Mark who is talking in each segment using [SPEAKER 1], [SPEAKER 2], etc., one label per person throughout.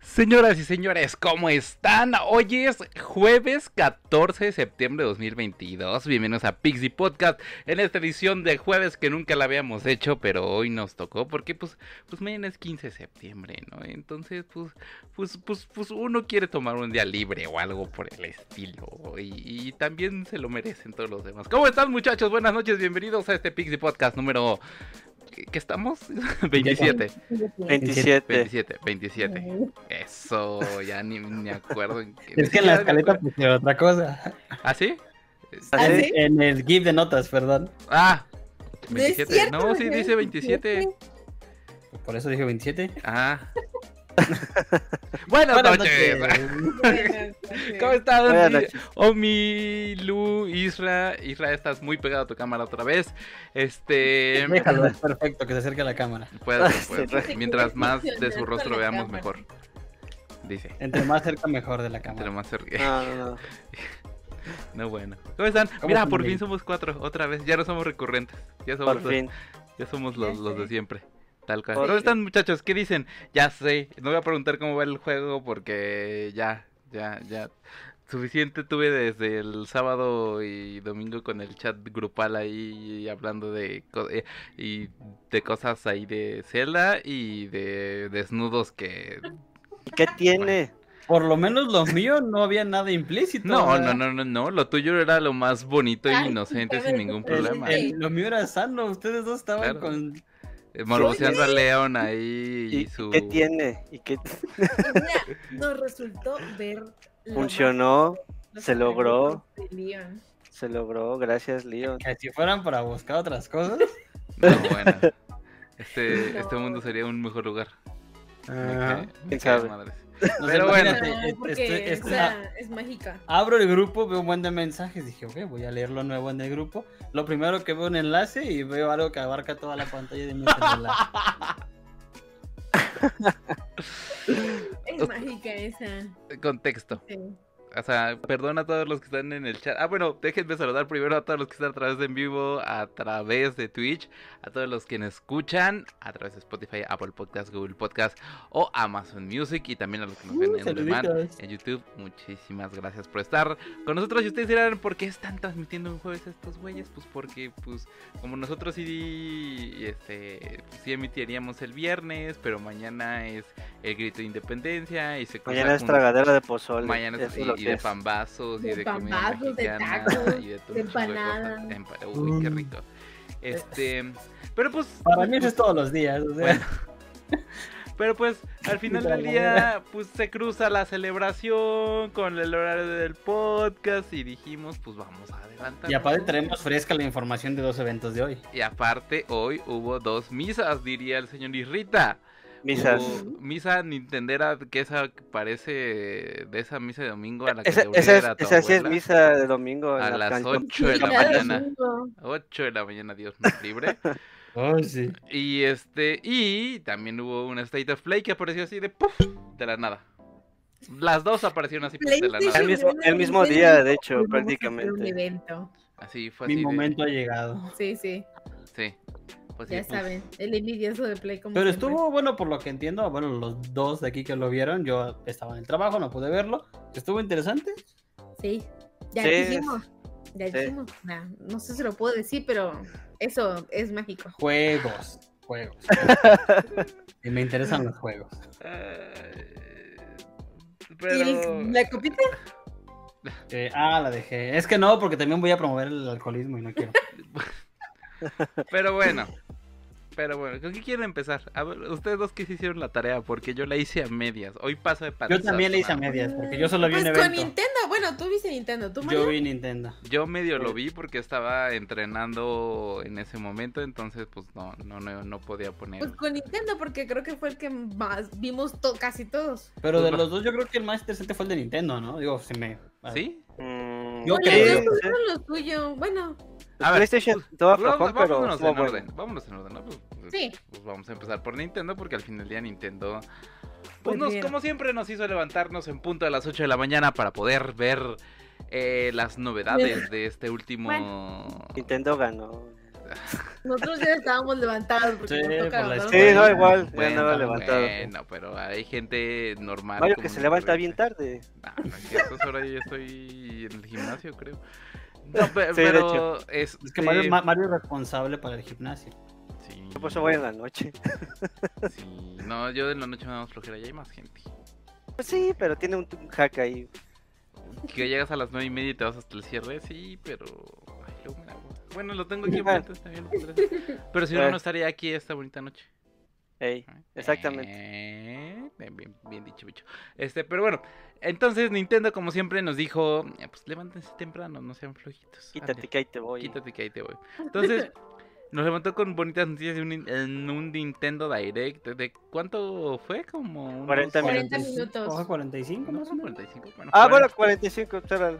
[SPEAKER 1] Señoras y señores, ¿cómo están? Hoy es jueves 14 de septiembre de 2022. Bienvenidos a Pixie Podcast en esta edición de jueves que nunca la habíamos hecho, pero hoy nos tocó porque pues pues mañana es 15 de septiembre, ¿no? Entonces, pues pues pues pues uno quiere tomar un día libre o algo por el estilo y, y también se lo merecen todos los demás. ¿Cómo están, muchachos? Buenas noches, bienvenidos a este Pixie Podcast número ¿Qué estamos? 27.
[SPEAKER 2] 27.
[SPEAKER 1] 27, 27. Eso, ya ni me acuerdo. En qué-
[SPEAKER 3] Es que en la
[SPEAKER 1] Ya ni me
[SPEAKER 3] escaleta
[SPEAKER 1] acuerdo.
[SPEAKER 3] puse otra cosa.
[SPEAKER 1] ¿Ah, sí?
[SPEAKER 2] ¿Ah, sí?
[SPEAKER 3] En el GIF de notas, perdón.
[SPEAKER 1] Ah,
[SPEAKER 4] No es
[SPEAKER 1] 27.
[SPEAKER 4] cierto,
[SPEAKER 1] no, sí,
[SPEAKER 4] es
[SPEAKER 1] dice 27.
[SPEAKER 3] Por eso dije 27.
[SPEAKER 1] Ah. Buenas,
[SPEAKER 3] Buenas
[SPEAKER 1] noches.
[SPEAKER 3] noches.
[SPEAKER 1] ¿Cómo
[SPEAKER 4] Buenas
[SPEAKER 1] estás?
[SPEAKER 2] Buenas
[SPEAKER 1] mi-
[SPEAKER 2] noches.
[SPEAKER 1] Omi, Lu, Isra. Isra, estás muy pegado a tu cámara otra vez. Este.
[SPEAKER 3] Déjalo, es perfecto, que se acerque a la cámara.
[SPEAKER 1] puede
[SPEAKER 2] Sí,
[SPEAKER 1] ser, puede ser.
[SPEAKER 4] sí.
[SPEAKER 1] Mientras más de su rostro
[SPEAKER 4] Con la
[SPEAKER 1] veamos,
[SPEAKER 4] cámara.
[SPEAKER 1] mejor. Dice.
[SPEAKER 3] Entre más cerca, mejor de la
[SPEAKER 1] Entre
[SPEAKER 3] cámara.
[SPEAKER 1] más cerca.
[SPEAKER 2] No, no, no.
[SPEAKER 1] No, bueno. ¿Cómo están?
[SPEAKER 3] ¿Cómo
[SPEAKER 1] Mira,
[SPEAKER 3] están,
[SPEAKER 1] por fin
[SPEAKER 3] Miguel?
[SPEAKER 1] somos cuatro, otra vez. Ya no somos recurrentes. Ya somos,
[SPEAKER 2] Por fin.
[SPEAKER 1] Ya somos los,
[SPEAKER 4] Ya
[SPEAKER 1] los de
[SPEAKER 4] sé.
[SPEAKER 1] siempre. Tal cual.
[SPEAKER 2] Por
[SPEAKER 1] ¿Cómo
[SPEAKER 2] fin.
[SPEAKER 1] están, muchachos? ¿Qué dicen? Ya sé. No voy a preguntar cómo va el juego porque ya, ya, ya. Suficiente tuve desde el sábado y domingo con el chat grupal ahí hablando de, co- eh, y de cosas ahí de Zelda y de desnudos que...
[SPEAKER 2] ¿Y qué tiene?
[SPEAKER 3] Por lo menos los míos no había nada implícito.
[SPEAKER 1] No, no,
[SPEAKER 3] ¿verdad?
[SPEAKER 1] no, no, no. Lo tuyo era lo más bonito e
[SPEAKER 4] Ay,
[SPEAKER 1] inocente
[SPEAKER 4] qué
[SPEAKER 1] sin ningún
[SPEAKER 3] El-
[SPEAKER 1] problema.
[SPEAKER 3] el- lo mío era sano, ustedes dos estaban
[SPEAKER 1] Claro.
[SPEAKER 3] con.
[SPEAKER 1] Eh, Morboseando a León ahí
[SPEAKER 2] ¿Y,
[SPEAKER 1] y
[SPEAKER 2] y
[SPEAKER 1] su...
[SPEAKER 2] qué tiene? ¿Y qué t-
[SPEAKER 4] Mira, nos resultó ver. lo
[SPEAKER 2] funcionó?
[SPEAKER 4] más- los
[SPEAKER 2] se logró.
[SPEAKER 4] talentos de Leon.
[SPEAKER 2] Se logró, gracias, Leon.
[SPEAKER 3] Que si fueran para buscar otras cosas.
[SPEAKER 1] No, bueno. Este,
[SPEAKER 4] No.
[SPEAKER 1] este mundo sería un mejor lugar. Me
[SPEAKER 3] Ajá.
[SPEAKER 1] cae- me
[SPEAKER 2] ¿Quién
[SPEAKER 1] cae
[SPEAKER 2] sabe?
[SPEAKER 1] madres.
[SPEAKER 3] No sé,
[SPEAKER 1] Pero bueno.
[SPEAKER 3] imagínate,
[SPEAKER 4] No,
[SPEAKER 3] este-
[SPEAKER 4] Ah, porque
[SPEAKER 3] este-
[SPEAKER 4] o
[SPEAKER 3] este-
[SPEAKER 4] sea, es mágica.
[SPEAKER 3] Abro el grupo, veo un buen de mensajes. Dije, ok, voy a leer lo nuevo en el grupo. Lo primero que veo un enlace y veo algo que abarca toda la pantalla de mi celular.
[SPEAKER 4] Es mágica esa.
[SPEAKER 1] Contexto.
[SPEAKER 4] sí.
[SPEAKER 1] O sea, perdón a todos los que están en el chat. Ah, bueno, déjenme saludar primero a todos los que están a través de en vivo, a través de Twitch, a todos los que nos escuchan, a través de Spotify, Apple Podcast, Google Podcast o Amazon Music y también a los que nos ven
[SPEAKER 3] Uh,
[SPEAKER 1] en demand
[SPEAKER 3] saluditos.
[SPEAKER 1] en YouTube. Muchísimas gracias por estar con nosotros. Y ustedes dirán, ¿por qué están transmitiendo un jueves estos güeyes? Pues porque, pues, como nosotros sí, este, pues, sí emitiríamos el viernes, pero mañana es el grito de independencia y se cruza
[SPEAKER 2] Mañana es
[SPEAKER 1] con-
[SPEAKER 2] tragadera de pozole.
[SPEAKER 1] Mañana es,
[SPEAKER 2] eso
[SPEAKER 1] y,
[SPEAKER 2] es lo
[SPEAKER 1] y
[SPEAKER 2] que
[SPEAKER 1] de
[SPEAKER 2] es.
[SPEAKER 1] pambazos y
[SPEAKER 4] De
[SPEAKER 1] de, comida
[SPEAKER 4] pambazos, de
[SPEAKER 1] mexicana
[SPEAKER 4] tacos,
[SPEAKER 1] y de todo
[SPEAKER 4] de
[SPEAKER 1] un chingo de
[SPEAKER 4] empanadas.
[SPEAKER 1] cosas. Empa- Uy, qué
[SPEAKER 3] Mm.
[SPEAKER 1] rico. Este,
[SPEAKER 2] Eh,
[SPEAKER 1] pero pues
[SPEAKER 3] Para mí eso es todos los días. O sea,
[SPEAKER 1] Bueno. Pero pues al final
[SPEAKER 3] La
[SPEAKER 1] del día pues se cruza la celebración con el horario del podcast y dijimos pues vamos a adelantar.
[SPEAKER 3] y aparte tenemos fresca la información de dos eventos de hoy.
[SPEAKER 1] Y aparte, hoy hubo dos misas, diría el señor Irrita.
[SPEAKER 2] Misas.
[SPEAKER 1] Hubo misa nintendera, que esa que parece de esa misa de domingo a la que
[SPEAKER 2] Esa,
[SPEAKER 1] te
[SPEAKER 2] esa, es-
[SPEAKER 1] obliga tu
[SPEAKER 2] esa sí es
[SPEAKER 1] abuela.
[SPEAKER 2] misa de domingo. en
[SPEAKER 1] A
[SPEAKER 2] la
[SPEAKER 1] las
[SPEAKER 2] cancha.
[SPEAKER 1] 8 de la
[SPEAKER 4] Y cada
[SPEAKER 1] mañana.
[SPEAKER 4] domingo.
[SPEAKER 1] 8 de la mañana, Dios nos libre.
[SPEAKER 3] Oh, sí.
[SPEAKER 1] y este, y también hubo una State of Play que apareció así de puff, de la nada. Las dos aparecieron así puff, de la
[SPEAKER 2] El
[SPEAKER 4] PlayStation.
[SPEAKER 1] nada.
[SPEAKER 2] mismo, el mismo día, de hecho,
[SPEAKER 4] Hoy vamos a hacer Un
[SPEAKER 2] prácticamente.
[SPEAKER 4] evento.
[SPEAKER 1] Así fue así.
[SPEAKER 3] Mi
[SPEAKER 1] Pues de-
[SPEAKER 3] momento ha llegado.
[SPEAKER 4] Sí, sí.
[SPEAKER 1] Sí. Pues sí,
[SPEAKER 4] Ya
[SPEAKER 1] puff.
[SPEAKER 4] saben. El envidioso de Play. Como
[SPEAKER 3] Pero
[SPEAKER 4] siempre.
[SPEAKER 3] estuvo bueno, por lo que entiendo. Bueno, los dos de aquí que lo vieron, yo estaba en el trabajo, no pude verlo. Estuvo interesante.
[SPEAKER 4] Sí. Ya
[SPEAKER 2] Sí.
[SPEAKER 4] dijimos. Ya
[SPEAKER 2] Sí.
[SPEAKER 4] dijimos. Nah, no sé si lo puedo decir, pero eso es mágico.
[SPEAKER 3] Juegos, juegos. y me interesan los juegos.
[SPEAKER 1] Eh,
[SPEAKER 4] ¿Y
[SPEAKER 1] Pero.
[SPEAKER 4] el- la copita?
[SPEAKER 3] Eh, ah, la dejé. Es que no, porque también voy a promover el alcoholismo y no quiero.
[SPEAKER 1] Pero bueno. Pero bueno, ¿con qué quieren empezar? A ver, ustedes dos que se hicieron la tarea, porque yo la hice a medias. Hoy paso de
[SPEAKER 3] Yo
[SPEAKER 1] panzazo,
[SPEAKER 3] también le hice a
[SPEAKER 1] mano.
[SPEAKER 3] medias, porque yo solo vi
[SPEAKER 4] pues
[SPEAKER 3] un
[SPEAKER 4] con
[SPEAKER 3] evento.
[SPEAKER 4] Nintendo. Bueno, tú viste Nintendo. ¿Tú, Mario?
[SPEAKER 3] Yo vi Nintendo.
[SPEAKER 1] Yo medio lo vi porque estaba entrenando en ese momento, entonces pues no, no, no, no podía poner.
[SPEAKER 4] Pues con Nintendo, porque creo que fue el que más vimos to- casi todos.
[SPEAKER 3] Pero
[SPEAKER 1] Pues
[SPEAKER 3] de
[SPEAKER 1] va.
[SPEAKER 3] los dos, yo creo que el más interesante fue el de Nintendo, ¿no? Digo, se me. ah,
[SPEAKER 1] ¿Sí?
[SPEAKER 2] Mm,
[SPEAKER 3] Yo
[SPEAKER 2] sí,
[SPEAKER 3] creo.
[SPEAKER 2] sí.
[SPEAKER 4] No lo tuyo, bueno,
[SPEAKER 1] A ver, pues,
[SPEAKER 2] PlayStation estaba
[SPEAKER 1] Vamos-
[SPEAKER 2] flojón, pero
[SPEAKER 1] vámonos
[SPEAKER 2] estuvo
[SPEAKER 1] en
[SPEAKER 2] bueno.
[SPEAKER 1] orden, vámonos en orden, ¿no? Pues, pues,
[SPEAKER 4] Sí.
[SPEAKER 1] pues, vamos a empezar por Nintendo porque al fin del día Nintendo, pues
[SPEAKER 4] Pues
[SPEAKER 1] nos-
[SPEAKER 4] bien.
[SPEAKER 1] como siempre nos hizo levantarnos en punto a las 8 de la mañana para poder ver eh, las novedades de este último...
[SPEAKER 2] Nintendo ganó.
[SPEAKER 4] Nosotros ya estábamos levantados porque
[SPEAKER 3] Sí,
[SPEAKER 4] nos toca
[SPEAKER 3] por la
[SPEAKER 4] levantarnos.
[SPEAKER 2] Sí, no, igual, ya
[SPEAKER 1] Bueno,
[SPEAKER 2] andaba levantado.
[SPEAKER 1] bueno, pero hay gente normal.
[SPEAKER 2] Mario
[SPEAKER 1] común
[SPEAKER 2] que se
[SPEAKER 1] y
[SPEAKER 2] levanta
[SPEAKER 1] corriente.
[SPEAKER 2] bien tarde.
[SPEAKER 1] Nah, no es cierto, ahora yo ya estoy en el gimnasio, creo. No, pe-
[SPEAKER 2] de
[SPEAKER 1] pero es,
[SPEAKER 3] Es que Mario, Ma- Mario es responsable para el gimnasio.
[SPEAKER 1] Sí,
[SPEAKER 2] Yo por eso voy en la noche.
[SPEAKER 1] sí. No, yo en la noche me da más flojera, ya hay más gente.
[SPEAKER 2] Pues sí, pero tiene un, un hack ahí.
[SPEAKER 1] Que llegas a las nueve y media y te vas hasta el cierre, sí, pero... ay, luego me la hago. Bueno, lo tengo aquí enfrente, está bien, lo podré- Pero si no,
[SPEAKER 2] Eh.
[SPEAKER 1] no estaría aquí esta bonita noche. Ah,
[SPEAKER 2] Ey, Exactamente.
[SPEAKER 1] Eh, bien, bien, bien dicho, bicho. Este, pero bueno, entonces Nintendo, como siempre, nos dijo: eh, Pues levántense temprano, no sean flojitos.
[SPEAKER 2] quítate que ahí te voy.
[SPEAKER 1] Quítate que ahí te voy. Entonces, nos levantó con bonitas noticias de un nin- en un Nintendo Direct. ¿De cuánto fue? Como unos
[SPEAKER 2] 40
[SPEAKER 4] 40
[SPEAKER 3] 45,
[SPEAKER 4] minutos.
[SPEAKER 3] ojo,
[SPEAKER 1] No
[SPEAKER 3] 45 más o
[SPEAKER 1] son
[SPEAKER 3] menos.
[SPEAKER 1] 45. Bueno,
[SPEAKER 2] Ah,
[SPEAKER 1] 40.
[SPEAKER 2] bueno, 45, espera.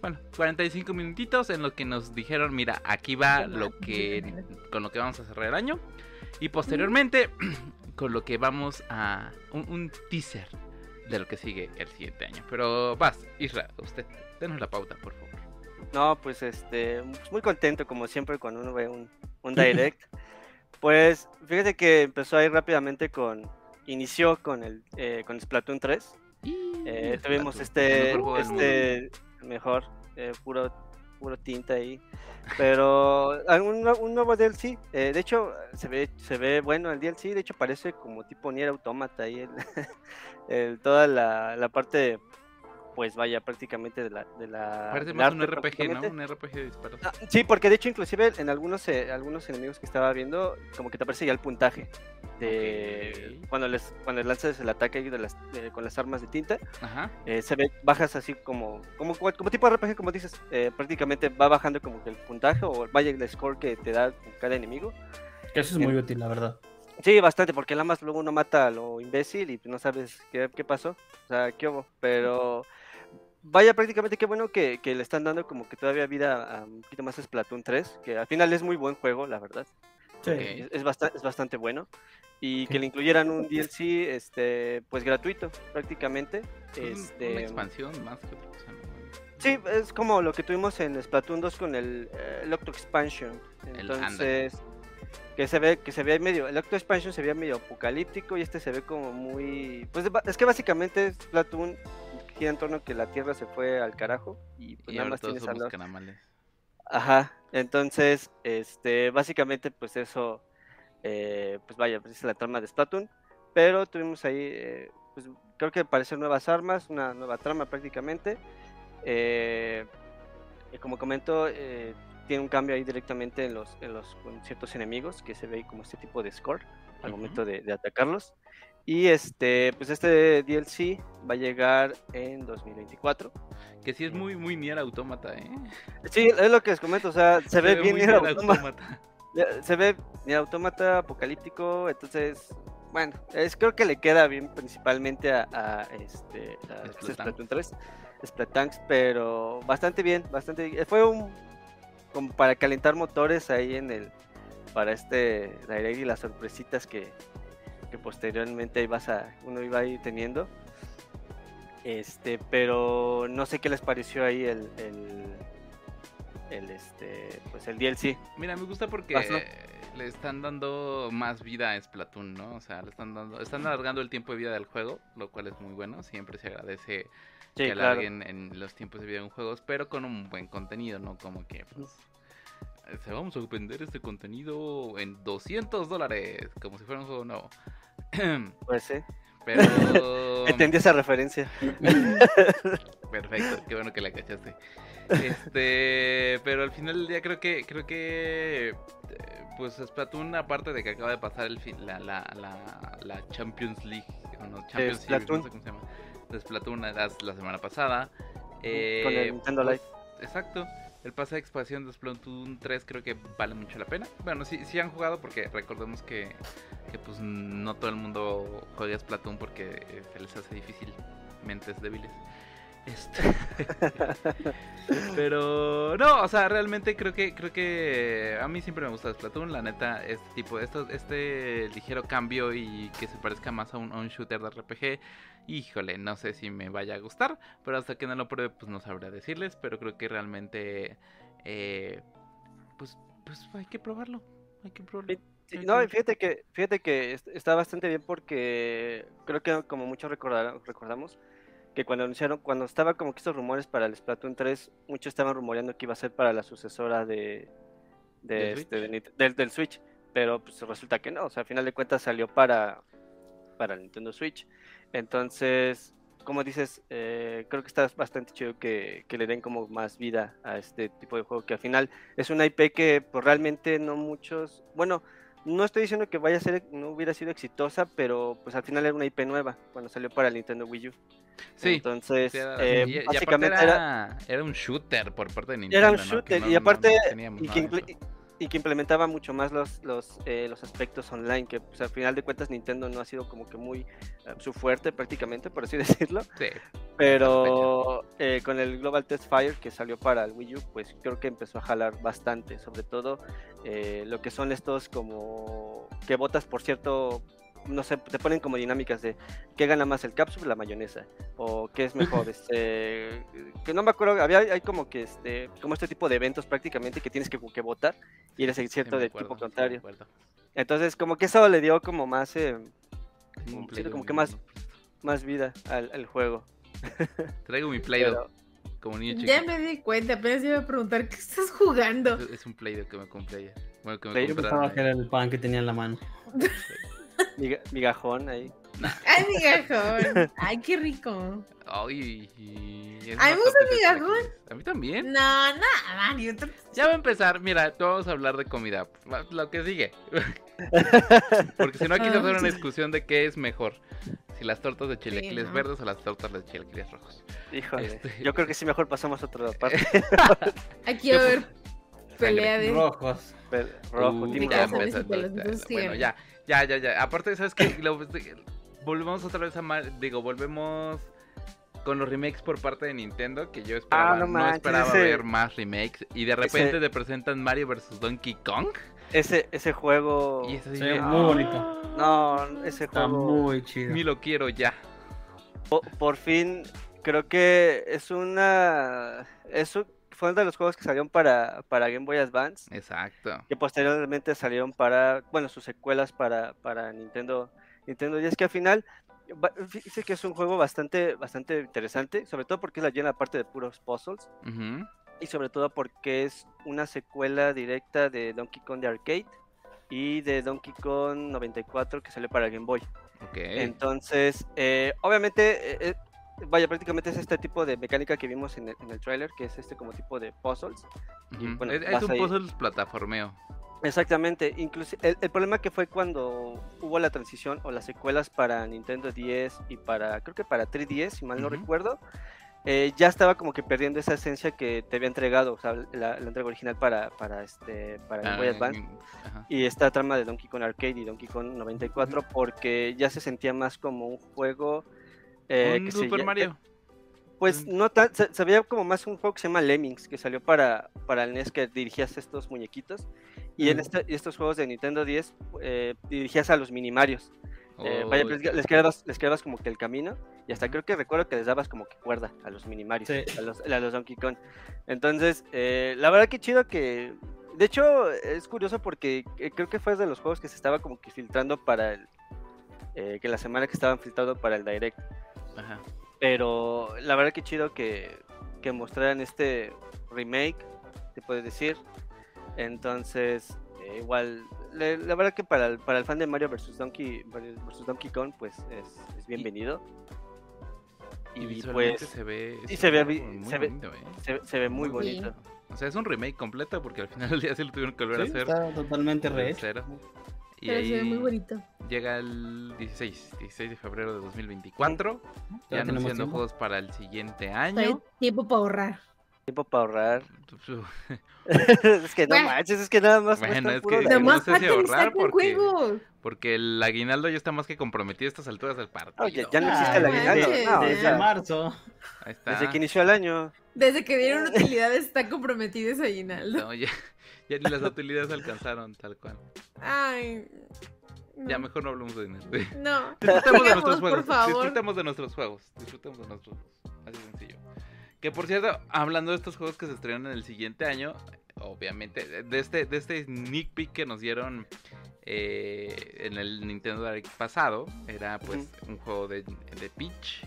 [SPEAKER 1] Bueno, 45 minutitos en lo que nos dijeron, mira, aquí va lo que con lo que vamos a cerrar el año y posteriormente
[SPEAKER 2] Mm.
[SPEAKER 1] con lo que vamos a un, un teaser de lo que sigue el siguiente año. Pero vas, Isra, usted, denos la pauta, por favor.
[SPEAKER 2] No, pues este, pues, muy contento como siempre cuando uno ve un, un direct. pues fíjate que empezó ahí rápidamente con, inició con el eh, con Splatoon 3. Eh, tuvimos este, este mejor, eh, puro, puro tinta ahí. Pero hay un, nue- un nuevo DLC, eh, de hecho se ve, se ve bueno el DLC, de hecho parece como tipo Nier Automata ahí, el, el- toda la, la parte, pues vaya, prácticamente de la... De la
[SPEAKER 1] Parece
[SPEAKER 2] del
[SPEAKER 1] más un
[SPEAKER 2] arte,
[SPEAKER 1] RPG, ¿no?
[SPEAKER 2] prácticamente.
[SPEAKER 1] Un RPG de disparos.
[SPEAKER 2] Ah, Sí, porque de hecho inclusive en algunos eh, algunos enemigos que estaba viendo, como que te aparece ya el puntaje de
[SPEAKER 1] Ok.
[SPEAKER 2] cuando les cuando lanzas el ataque ahí de las, eh, con las armas de tinta,
[SPEAKER 1] Ajá.
[SPEAKER 2] eh, se ve bajas así como como cual- como tipo RPG como dices, eh, prácticamente va bajando como que el puntaje o vaya el score que te da cada enemigo.
[SPEAKER 3] Que Eso es muy útil, la verdad.
[SPEAKER 2] Sí, bastante, porque nada más luego uno mata a lo imbécil y no sabes qué, qué pasó. O sea, qué hubo. Pero vaya, prácticamente qué bueno que, que le están dando como que todavía vida a un poquito más a Splatoon 3, que al final es muy buen juego, la verdad.
[SPEAKER 3] Sí.
[SPEAKER 1] Ok.
[SPEAKER 2] Es, es basta- es bastante bueno.
[SPEAKER 3] Sí.
[SPEAKER 2] Y que le incluyeran un DLC, este, pues gratuito, prácticamente.
[SPEAKER 1] Un-
[SPEAKER 2] Este,
[SPEAKER 1] Una expansión más que otra cosa. ¿no?
[SPEAKER 2] Sí, es como lo que tuvimos en Splatoon 2 con el, eh, el Octo Expansion.
[SPEAKER 1] El ándale.
[SPEAKER 2] Entonces, que se ve que se ve medio, el Octo Expansion se veía medio apocalíptico y este se ve como muy pues ba- es que básicamente Splatoon gira en torno a que la Tierra se fue al carajo y pues
[SPEAKER 1] Y
[SPEAKER 2] nada
[SPEAKER 1] ahora
[SPEAKER 2] más
[SPEAKER 1] todos
[SPEAKER 2] tienes a
[SPEAKER 1] somos
[SPEAKER 2] los-
[SPEAKER 1] canamales.
[SPEAKER 2] Ajá, entonces, este, básicamente, pues eso, eh, pues vaya, pues es la trama de Splatoon, pero tuvimos ahí, eh, pues creo que aparecen nuevas armas, una nueva trama prácticamente, eh, y como comento, eh, tiene un cambio ahí directamente en los, en los con ciertos enemigos, que se ve ahí como este tipo de score al
[SPEAKER 1] Ujú.
[SPEAKER 2] momento de, de atacarlos, y este, pues este DLC va a llegar en 2024.
[SPEAKER 1] Que sí es muy, muy Nier Automata, ¿eh?
[SPEAKER 2] Sí, es lo que les comento, o sea, se, ve bien
[SPEAKER 1] muy
[SPEAKER 2] el
[SPEAKER 1] Nier
[SPEAKER 2] autómata.
[SPEAKER 1] Automata.
[SPEAKER 2] Ya, Se ve el autómata apocalíptico, entonces, bueno, es, creo que le queda bien principalmente a, a, este a
[SPEAKER 1] Splatanks.
[SPEAKER 2] Splatoon 3, Splatanks, pero bastante bien, bastante bien. Fue un como para calentar motores ahí en el para este direct y las sorpresitas que, que posteriormente ibas a uno iba a ir teniendo. Este, pero no sé qué les pareció ahí el, el, el este pues el DLC.
[SPEAKER 1] Mira, me gusta porque
[SPEAKER 2] Pasó.
[SPEAKER 1] le están dando más vida a Splatoon, ¿no? O sea, le están dando, están alargando el tiempo de vida del juego, lo cual es muy bueno. Siempre se agradece
[SPEAKER 2] Sí,
[SPEAKER 1] que
[SPEAKER 2] claro.
[SPEAKER 1] alarguen en los tiempos de vida en juegos, pero con un buen contenido, ¿no? Como que, pues, se vamos a vender este contenido en 200 dólares, como si fuera un juego nuevo.
[SPEAKER 2] Pues sí.
[SPEAKER 1] Pero...
[SPEAKER 2] Entendí esa referencia.
[SPEAKER 1] Perfecto, qué bueno que la cachaste. Este, pero al final del día creo que, creo que, eh, pues Splatoon, aparte de que acaba de pasar el fin, la, la, la, la Champions League, o no, Champions Series, no
[SPEAKER 2] Splatoon.
[SPEAKER 1] sé cómo se llama, de Splatoon la, la semana pasada. eh,
[SPEAKER 2] Con el Nintendo
[SPEAKER 1] pues, Exacto. El pase de expansión de Splatoon 3 creo que vale mucho la pena. Bueno, sí, sí han jugado porque recordemos que, que pues no todo el mundo juega Splatoon porque eh, se les hace difícil. Mentes débiles. Este... Pero no, o sea, realmente creo que creo que a mí siempre me gusta Splatoon, la neta, este tipo, esto, este ligero cambio y que se parezca más a un, a un shooter de RPG, híjole, no sé si me vaya a gustar, pero hasta que no lo pruebe, pues no sabré decirles, pero creo que realmente, eh, pues, pues hay que probarlo. hay que probarlo.
[SPEAKER 2] Sí,
[SPEAKER 1] Sí,
[SPEAKER 2] no,
[SPEAKER 1] sí.
[SPEAKER 2] y fíjate que, fíjate que est- está bastante bien porque creo que como muchos recordar- recordamos que cuando anunciaron, cuando estaba como que estos rumores para el Splatoon 3, muchos estaban rumoreando que iba a ser para la sucesora de, de
[SPEAKER 1] ¿Del
[SPEAKER 2] este, de
[SPEAKER 1] Switch?
[SPEAKER 2] Nit- del, del Switch, pero pues resulta que no, o sea, al final de cuentas salió para, para el Nintendo Switch. Entonces, como dices, eh, creo que está bastante chido que, que le den como más vida a este tipo de juego que al final es una IP que pues, realmente no muchos, bueno, no estoy diciendo que vaya a ser, no hubiera sido exitosa, pero pues al final era una IP nueva cuando salió para el Nintendo Wii U.
[SPEAKER 1] Sí,
[SPEAKER 2] Entonces,
[SPEAKER 1] sí, era-
[SPEAKER 2] eh,
[SPEAKER 1] y- y aparte
[SPEAKER 2] básicamente era,
[SPEAKER 1] era, era un shooter por parte de Nintendo.
[SPEAKER 2] era un
[SPEAKER 1] ¿no? Que
[SPEAKER 2] shooter
[SPEAKER 1] no-
[SPEAKER 2] y
[SPEAKER 1] no-
[SPEAKER 2] aparte
[SPEAKER 1] no teníamos
[SPEAKER 2] y
[SPEAKER 1] nada
[SPEAKER 2] que,
[SPEAKER 1] de
[SPEAKER 2] imple-
[SPEAKER 1] eso.
[SPEAKER 2] y que implementaba mucho más los los, eh, los aspectos online que pues, al final de cuentas Nintendo no ha sido como que muy eh, su fuerte prácticamente por así decirlo
[SPEAKER 1] Sí,
[SPEAKER 2] pero eh, con el Global Test Fire que salió para el Wii U, pues creo que empezó a jalar bastante, sobre todo eh, lo que son estos como que votas por cierto, no sé, te ponen como dinámicas de qué gana más el cápsula, la mayonesa, o qué es mejor, este, que no me acuerdo, había hay como que este, como este tipo de eventos prácticamente que tienes que, que votar y eres el
[SPEAKER 1] sí,
[SPEAKER 2] cierto
[SPEAKER 1] me
[SPEAKER 2] del
[SPEAKER 1] acuerdo,
[SPEAKER 2] tipo
[SPEAKER 1] sí, me
[SPEAKER 2] contrario.
[SPEAKER 1] acuerdo.
[SPEAKER 2] Entonces como que eso le dio como más, eh,
[SPEAKER 1] Tengo un
[SPEAKER 2] Sí,
[SPEAKER 1] Play-Doh
[SPEAKER 2] como
[SPEAKER 1] en
[SPEAKER 2] que
[SPEAKER 1] mi
[SPEAKER 2] más-
[SPEAKER 1] mano.
[SPEAKER 2] más vida al, al juego.
[SPEAKER 1] Traigo mi Play-Doh
[SPEAKER 2] Pero-
[SPEAKER 1] como niño chico.
[SPEAKER 4] Ya me di cuenta, apenas iba a preguntar qué estás jugando.
[SPEAKER 1] Es- Es un Play-Doh que me compré ayer. Bueno, que me
[SPEAKER 2] Play-Doh
[SPEAKER 3] Yo
[SPEAKER 1] compraron
[SPEAKER 3] pensaba que
[SPEAKER 1] ayer.
[SPEAKER 3] era el pan que tenía en la mano.
[SPEAKER 2] miga- migajón ahí.
[SPEAKER 4] Ay, migajón. Ay, qué rico.
[SPEAKER 1] Ay, y- es
[SPEAKER 4] Ay,
[SPEAKER 1] más
[SPEAKER 4] me gusta
[SPEAKER 1] top
[SPEAKER 4] el
[SPEAKER 1] de
[SPEAKER 4] migajón.
[SPEAKER 1] chilaquiles. A mí también.
[SPEAKER 4] No, nada, Mario. tú-
[SPEAKER 1] Ya va a empezar, mira, vamos a hablar de comida. va- Lo que sigue. Porque si no, aquí se hacer
[SPEAKER 4] Ah.
[SPEAKER 1] una discusión de qué es mejor. Si las tortas de chilaquiles
[SPEAKER 4] ¿no?
[SPEAKER 1] verdes o las tortas de chilaquiles rojos.
[SPEAKER 2] Híjole,
[SPEAKER 1] Este-
[SPEAKER 2] yo creo que sí mejor pasamos a otra parte.
[SPEAKER 4] Aquí va a haber pelea de.
[SPEAKER 3] Rojos.
[SPEAKER 2] Pero Rojo,
[SPEAKER 1] Uh,
[SPEAKER 2] Team
[SPEAKER 1] ya
[SPEAKER 4] ya
[SPEAKER 2] Rojo.
[SPEAKER 4] sabes
[SPEAKER 1] empezó,
[SPEAKER 4] que los
[SPEAKER 1] está-
[SPEAKER 4] dos
[SPEAKER 1] Bueno,
[SPEAKER 4] tienen.
[SPEAKER 1] ya, ya, ya, ya. Aparte, ¿sabes qué? Lo- volvemos otra vez a mal. Digo, volvemos con los remakes por parte de Nintendo. Que yo esperaba,
[SPEAKER 2] Ah, no
[SPEAKER 1] no,
[SPEAKER 2] manches,
[SPEAKER 1] esperaba
[SPEAKER 2] ese-
[SPEAKER 1] ver más remakes. Y de repente
[SPEAKER 2] ese-
[SPEAKER 1] te presentan Mario vs. Donkey Kong.
[SPEAKER 2] Ese, ese juego.
[SPEAKER 1] Y es así
[SPEAKER 3] Sí,
[SPEAKER 1] de,
[SPEAKER 3] muy bonito.
[SPEAKER 4] Ah,
[SPEAKER 2] No, ese
[SPEAKER 3] Está
[SPEAKER 2] juego.
[SPEAKER 3] muy chido.
[SPEAKER 1] Ni lo quiero ya.
[SPEAKER 2] po- por fin, creo que es una. Es un- fue uno de los juegos que salieron para, para Game Boy Advance.
[SPEAKER 1] Exacto.
[SPEAKER 2] Que posteriormente salieron para. Bueno, sus secuelas para, para Nintendo. Nintendo. Y es que al final. va- Fíjese que es un juego bastante, bastante interesante. Sobre todo porque es la llena parte de puros puzzles.
[SPEAKER 1] Ujú.
[SPEAKER 2] y sobre todo porque es una secuela directa de Donkey Kong de arcade y de Donkey Kong 94 que salió para Game Boy.
[SPEAKER 1] Ok.
[SPEAKER 2] Entonces, eh, obviamente, eh, eh, vaya, prácticamente es este tipo de mecánica que vimos en el, en el trailer, que es este como tipo de puzzles.
[SPEAKER 1] Ujú.
[SPEAKER 2] y bueno,
[SPEAKER 1] es, es
[SPEAKER 2] vas
[SPEAKER 1] un
[SPEAKER 2] ahí.
[SPEAKER 1] puzzle plataformeo.
[SPEAKER 2] Exactamente, inclusive el, el problema que fue cuando hubo la transición o las secuelas para Nintendo 10 y para, creo que para 3DS, si mal no
[SPEAKER 1] Ujú.
[SPEAKER 2] recuerdo, eh, ya estaba como que perdiendo esa esencia que te había entregado, o sea, la, la entrega original para, para, este, para Game Boy
[SPEAKER 1] Ah,
[SPEAKER 2] Advance.
[SPEAKER 1] ajá.
[SPEAKER 2] y esta trama de Donkey Kong Arcade y Donkey Kong 94 porque ya se sentía más como un juego eh,
[SPEAKER 1] Un
[SPEAKER 2] que se
[SPEAKER 1] Super
[SPEAKER 2] lla-
[SPEAKER 1] Mario.
[SPEAKER 2] pues
[SPEAKER 1] Mm.
[SPEAKER 2] no tan se, se veía como más un juego que se llama Lemmings que salió para para el NES que dirigías estos muñequitos y en
[SPEAKER 3] Mm.
[SPEAKER 2] esta- y estos juegos de Nintendo 10 eh, dirigías a los minimarios eh, vaya,
[SPEAKER 1] Uy,
[SPEAKER 2] les, les creabas, les creabas como que el camino y hasta
[SPEAKER 1] Ujú.
[SPEAKER 2] creo que recuerdo que les dabas como que cuerda a los minimarios,
[SPEAKER 3] Sí.
[SPEAKER 2] a, los, a los Donkey Kong. Entonces, eh, la verdad que chido que... De hecho, es curioso porque eh, creo que fue de los juegos que se estaba como que filtrando para el... eh, que la semana que estaban filtrando para el Direct.
[SPEAKER 1] ajá.
[SPEAKER 2] Pero la verdad que chido que, que mostraran este remake, te puedes decir. Entonces, eh, igual, le- la verdad que para el, para el fan de Mario vs. Donkey, versus Donkey Kong, pues es, es bienvenido.
[SPEAKER 1] Y,
[SPEAKER 2] Y,
[SPEAKER 1] visualmente
[SPEAKER 2] pues
[SPEAKER 1] se ve.
[SPEAKER 2] y se ve
[SPEAKER 1] algo
[SPEAKER 2] vi-
[SPEAKER 1] muy
[SPEAKER 2] se ve-
[SPEAKER 1] bonito, ¿eh?
[SPEAKER 2] se, se ve muy
[SPEAKER 1] muy
[SPEAKER 4] bien.
[SPEAKER 2] bonito.
[SPEAKER 1] O sea, es un remake completo porque al final del día se lo tuvieron que volver
[SPEAKER 3] Sí,
[SPEAKER 1] a hacer.
[SPEAKER 3] está totalmente
[SPEAKER 1] desde
[SPEAKER 3] rehecho.
[SPEAKER 1] cero. Y
[SPEAKER 4] Pero se ve
[SPEAKER 1] ahí
[SPEAKER 4] muy bonito.
[SPEAKER 1] llega el 16, 16 de febrero de 2024. Ya
[SPEAKER 3] Ya tenemos
[SPEAKER 1] anunciando
[SPEAKER 3] tiempo.
[SPEAKER 1] juegos para el siguiente
[SPEAKER 4] Todavía
[SPEAKER 1] año.
[SPEAKER 4] hay tiempo para ahorrar.
[SPEAKER 2] Tiempo para ahorrar.
[SPEAKER 1] Su-
[SPEAKER 2] es que no
[SPEAKER 4] Bueno.
[SPEAKER 2] manches, es que nada más.
[SPEAKER 1] Bueno,
[SPEAKER 2] cuesta
[SPEAKER 1] es
[SPEAKER 2] puro
[SPEAKER 1] que-
[SPEAKER 2] la-
[SPEAKER 1] no
[SPEAKER 4] Nomás
[SPEAKER 1] sé si
[SPEAKER 4] falta que
[SPEAKER 1] ahorrar,
[SPEAKER 4] saquen
[SPEAKER 1] porque-
[SPEAKER 4] juegos.
[SPEAKER 1] Porque el aguinaldo ya está más que comprometido a estas alturas del partido.
[SPEAKER 2] Oye, ya no existe
[SPEAKER 3] Ah,
[SPEAKER 2] el
[SPEAKER 4] no
[SPEAKER 2] aguinaldo.
[SPEAKER 4] manches.
[SPEAKER 2] no, o
[SPEAKER 3] Desde
[SPEAKER 2] sea,
[SPEAKER 3] marzo.
[SPEAKER 1] Ahí está.
[SPEAKER 2] desde que inició el año.
[SPEAKER 4] Desde que
[SPEAKER 2] Eh.
[SPEAKER 4] dieron utilidades está comprometido ese aguinaldo.
[SPEAKER 1] No, ya, ya ni las utilidades alcanzaron, tal cual.
[SPEAKER 4] Ay. no.
[SPEAKER 1] Ya mejor no hablamos de dinero.
[SPEAKER 4] No.
[SPEAKER 1] Disfrutemos de
[SPEAKER 4] Sigamos,
[SPEAKER 1] nuestros
[SPEAKER 4] por
[SPEAKER 1] juegos.
[SPEAKER 4] favor.
[SPEAKER 1] Disfrutemos de nuestros juegos. Disfrutemos de nuestros juegos. Así de sencillo. Que por cierto, hablando de estos juegos que se estrenan en el siguiente año, obviamente. de- De este, de este sneak peek que nos dieron eh, en el Nintendo Direct pasado, era pues un juego de, de Peach.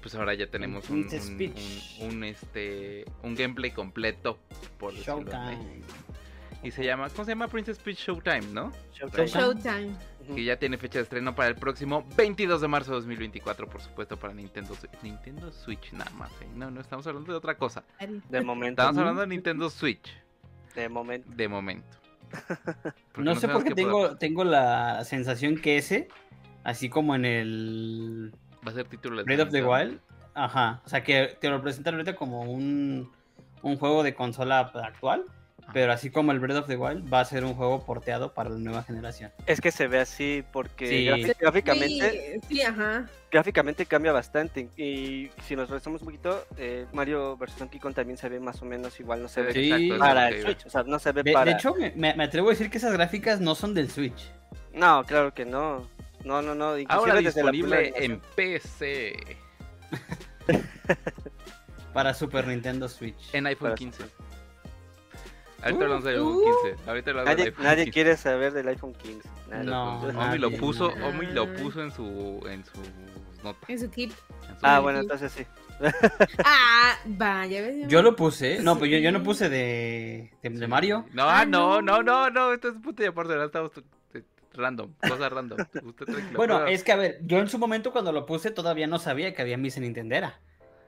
[SPEAKER 1] Pues ahora ya tenemos un,
[SPEAKER 3] Princess
[SPEAKER 1] un-
[SPEAKER 3] Peach.
[SPEAKER 1] un- un, este, un gameplay completo, por decirlo de manera.
[SPEAKER 3] Showtime.
[SPEAKER 1] Y se llama, ¿cómo se llama? Princess Peach Showtime, ¿no?
[SPEAKER 2] Showtime.
[SPEAKER 3] Showtime.
[SPEAKER 4] Showtime.
[SPEAKER 2] Ujú.
[SPEAKER 1] Que ya tiene fecha de estreno para el próximo 22 de marzo de 2024, por supuesto, para Nintendo, Swi- Nintendo Switch nada más. ¿eh? No, no estamos hablando de otra cosa.
[SPEAKER 2] De momento.
[SPEAKER 1] Estamos hablando de Nintendo Switch,
[SPEAKER 2] De momento.
[SPEAKER 1] de momento. Porque
[SPEAKER 3] No sé
[SPEAKER 1] sabemos
[SPEAKER 3] por qué
[SPEAKER 1] podrá
[SPEAKER 3] tengo, tengo la sensación que ese, así como en el
[SPEAKER 1] pasar. Va a ser título de
[SPEAKER 3] Breath of the
[SPEAKER 1] lanzamiento.
[SPEAKER 3] Wild, ajá, o sea que te lo presentan ahorita como un, un juego de consola actual, pero así como el Breath of the Wild va a ser un juego porteado para la nueva generación.
[SPEAKER 2] Es que se ve así porque
[SPEAKER 3] Sí.
[SPEAKER 2] grafi- gráficamente,
[SPEAKER 4] Sí, sí, ajá.
[SPEAKER 2] gráficamente cambia bastante. Y si nos regresamos un poquito, eh, Mario vs. Donkey Kong también se ve más o menos igual, no se ve
[SPEAKER 3] Sí.
[SPEAKER 1] Exacto, es
[SPEAKER 2] para
[SPEAKER 1] lo que
[SPEAKER 2] el
[SPEAKER 1] iba.
[SPEAKER 2] Switch. O sea, no se ve
[SPEAKER 3] De,
[SPEAKER 2] para.
[SPEAKER 3] de hecho, me, me- me atrevo a decir que esas gráficas no son del Switch.
[SPEAKER 2] No, claro que no. No, no, no. inclusive
[SPEAKER 1] Ahora
[SPEAKER 2] desde la
[SPEAKER 1] disponible
[SPEAKER 2] primera
[SPEAKER 1] en PC,
[SPEAKER 3] Para Super Nintendo Switch.
[SPEAKER 1] en iPhone
[SPEAKER 2] Para
[SPEAKER 1] 15.
[SPEAKER 2] Switch.
[SPEAKER 1] Ahorita hablamos del iPhone
[SPEAKER 4] Uh,
[SPEAKER 1] 15. Ahorita hablamos del
[SPEAKER 2] Nadie,
[SPEAKER 1] iPhone
[SPEAKER 2] nadie
[SPEAKER 1] 15.
[SPEAKER 2] quiere saber del iPhone 15. nadie.
[SPEAKER 3] No,
[SPEAKER 1] Omi lo
[SPEAKER 3] nadie,
[SPEAKER 1] puso,
[SPEAKER 4] nadie.
[SPEAKER 1] Omi lo puso en su en su nota.
[SPEAKER 4] En su clip.
[SPEAKER 1] en su-
[SPEAKER 2] Ah,
[SPEAKER 4] Ay,
[SPEAKER 2] bueno,
[SPEAKER 4] sí.
[SPEAKER 2] entonces sí.
[SPEAKER 4] Ah, vaya, ves.
[SPEAKER 3] Yo lo puse, ¿eh? no, pues yo, yo no
[SPEAKER 4] Sí.
[SPEAKER 3] puse de, de, de
[SPEAKER 1] Sí.
[SPEAKER 3] Mario.
[SPEAKER 1] No,
[SPEAKER 4] Ah,
[SPEAKER 1] ah, no, no, no,
[SPEAKER 4] no.
[SPEAKER 1] no, esto es puta y aparte, ahora estamos t- t- random, cosas random. Usted tranquilo.
[SPEAKER 3] Bueno,
[SPEAKER 1] pero-
[SPEAKER 3] es que a ver, yo en su momento cuando lo puse todavía no sabía que había misa Nintendera.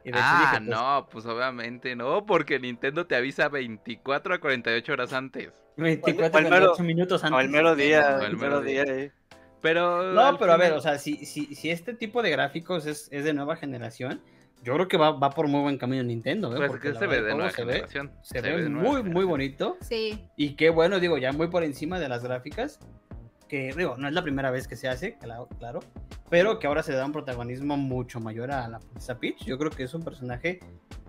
[SPEAKER 3] Y de hecho
[SPEAKER 1] Ah,
[SPEAKER 3] dije, pues,
[SPEAKER 1] no, pues obviamente no, porque Nintendo te avisa 24 a 48 horas antes.
[SPEAKER 3] 24,
[SPEAKER 2] O el mero-
[SPEAKER 3] 48 minutos antes.
[SPEAKER 2] O el mero día.
[SPEAKER 1] O el
[SPEAKER 2] El
[SPEAKER 1] mero
[SPEAKER 2] mero día. eh.
[SPEAKER 1] Pero
[SPEAKER 3] No,
[SPEAKER 1] al
[SPEAKER 3] pero a ver,
[SPEAKER 1] final-
[SPEAKER 3] o sea, si, si, si este tipo de gráficos es, es de nueva generación, yo creo que va, va por muy buen camino Nintendo, ¿eh?
[SPEAKER 1] pues
[SPEAKER 3] Porque
[SPEAKER 1] que
[SPEAKER 3] la
[SPEAKER 1] se ve
[SPEAKER 3] verdad,
[SPEAKER 1] de
[SPEAKER 3] el
[SPEAKER 1] nueva
[SPEAKER 3] juego se ve,
[SPEAKER 1] generación.
[SPEAKER 3] se
[SPEAKER 1] ve
[SPEAKER 3] ve
[SPEAKER 1] de
[SPEAKER 3] muy,
[SPEAKER 1] nueva
[SPEAKER 3] muy
[SPEAKER 1] generación.
[SPEAKER 3] bonito.
[SPEAKER 4] Sí.
[SPEAKER 3] Y qué bueno, digo, ya muy por encima de las gráficas, que digo, no es la primera vez que se hace, claro, claro, pero que ahora se le da un protagonismo mucho mayor a la princesa Peach. Yo creo que es un personaje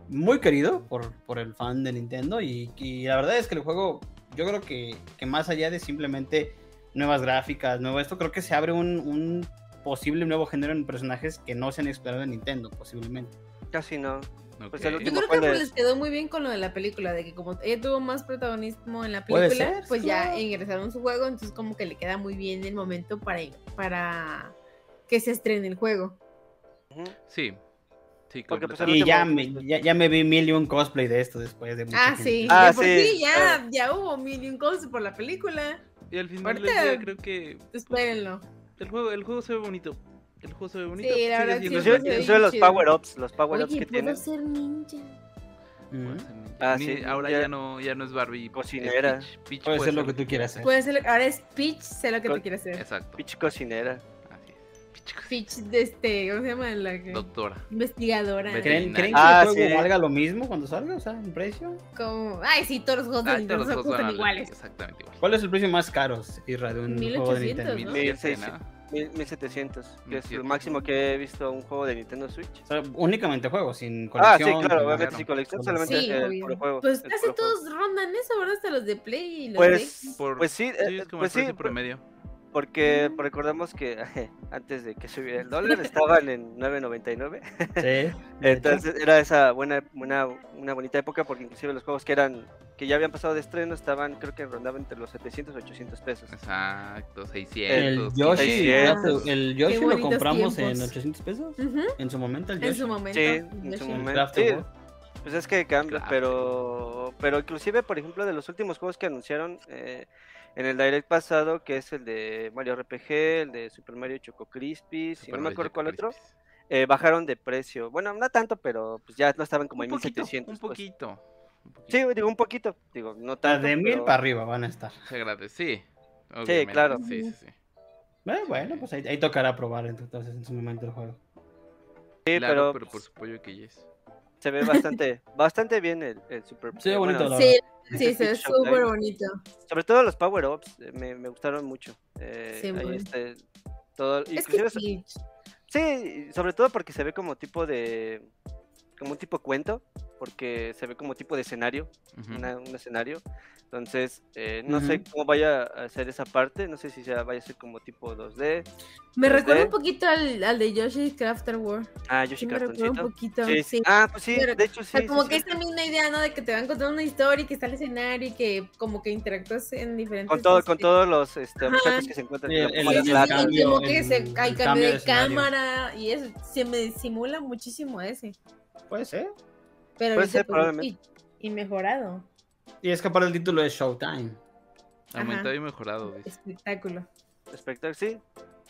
[SPEAKER 3] muy querido por, por el fan de Nintendo y, y la verdad es que el juego, yo creo que, que más allá de simplemente nuevas gráficas, nuevo esto, creo que se abre un, un posible nuevo género en personajes que no se han explorado en Nintendo, posiblemente.
[SPEAKER 2] Casi no. Pues el
[SPEAKER 1] Ok.
[SPEAKER 4] Yo
[SPEAKER 2] último-
[SPEAKER 4] creo que
[SPEAKER 2] ¿Cuál
[SPEAKER 4] pues,
[SPEAKER 2] es?
[SPEAKER 4] les quedó muy bien con lo de la película, de que como ella tuvo más protagonismo en la
[SPEAKER 3] Puede
[SPEAKER 4] película,
[SPEAKER 3] ser,
[SPEAKER 4] pues
[SPEAKER 3] claro.
[SPEAKER 4] ya ingresaron su juego, entonces como que le queda muy bien el momento para, para que se estrene el juego.
[SPEAKER 2] Ujú.
[SPEAKER 1] Sí. Sí,
[SPEAKER 2] Porque, pues,
[SPEAKER 1] completamente.
[SPEAKER 3] Y
[SPEAKER 2] último-
[SPEAKER 3] ya me, ya, ya me vi mil y un cosplay de esto después de mucho
[SPEAKER 4] Ah,
[SPEAKER 3] tiempo.
[SPEAKER 4] sí.
[SPEAKER 2] Ah,
[SPEAKER 4] de por
[SPEAKER 2] sí,
[SPEAKER 4] sí, ya,
[SPEAKER 2] claro.
[SPEAKER 4] ya hubo Million Calls por la película.
[SPEAKER 1] Y al final del
[SPEAKER 4] Ahorita-
[SPEAKER 1] día creo que
[SPEAKER 4] Espérenlo.
[SPEAKER 1] el juego, el juego se ve bonito. El juego se ve bonito.
[SPEAKER 4] la
[SPEAKER 1] Sigue
[SPEAKER 4] verdad
[SPEAKER 1] siendo
[SPEAKER 4] sí,
[SPEAKER 1] el
[SPEAKER 2] Inclusive,
[SPEAKER 4] se ve
[SPEAKER 1] Nintendo.
[SPEAKER 2] inclusive
[SPEAKER 4] bien
[SPEAKER 2] los
[SPEAKER 4] chido.
[SPEAKER 2] power-ups. Los power-ups
[SPEAKER 4] Oye,
[SPEAKER 2] que
[SPEAKER 4] puedo
[SPEAKER 2] tienen.
[SPEAKER 4] ser ninja.
[SPEAKER 3] Ujú.
[SPEAKER 1] Puede ser ninja.
[SPEAKER 2] Ah,
[SPEAKER 1] Ni-
[SPEAKER 2] sí,
[SPEAKER 1] ahora
[SPEAKER 2] ya-
[SPEAKER 1] ya no, ya no es Barbie. es
[SPEAKER 2] Cocinera.
[SPEAKER 1] Peach. Peach
[SPEAKER 3] Puede ser lo que tú quieras hacer.
[SPEAKER 4] Puede ser, lo- ahora es Peach, sé lo que
[SPEAKER 2] Con-
[SPEAKER 4] tú quieres hacer.
[SPEAKER 1] Exacto.
[SPEAKER 2] Pinche cocinera.
[SPEAKER 1] Así es. Peach co-
[SPEAKER 4] Peach de este, ¿cómo se llama? La que-
[SPEAKER 1] Doctora.
[SPEAKER 4] Investigadora.
[SPEAKER 1] Veterinaria.
[SPEAKER 3] ¿Creen, creen que
[SPEAKER 2] Ah,
[SPEAKER 3] el juego
[SPEAKER 2] sí.
[SPEAKER 3] valga lo mismo cuando salga? O sea, en precio.
[SPEAKER 4] Como, ay, sí, todos los juegos de
[SPEAKER 1] Ah, todos
[SPEAKER 4] Nintendo
[SPEAKER 1] los
[SPEAKER 4] son
[SPEAKER 1] dos son
[SPEAKER 4] justo
[SPEAKER 1] al-
[SPEAKER 4] iguales.
[SPEAKER 1] Exactamente igual.
[SPEAKER 3] ¿Cuál es el precio más caro, Irra, de un juego de
[SPEAKER 4] 1800,
[SPEAKER 3] Nintendo?
[SPEAKER 4] ¿no?
[SPEAKER 1] Mil
[SPEAKER 2] Sí, sí,
[SPEAKER 1] siete, ¿no?
[SPEAKER 2] Mil- 1700. Que es
[SPEAKER 1] 1700.
[SPEAKER 2] lo máximo que he visto un juego de Nintendo Switch.
[SPEAKER 3] O sea, únicamente juegos, sin
[SPEAKER 2] Ah, sí,
[SPEAKER 3] colección.
[SPEAKER 2] claro,
[SPEAKER 3] sin
[SPEAKER 2] obviamente
[SPEAKER 1] claro.
[SPEAKER 2] sin colección,
[SPEAKER 3] Sí,
[SPEAKER 2] solamente
[SPEAKER 4] Sí,
[SPEAKER 2] el
[SPEAKER 4] obvio.
[SPEAKER 2] puro juego.
[SPEAKER 4] Pues
[SPEAKER 2] el
[SPEAKER 4] casi
[SPEAKER 2] puro juego.
[SPEAKER 4] todos rondan eso, ¿verdad? Hasta los de Play y los
[SPEAKER 2] Pues,
[SPEAKER 1] Por-
[SPEAKER 2] pues sí, eh,
[SPEAKER 1] es como el
[SPEAKER 2] pues sí,
[SPEAKER 1] precio promedio.
[SPEAKER 2] porque
[SPEAKER 1] Mm.
[SPEAKER 2] recordamos que antes de que subiera el dólar estaban en 9.99.
[SPEAKER 3] de
[SPEAKER 2] Entonces era esa buena, buena, una bonita época porque inclusive los juegos que eran que ya habían pasado de estreno estaban, creo que rondaban entre los 700 y 800 pesos.
[SPEAKER 1] Exacto, 600.
[SPEAKER 3] El Yoshi, ah,
[SPEAKER 2] 600.
[SPEAKER 3] el Yoshi
[SPEAKER 4] Qué
[SPEAKER 3] lo
[SPEAKER 4] bonitos
[SPEAKER 3] compramos en
[SPEAKER 4] tiempos.
[SPEAKER 3] 800 pesos.
[SPEAKER 4] de. Ujú,
[SPEAKER 3] En su momento, el
[SPEAKER 4] En
[SPEAKER 3] Yoshi.
[SPEAKER 4] su momento.
[SPEAKER 2] Sí, en
[SPEAKER 4] yo
[SPEAKER 2] su
[SPEAKER 4] sí.
[SPEAKER 2] momento.
[SPEAKER 3] El Crafty
[SPEAKER 2] Sí.
[SPEAKER 3] World.
[SPEAKER 2] Pues es que cambia,
[SPEAKER 1] Claro.
[SPEAKER 2] pero, pero inclusive, por ejemplo, de los últimos juegos que anunciaron eh, en el Direct pasado, que es el de Mario RPG, el de Super Mario Choco Crispy, si
[SPEAKER 1] Super
[SPEAKER 2] no me acuerdo
[SPEAKER 1] Mario
[SPEAKER 2] cuál otro,
[SPEAKER 1] Crispies.
[SPEAKER 2] eh, bajaron de precio. Bueno, no tanto, pero pues ya no estaban como
[SPEAKER 1] Un
[SPEAKER 2] en
[SPEAKER 1] poquito,
[SPEAKER 2] 1700.
[SPEAKER 1] un
[SPEAKER 2] pues.
[SPEAKER 1] poquito. un
[SPEAKER 2] Sí,
[SPEAKER 1] poquito.
[SPEAKER 2] digo, un poquito. Digo, no
[SPEAKER 3] O sea,
[SPEAKER 2] tanto.
[SPEAKER 3] de mil
[SPEAKER 2] pero-
[SPEAKER 3] para arriba van a estar.
[SPEAKER 1] Se agradece, sí. obviamente,
[SPEAKER 2] claro.
[SPEAKER 1] Sí, sí, sí.
[SPEAKER 3] Eh, bueno, pues ahí, ahí tocará probar entonces en su momento el juego.
[SPEAKER 2] Sí,
[SPEAKER 1] Claro,
[SPEAKER 2] pero, pues,
[SPEAKER 1] pero por supuesto que yes.
[SPEAKER 2] se ve bastante, bastante bien el, el Super
[SPEAKER 3] Se ve bonito,
[SPEAKER 2] bueno,
[SPEAKER 3] la
[SPEAKER 4] Sí,
[SPEAKER 2] el
[SPEAKER 4] sí, se ve
[SPEAKER 2] Switch Showtime.
[SPEAKER 4] súper bonito.
[SPEAKER 2] Sobre todo los power-ups, eh, me, me gustaron mucho. Eh,
[SPEAKER 4] Sí,
[SPEAKER 2] ahí
[SPEAKER 4] bueno.
[SPEAKER 2] este, todo,
[SPEAKER 4] Es que
[SPEAKER 2] inclusive-
[SPEAKER 4] Peach.
[SPEAKER 2] Sí, sobre todo porque se ve como tipo de. como un tipo cuento. porque se ve como tipo de escenario,
[SPEAKER 1] Ujú.
[SPEAKER 2] una- un escenario. Entonces, eh, no sé
[SPEAKER 3] Ujú.
[SPEAKER 2] cómo vaya a ser esa parte, no sé si sea, vaya a ser como tipo 2D.
[SPEAKER 4] Me
[SPEAKER 2] Este-
[SPEAKER 4] recuerda un poquito al, al de Yoshi's Crafter World.
[SPEAKER 2] Ah, yo sí,
[SPEAKER 4] Sí, me recuerda un
[SPEAKER 2] cartoncito.
[SPEAKER 4] poquito.
[SPEAKER 2] Sí,
[SPEAKER 4] sí.
[SPEAKER 2] Ah, pues sí,
[SPEAKER 4] Pero-
[SPEAKER 2] de hecho
[SPEAKER 4] O
[SPEAKER 2] sí.
[SPEAKER 4] sea,
[SPEAKER 2] sí,
[SPEAKER 4] como
[SPEAKER 2] sí.
[SPEAKER 4] que esta misma idea, ¿no? De que te van contando una historia y que está el escenario y que como que interactúas en diferentes...
[SPEAKER 2] Con, todo, con
[SPEAKER 4] este,
[SPEAKER 2] todos los este,
[SPEAKER 4] Ajá.
[SPEAKER 2] objetos que se encuentran
[SPEAKER 3] El-
[SPEAKER 2] como
[SPEAKER 3] el-
[SPEAKER 4] Sí,
[SPEAKER 2] las
[SPEAKER 4] sí, sí,
[SPEAKER 3] la
[SPEAKER 2] latas.
[SPEAKER 3] cambio,
[SPEAKER 4] como que
[SPEAKER 3] el-
[SPEAKER 4] se,
[SPEAKER 3] el
[SPEAKER 4] hay
[SPEAKER 3] cambio
[SPEAKER 4] cambio
[SPEAKER 3] de
[SPEAKER 4] de
[SPEAKER 3] escenario.
[SPEAKER 4] cámara y eso se me simula muchísimo a ese.
[SPEAKER 3] Puede ser.
[SPEAKER 4] Pero
[SPEAKER 2] Puede
[SPEAKER 4] ahorita,
[SPEAKER 2] ser,
[SPEAKER 4] pues,
[SPEAKER 2] probablemente.
[SPEAKER 4] Y, y mejorado.
[SPEAKER 3] Y es que para el título es Showtime.
[SPEAKER 1] Aumentado y mejorado, dice.
[SPEAKER 4] Espectáculo.
[SPEAKER 2] Espectac- sí.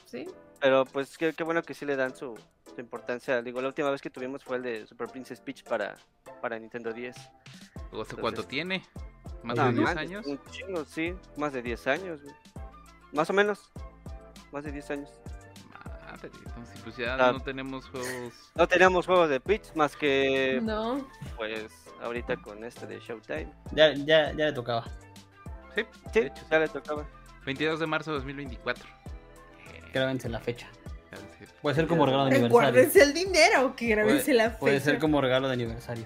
[SPEAKER 4] ¿Sí?
[SPEAKER 2] Pero pues qué, qué bueno que sí le dan su, su importancia. Digo, la última vez que tuvimos fue el de Super Princess Peach para, para Nintendo 10.
[SPEAKER 1] O sea,
[SPEAKER 2] Entonces-
[SPEAKER 1] ¿Cuánto tiene? ¿Más
[SPEAKER 2] No,
[SPEAKER 1] de 10
[SPEAKER 2] manches,
[SPEAKER 1] años?
[SPEAKER 2] Un chingo, sí. Más de 10 años, güey. Más o menos. Más de 10 años.
[SPEAKER 1] Madre, entonces pues ya
[SPEAKER 2] Ah.
[SPEAKER 1] no tenemos juegos.
[SPEAKER 2] No teníamos juegos de Peach más que
[SPEAKER 4] No.
[SPEAKER 2] pues ahorita con este de Showtime.
[SPEAKER 3] Ya, ya, ya le tocaba.
[SPEAKER 1] Sí,
[SPEAKER 2] Sí,
[SPEAKER 1] de hecho, sí.
[SPEAKER 2] ya le tocaba.
[SPEAKER 1] 22 de marzo de 2024.
[SPEAKER 3] Grábense la fecha.
[SPEAKER 1] Eh, Ya sé.
[SPEAKER 3] Puede ser como regalo de aniversario.
[SPEAKER 4] Recuérdense el dinero que grabense la fecha.
[SPEAKER 3] Puede ser como regalo de aniversario.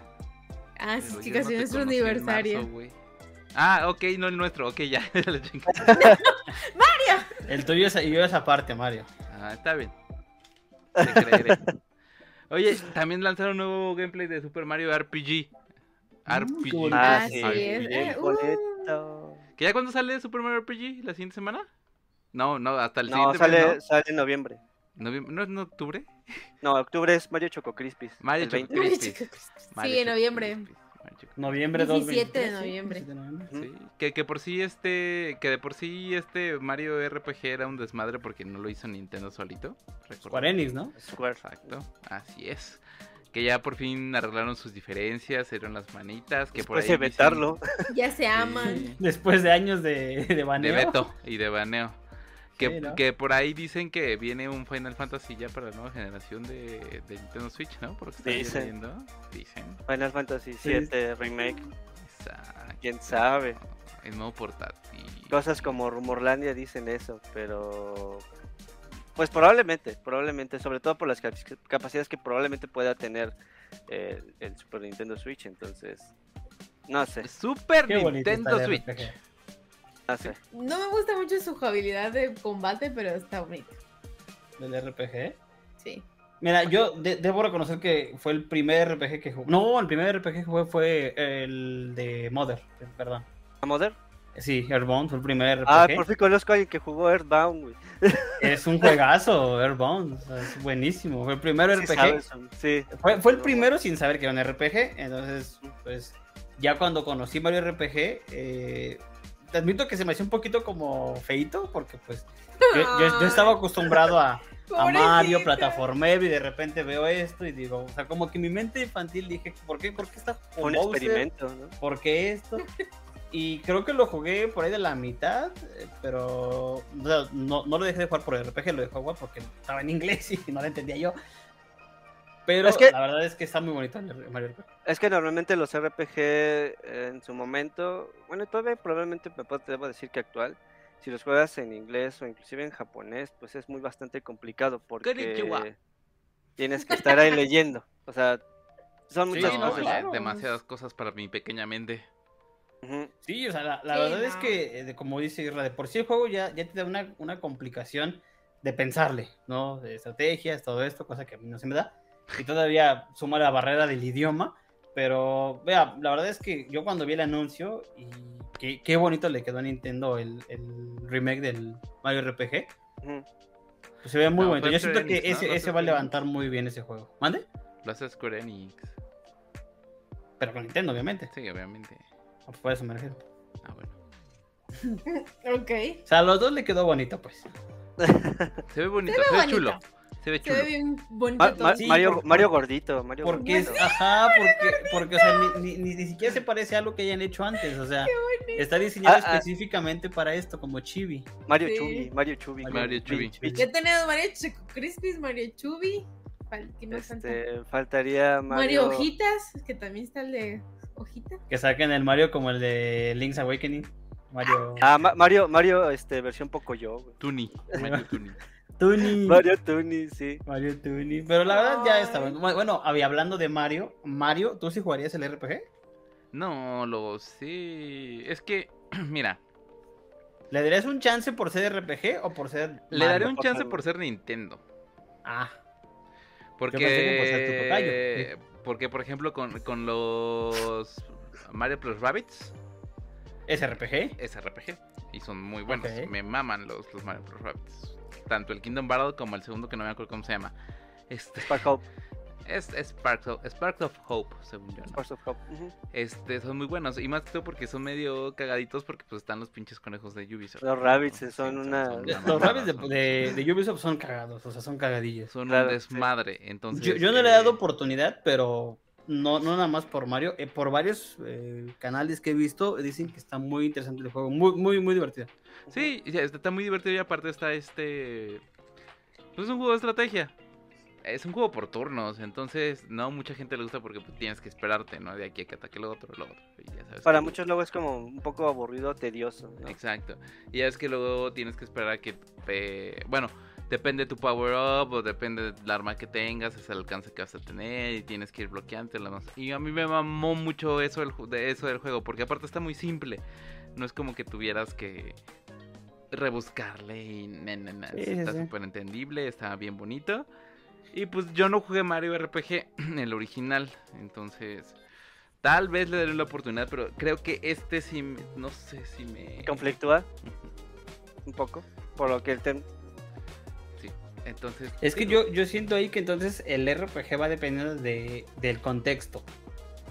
[SPEAKER 4] Ah, sí,
[SPEAKER 1] Pero
[SPEAKER 4] es
[SPEAKER 1] yo
[SPEAKER 4] que
[SPEAKER 1] no
[SPEAKER 4] casi
[SPEAKER 1] te
[SPEAKER 4] nuestro
[SPEAKER 1] conocí en marzo,
[SPEAKER 4] aniversario.
[SPEAKER 1] güey. Ah, ok, no el nuestro. Ok, ya. la chinga.
[SPEAKER 3] El tuyo es, y yo esa parte, Mario.
[SPEAKER 1] ah, está bien. Te creeré. Oye, también lanzaron un nuevo gameplay de Super Mario RPG.
[SPEAKER 3] Mm, qué bonito.
[SPEAKER 1] RPG.
[SPEAKER 2] Ah,
[SPEAKER 4] Ah,
[SPEAKER 2] sí.
[SPEAKER 4] sí.
[SPEAKER 2] Ay,
[SPEAKER 4] es.
[SPEAKER 2] bien,
[SPEAKER 4] Eh, uh,
[SPEAKER 2] boleto.
[SPEAKER 1] ¿Que ya cuándo sale Super Mario RPG? ¿La siguiente semana? No, no, hasta el
[SPEAKER 2] No,
[SPEAKER 1] siguiente
[SPEAKER 2] sale,
[SPEAKER 1] mes,
[SPEAKER 2] sale en noviembre.
[SPEAKER 1] ¿no? Noviem- ¿No es en octubre?
[SPEAKER 2] No, octubre es Mario Choco Crispis.
[SPEAKER 1] Mario
[SPEAKER 2] el
[SPEAKER 1] Choco
[SPEAKER 2] 20.
[SPEAKER 1] Crispis.
[SPEAKER 4] Uy,
[SPEAKER 1] sí.
[SPEAKER 4] chica, sí,
[SPEAKER 1] Mario
[SPEAKER 4] en
[SPEAKER 1] Choco
[SPEAKER 4] noviembre.
[SPEAKER 1] Crispis, Mario Choco
[SPEAKER 3] Noviembre
[SPEAKER 4] 17
[SPEAKER 3] 2023,
[SPEAKER 4] de
[SPEAKER 3] sí,
[SPEAKER 4] noviembre.
[SPEAKER 3] 17 de noviembre.
[SPEAKER 2] Ujú.
[SPEAKER 1] Sí, que, que por sí este, que de por sí este Mario RPG era un desmadre porque no lo hizo Nintendo solito. recordemos.
[SPEAKER 3] Square Enix, ¿no?
[SPEAKER 2] Square.
[SPEAKER 1] Exacto, así es. Que ya por fin arreglaron sus diferencias, eran las manitas, que por
[SPEAKER 2] Después
[SPEAKER 1] ahí
[SPEAKER 2] de
[SPEAKER 1] dicen-
[SPEAKER 2] vetarlo.
[SPEAKER 4] Ya se aman.
[SPEAKER 1] Sí,
[SPEAKER 3] Después de años de, de
[SPEAKER 1] de
[SPEAKER 3] baneo.
[SPEAKER 1] veto y de baneo. Que,
[SPEAKER 3] Sí, ¿no?
[SPEAKER 1] que por ahí dicen que viene un Final Fantasy ya para la nueva generación de, de Nintendo Switch, ¿no? Porque están
[SPEAKER 2] Dicen.
[SPEAKER 1] viendo. Dicen.
[SPEAKER 2] Final Fantasy
[SPEAKER 3] Sí.
[SPEAKER 2] VII Remake.
[SPEAKER 1] Exacto.
[SPEAKER 2] Quién sabe.
[SPEAKER 1] El nuevo portátil.
[SPEAKER 2] Cosas como Rumorlandia dicen eso, pero. Pues probablemente, probablemente, sobre todo por las cap- capacidades que probablemente pueda tener eh, el, Super Nintendo Switch, entonces. No sé,
[SPEAKER 1] Super
[SPEAKER 3] Qué bonito
[SPEAKER 1] Nintendo
[SPEAKER 3] está el
[SPEAKER 1] Switch.
[SPEAKER 3] RPG.
[SPEAKER 2] no sé.
[SPEAKER 4] No me gusta mucho su habilidad de combate, pero está bonito.
[SPEAKER 3] Del RPG.
[SPEAKER 4] Sí.
[SPEAKER 3] Mira, yo de- debo reconocer que fue el primer RPG que jugué. No, el primer RPG que jugué fue el de Mother, perdón.
[SPEAKER 2] ¿A Mother?
[SPEAKER 3] Sí, Airbound fue el primer RPG.
[SPEAKER 2] Ah, por fin conozco a alguien que jugó Earthbound, güey.
[SPEAKER 3] Es un juegazo, Airbound. o sea, es buenísimo. Fue el primer
[SPEAKER 2] Sí,
[SPEAKER 3] RPG.
[SPEAKER 2] sabes, sí.
[SPEAKER 3] Fue, fue el primero sin saber que era un RPG. Entonces, pues, ya cuando conocí Mario RPG, eh, te admito que se me hacía un poquito como feito, porque pues yo, yo- yo estaba acostumbrado a, a Mario,
[SPEAKER 4] Pobrecita.
[SPEAKER 3] plataformero, y de repente veo esto y digo, o sea, como que mi mente infantil dije, ¿por qué, por qué está
[SPEAKER 2] Fue un experimento, ¿no?
[SPEAKER 3] ¿Por qué esto? Y creo que lo jugué por ahí de la mitad, eh, pero o sea, no, no lo dejé de jugar por RPG, lo dejé de jugar porque estaba en inglés y no lo entendía yo. Pero
[SPEAKER 2] Es que-
[SPEAKER 3] la verdad es que está muy bonito el Mario RPG.
[SPEAKER 2] Es que normalmente los RPG eh, en su momento, bueno, todavía probablemente me puedo, debo decir que actual, si los juegas en inglés o inclusive en japonés, pues es muy bastante complicado porque
[SPEAKER 1] Konnichiwa.
[SPEAKER 2] tienes que estar ahí leyendo. O sea, son
[SPEAKER 3] Sí,
[SPEAKER 2] muchas
[SPEAKER 1] No,
[SPEAKER 2] cosas.
[SPEAKER 1] oye,
[SPEAKER 3] claro.
[SPEAKER 1] demasiadas cosas para mi pequeña mente.
[SPEAKER 2] Ujú.
[SPEAKER 3] Sí, o sea, la, la
[SPEAKER 4] Sí,
[SPEAKER 3] verdad es
[SPEAKER 4] no.
[SPEAKER 3] que, eh, de- como dice Irra, de por sí el juego ya, ya te da una, una complicación de pensarle, ¿no? De estrategias, todo esto, cosa que a mí no se me da. Y todavía suma la barrera del idioma. Pero, vea, la verdad es que yo cuando vi el anuncio, y qué, qué bonito le quedó a Nintendo el, el remake del Mario RPG,
[SPEAKER 2] Ujú.
[SPEAKER 3] pues se ve muy
[SPEAKER 1] No,
[SPEAKER 3] bonito.
[SPEAKER 1] fue
[SPEAKER 3] Yo siento
[SPEAKER 1] Square
[SPEAKER 3] que
[SPEAKER 1] Enix, ¿no?
[SPEAKER 3] ese,
[SPEAKER 1] Lo
[SPEAKER 3] ese
[SPEAKER 1] hace
[SPEAKER 3] va a
[SPEAKER 1] Square
[SPEAKER 3] levantar muy bien ese juego. ¿Mande?
[SPEAKER 1] Lo hace Square Enix.
[SPEAKER 3] Pero con Nintendo, obviamente.
[SPEAKER 1] Sí, obviamente.
[SPEAKER 3] Por eso me refiero.
[SPEAKER 1] Ah, bueno.
[SPEAKER 4] Ok.
[SPEAKER 3] O sea, a los dos le quedó bonito, pues.
[SPEAKER 1] Se ve bonito, se
[SPEAKER 4] ve
[SPEAKER 1] ve,
[SPEAKER 4] bonito.
[SPEAKER 1] chulo. Se ve
[SPEAKER 4] Se
[SPEAKER 1] chulo.
[SPEAKER 4] ve bien bonito.
[SPEAKER 2] Ma-
[SPEAKER 4] todo.
[SPEAKER 2] Ma-
[SPEAKER 3] Sí,
[SPEAKER 2] Mario,
[SPEAKER 3] por-
[SPEAKER 2] Mario gordito, Mario
[SPEAKER 3] Porque es,
[SPEAKER 2] gordito.
[SPEAKER 3] ajá, porque, porque o sea, ni, ni- ni- ni siquiera se parece a algo que hayan hecho antes, o sea, está diseñado
[SPEAKER 2] Ah, ah.
[SPEAKER 3] específicamente para esto, como chibi.
[SPEAKER 2] Mario
[SPEAKER 4] Sí.
[SPEAKER 2] Chubi, Mario Chubi.
[SPEAKER 1] Mario Chubby.
[SPEAKER 4] Ya tenemos Mario Choco Crispis, Mario Chubi. Fal- ¿qué más falta?
[SPEAKER 2] Este, faltaría
[SPEAKER 4] Mario
[SPEAKER 2] Mario.
[SPEAKER 4] Hojitas, que también está el de Hojitas.
[SPEAKER 3] Que saquen el Mario como el de Link's Awakening. Mario.
[SPEAKER 2] Ah, Ma- Mario, Mario, este, versión Pocoyo, güey.
[SPEAKER 1] Tuni. Mario Tuni.
[SPEAKER 3] Tuni.
[SPEAKER 2] Mario Tuni, sí.
[SPEAKER 3] Mario Tuni. Pero la verdad ya está
[SPEAKER 4] Ay.
[SPEAKER 3] bueno. Bueno, hab- hablando de Mario, Mario, ¿tú sí jugarías el RPG?
[SPEAKER 1] No, lo sé. Es que, mira,
[SPEAKER 3] ¿Le darías un chance por ser RPG o por ser.?
[SPEAKER 1] le daré
[SPEAKER 3] Mario?
[SPEAKER 1] un
[SPEAKER 2] por
[SPEAKER 1] chance
[SPEAKER 2] favor.
[SPEAKER 1] por ser Nintendo.
[SPEAKER 3] Ah,
[SPEAKER 1] Porque,
[SPEAKER 3] pensé que por ser tu tocayo.
[SPEAKER 1] porque por ejemplo, con, con los Mario Plus Rabbits
[SPEAKER 3] ¿es RPG?
[SPEAKER 1] es RPG. Y son muy buenos.
[SPEAKER 3] Ok.
[SPEAKER 1] Me maman los, los Mario Plus Rabbits. Tanto el Kingdom Battle como el segundo que no me acuerdo cómo se llama. Este,
[SPEAKER 2] Spark Hope,
[SPEAKER 1] es, es Sparks, of, Sparks of Hope, según yo. ¿no?
[SPEAKER 2] Sparks of Hope. ujú.
[SPEAKER 1] Este, son muy buenos. Y más que todo porque son medio cagaditos porque pues están los pinches conejos de Ubisoft.
[SPEAKER 2] Los rabbits
[SPEAKER 1] Entonces,
[SPEAKER 2] son
[SPEAKER 1] sí,
[SPEAKER 2] una-
[SPEAKER 1] una
[SPEAKER 3] Los
[SPEAKER 1] mamada,
[SPEAKER 3] rabbits de,
[SPEAKER 1] son-
[SPEAKER 3] de- de Ubisoft son cagados, o sea, son cagadillas.
[SPEAKER 1] Son
[SPEAKER 2] Claro,
[SPEAKER 1] un
[SPEAKER 2] sí.
[SPEAKER 1] desmadre. Entonces,
[SPEAKER 3] Yo, yo no le he dado
[SPEAKER 1] eh,
[SPEAKER 3] oportunidad, pero no, no nada más por Mario, eh, por varios eh, canales que he visto, dicen que está muy interesante el juego, muy, muy, muy divertido.
[SPEAKER 1] Sí, ya está está muy divertido y aparte está este... pues es un juego de estrategia. Es un juego por turnos, entonces no mucha gente le gusta porque pues, tienes que esperarte, ¿no? De aquí a que ataque lo otro, lo otro. y ya sabes
[SPEAKER 2] Para
[SPEAKER 1] que-
[SPEAKER 2] muchos luego es como un poco aburrido, tedioso. ¿no?
[SPEAKER 1] Exacto. Y ya es que luego tienes que esperar a que... te- Bueno, depende tu power-up o depende del arma que tengas, es el alcance que vas a tener y tienes que ir bloqueándolo. no sé. Y a mí me mamó mucho eso, del ju- de eso del juego, porque aparte está muy simple. No es como que tuvieras que rebuscarle y... na, na, na.
[SPEAKER 3] Sí,
[SPEAKER 1] está
[SPEAKER 3] sí, sí.
[SPEAKER 1] súper entendible, está bien bonito. Y pues yo no jugué Mario RPG, el original, entonces... Tal vez le daré la oportunidad, pero creo que este sí, me- no sé si me...
[SPEAKER 2] Conflictúa un poco, por lo que el tem-
[SPEAKER 1] Entonces...
[SPEAKER 3] Es que
[SPEAKER 1] digo,
[SPEAKER 3] yo, yo siento ahí que entonces el RPG va dependiendo de, del contexto.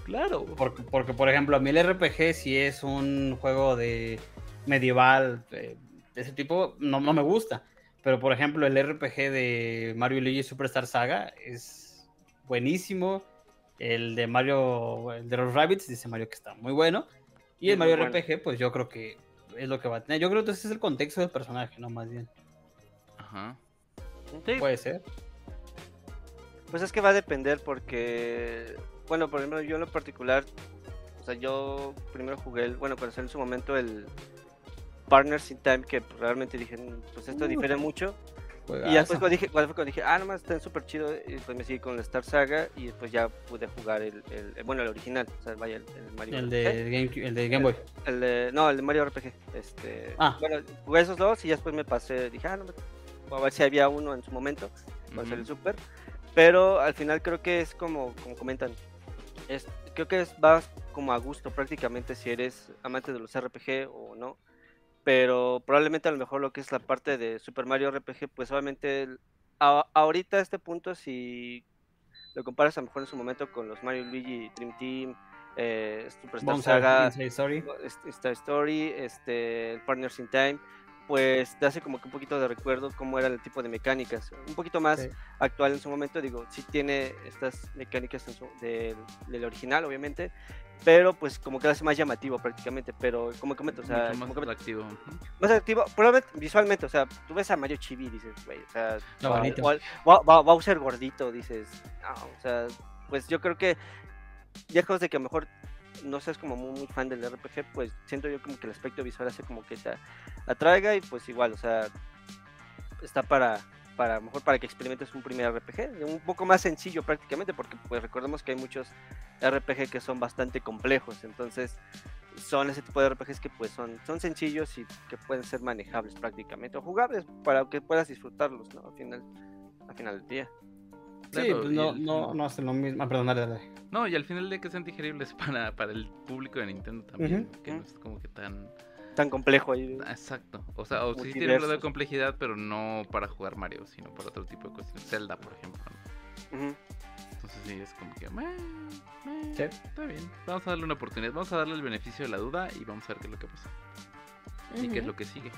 [SPEAKER 1] Claro.
[SPEAKER 3] Porque, porque, por ejemplo, a mí el RPG si es un juego de medieval, eh, de ese tipo, no, no me gusta. Pero, por ejemplo, el RPG de Mario y Luigi Superstar Saga es buenísimo. El de Mario, el de los Rabbits, dice Mario que está muy bueno. Y el
[SPEAKER 2] Muy
[SPEAKER 3] Mario
[SPEAKER 2] bueno.
[SPEAKER 3] RPG, pues yo creo que es lo que va a tener. Yo creo que ese es el contexto del personaje, ¿no? Más bien.
[SPEAKER 1] Ajá.
[SPEAKER 3] Puede ser.
[SPEAKER 2] Pues es que va a depender porque, bueno, por ejemplo, yo en lo particular, o sea, yo primero jugué, el, bueno, conocí en su momento el Partners in Time, que realmente dije, "Mm, pues esto
[SPEAKER 3] Uh,
[SPEAKER 2] difiere mucho. Y ya
[SPEAKER 3] Juegazo.
[SPEAKER 2] después cuando dije, cuando fue cuando dije, ah, nomás está súper chido, y después me seguí con la Star Saga y después ya pude jugar el, el- el- bueno, el original, o sea, vaya, el, el Mario
[SPEAKER 3] el,
[SPEAKER 2] RPG.
[SPEAKER 3] de Game, el de Game Boy.
[SPEAKER 2] El de- no, el de Mario RPG. Este,
[SPEAKER 3] Ah.
[SPEAKER 2] Bueno, jugué esos dos y ya después me pasé, dije, ah, no, voy a ver si había uno en su momento, cuando salió el Super. Pero al final creo que es como, como comentan, es, creo que es, vas como a gusto prácticamente si eres amante de los RPG o no. Pero probablemente a lo mejor lo que es la parte de Super Mario RPG, pues obviamente el- a- ahorita a este punto si lo comparas a lo mejor en su momento con los Mario y Luigi Dream Team, eh, Superstar
[SPEAKER 3] Bones
[SPEAKER 2] Saga,
[SPEAKER 3] Inside Story.
[SPEAKER 2] este- Star Story, este, el Partners in Time, pues te hace como que un poquito de recuerdo cómo era el tipo de mecánicas. Un poquito más
[SPEAKER 3] Sí.
[SPEAKER 2] actual en su momento, digo, sí tiene estas mecánicas en su- del, del original, obviamente, pero pues como que lo hace más llamativo prácticamente, pero como comento, o sea,
[SPEAKER 1] Mucho más
[SPEAKER 2] como comento,
[SPEAKER 1] atractivo.
[SPEAKER 2] más activo, probablemente visualmente, o sea, tú ves a Mario Chibi y dices, güey, o sea,
[SPEAKER 3] Está
[SPEAKER 2] Ba-
[SPEAKER 3] bonito.
[SPEAKER 2] Ba- Ba- Ba- Bowser gordito, dices, "Ah", o sea, pues yo creo que lejos de que a lo mejor no seas como muy, muy fan del RPG, pues siento yo como que el aspecto visual hace como que te atraiga y pues igual, o sea, está para para a lo mejor para que experimentes un primer RPG, un poco más sencillo prácticamente, porque pues recordemos que hay muchos RPG que son bastante complejos, entonces son ese tipo de RPGs que pues son, son sencillos y que pueden ser manejables prácticamente, o jugables para que puedas disfrutarlos, ¿no? Al final, al final del día.
[SPEAKER 3] Sí,
[SPEAKER 1] Claro,
[SPEAKER 3] pues
[SPEAKER 1] y
[SPEAKER 3] no,
[SPEAKER 1] el-
[SPEAKER 3] no, no hacen lo mismo. Ah, perdón, dale, dale.
[SPEAKER 1] No, y al final de que sean digeribles para, para el público de Nintendo también. Que no es como que tan.
[SPEAKER 2] Tan complejo ahí.
[SPEAKER 1] Ah, Exacto. O sea, o sí tiene un grado de
[SPEAKER 2] Multiversos.
[SPEAKER 1] complejidad, pero no para jugar Mario, sino para otro tipo de cuestiones. Zelda, por ejemplo. ¿no?
[SPEAKER 2] Ujú.
[SPEAKER 1] Entonces sí, es como que. meh, meh,
[SPEAKER 3] Sí.
[SPEAKER 1] Está bien. Vamos a darle una oportunidad. Vamos a darle el beneficio de la duda y vamos a ver qué es lo que pasa. y qué es lo que sigue.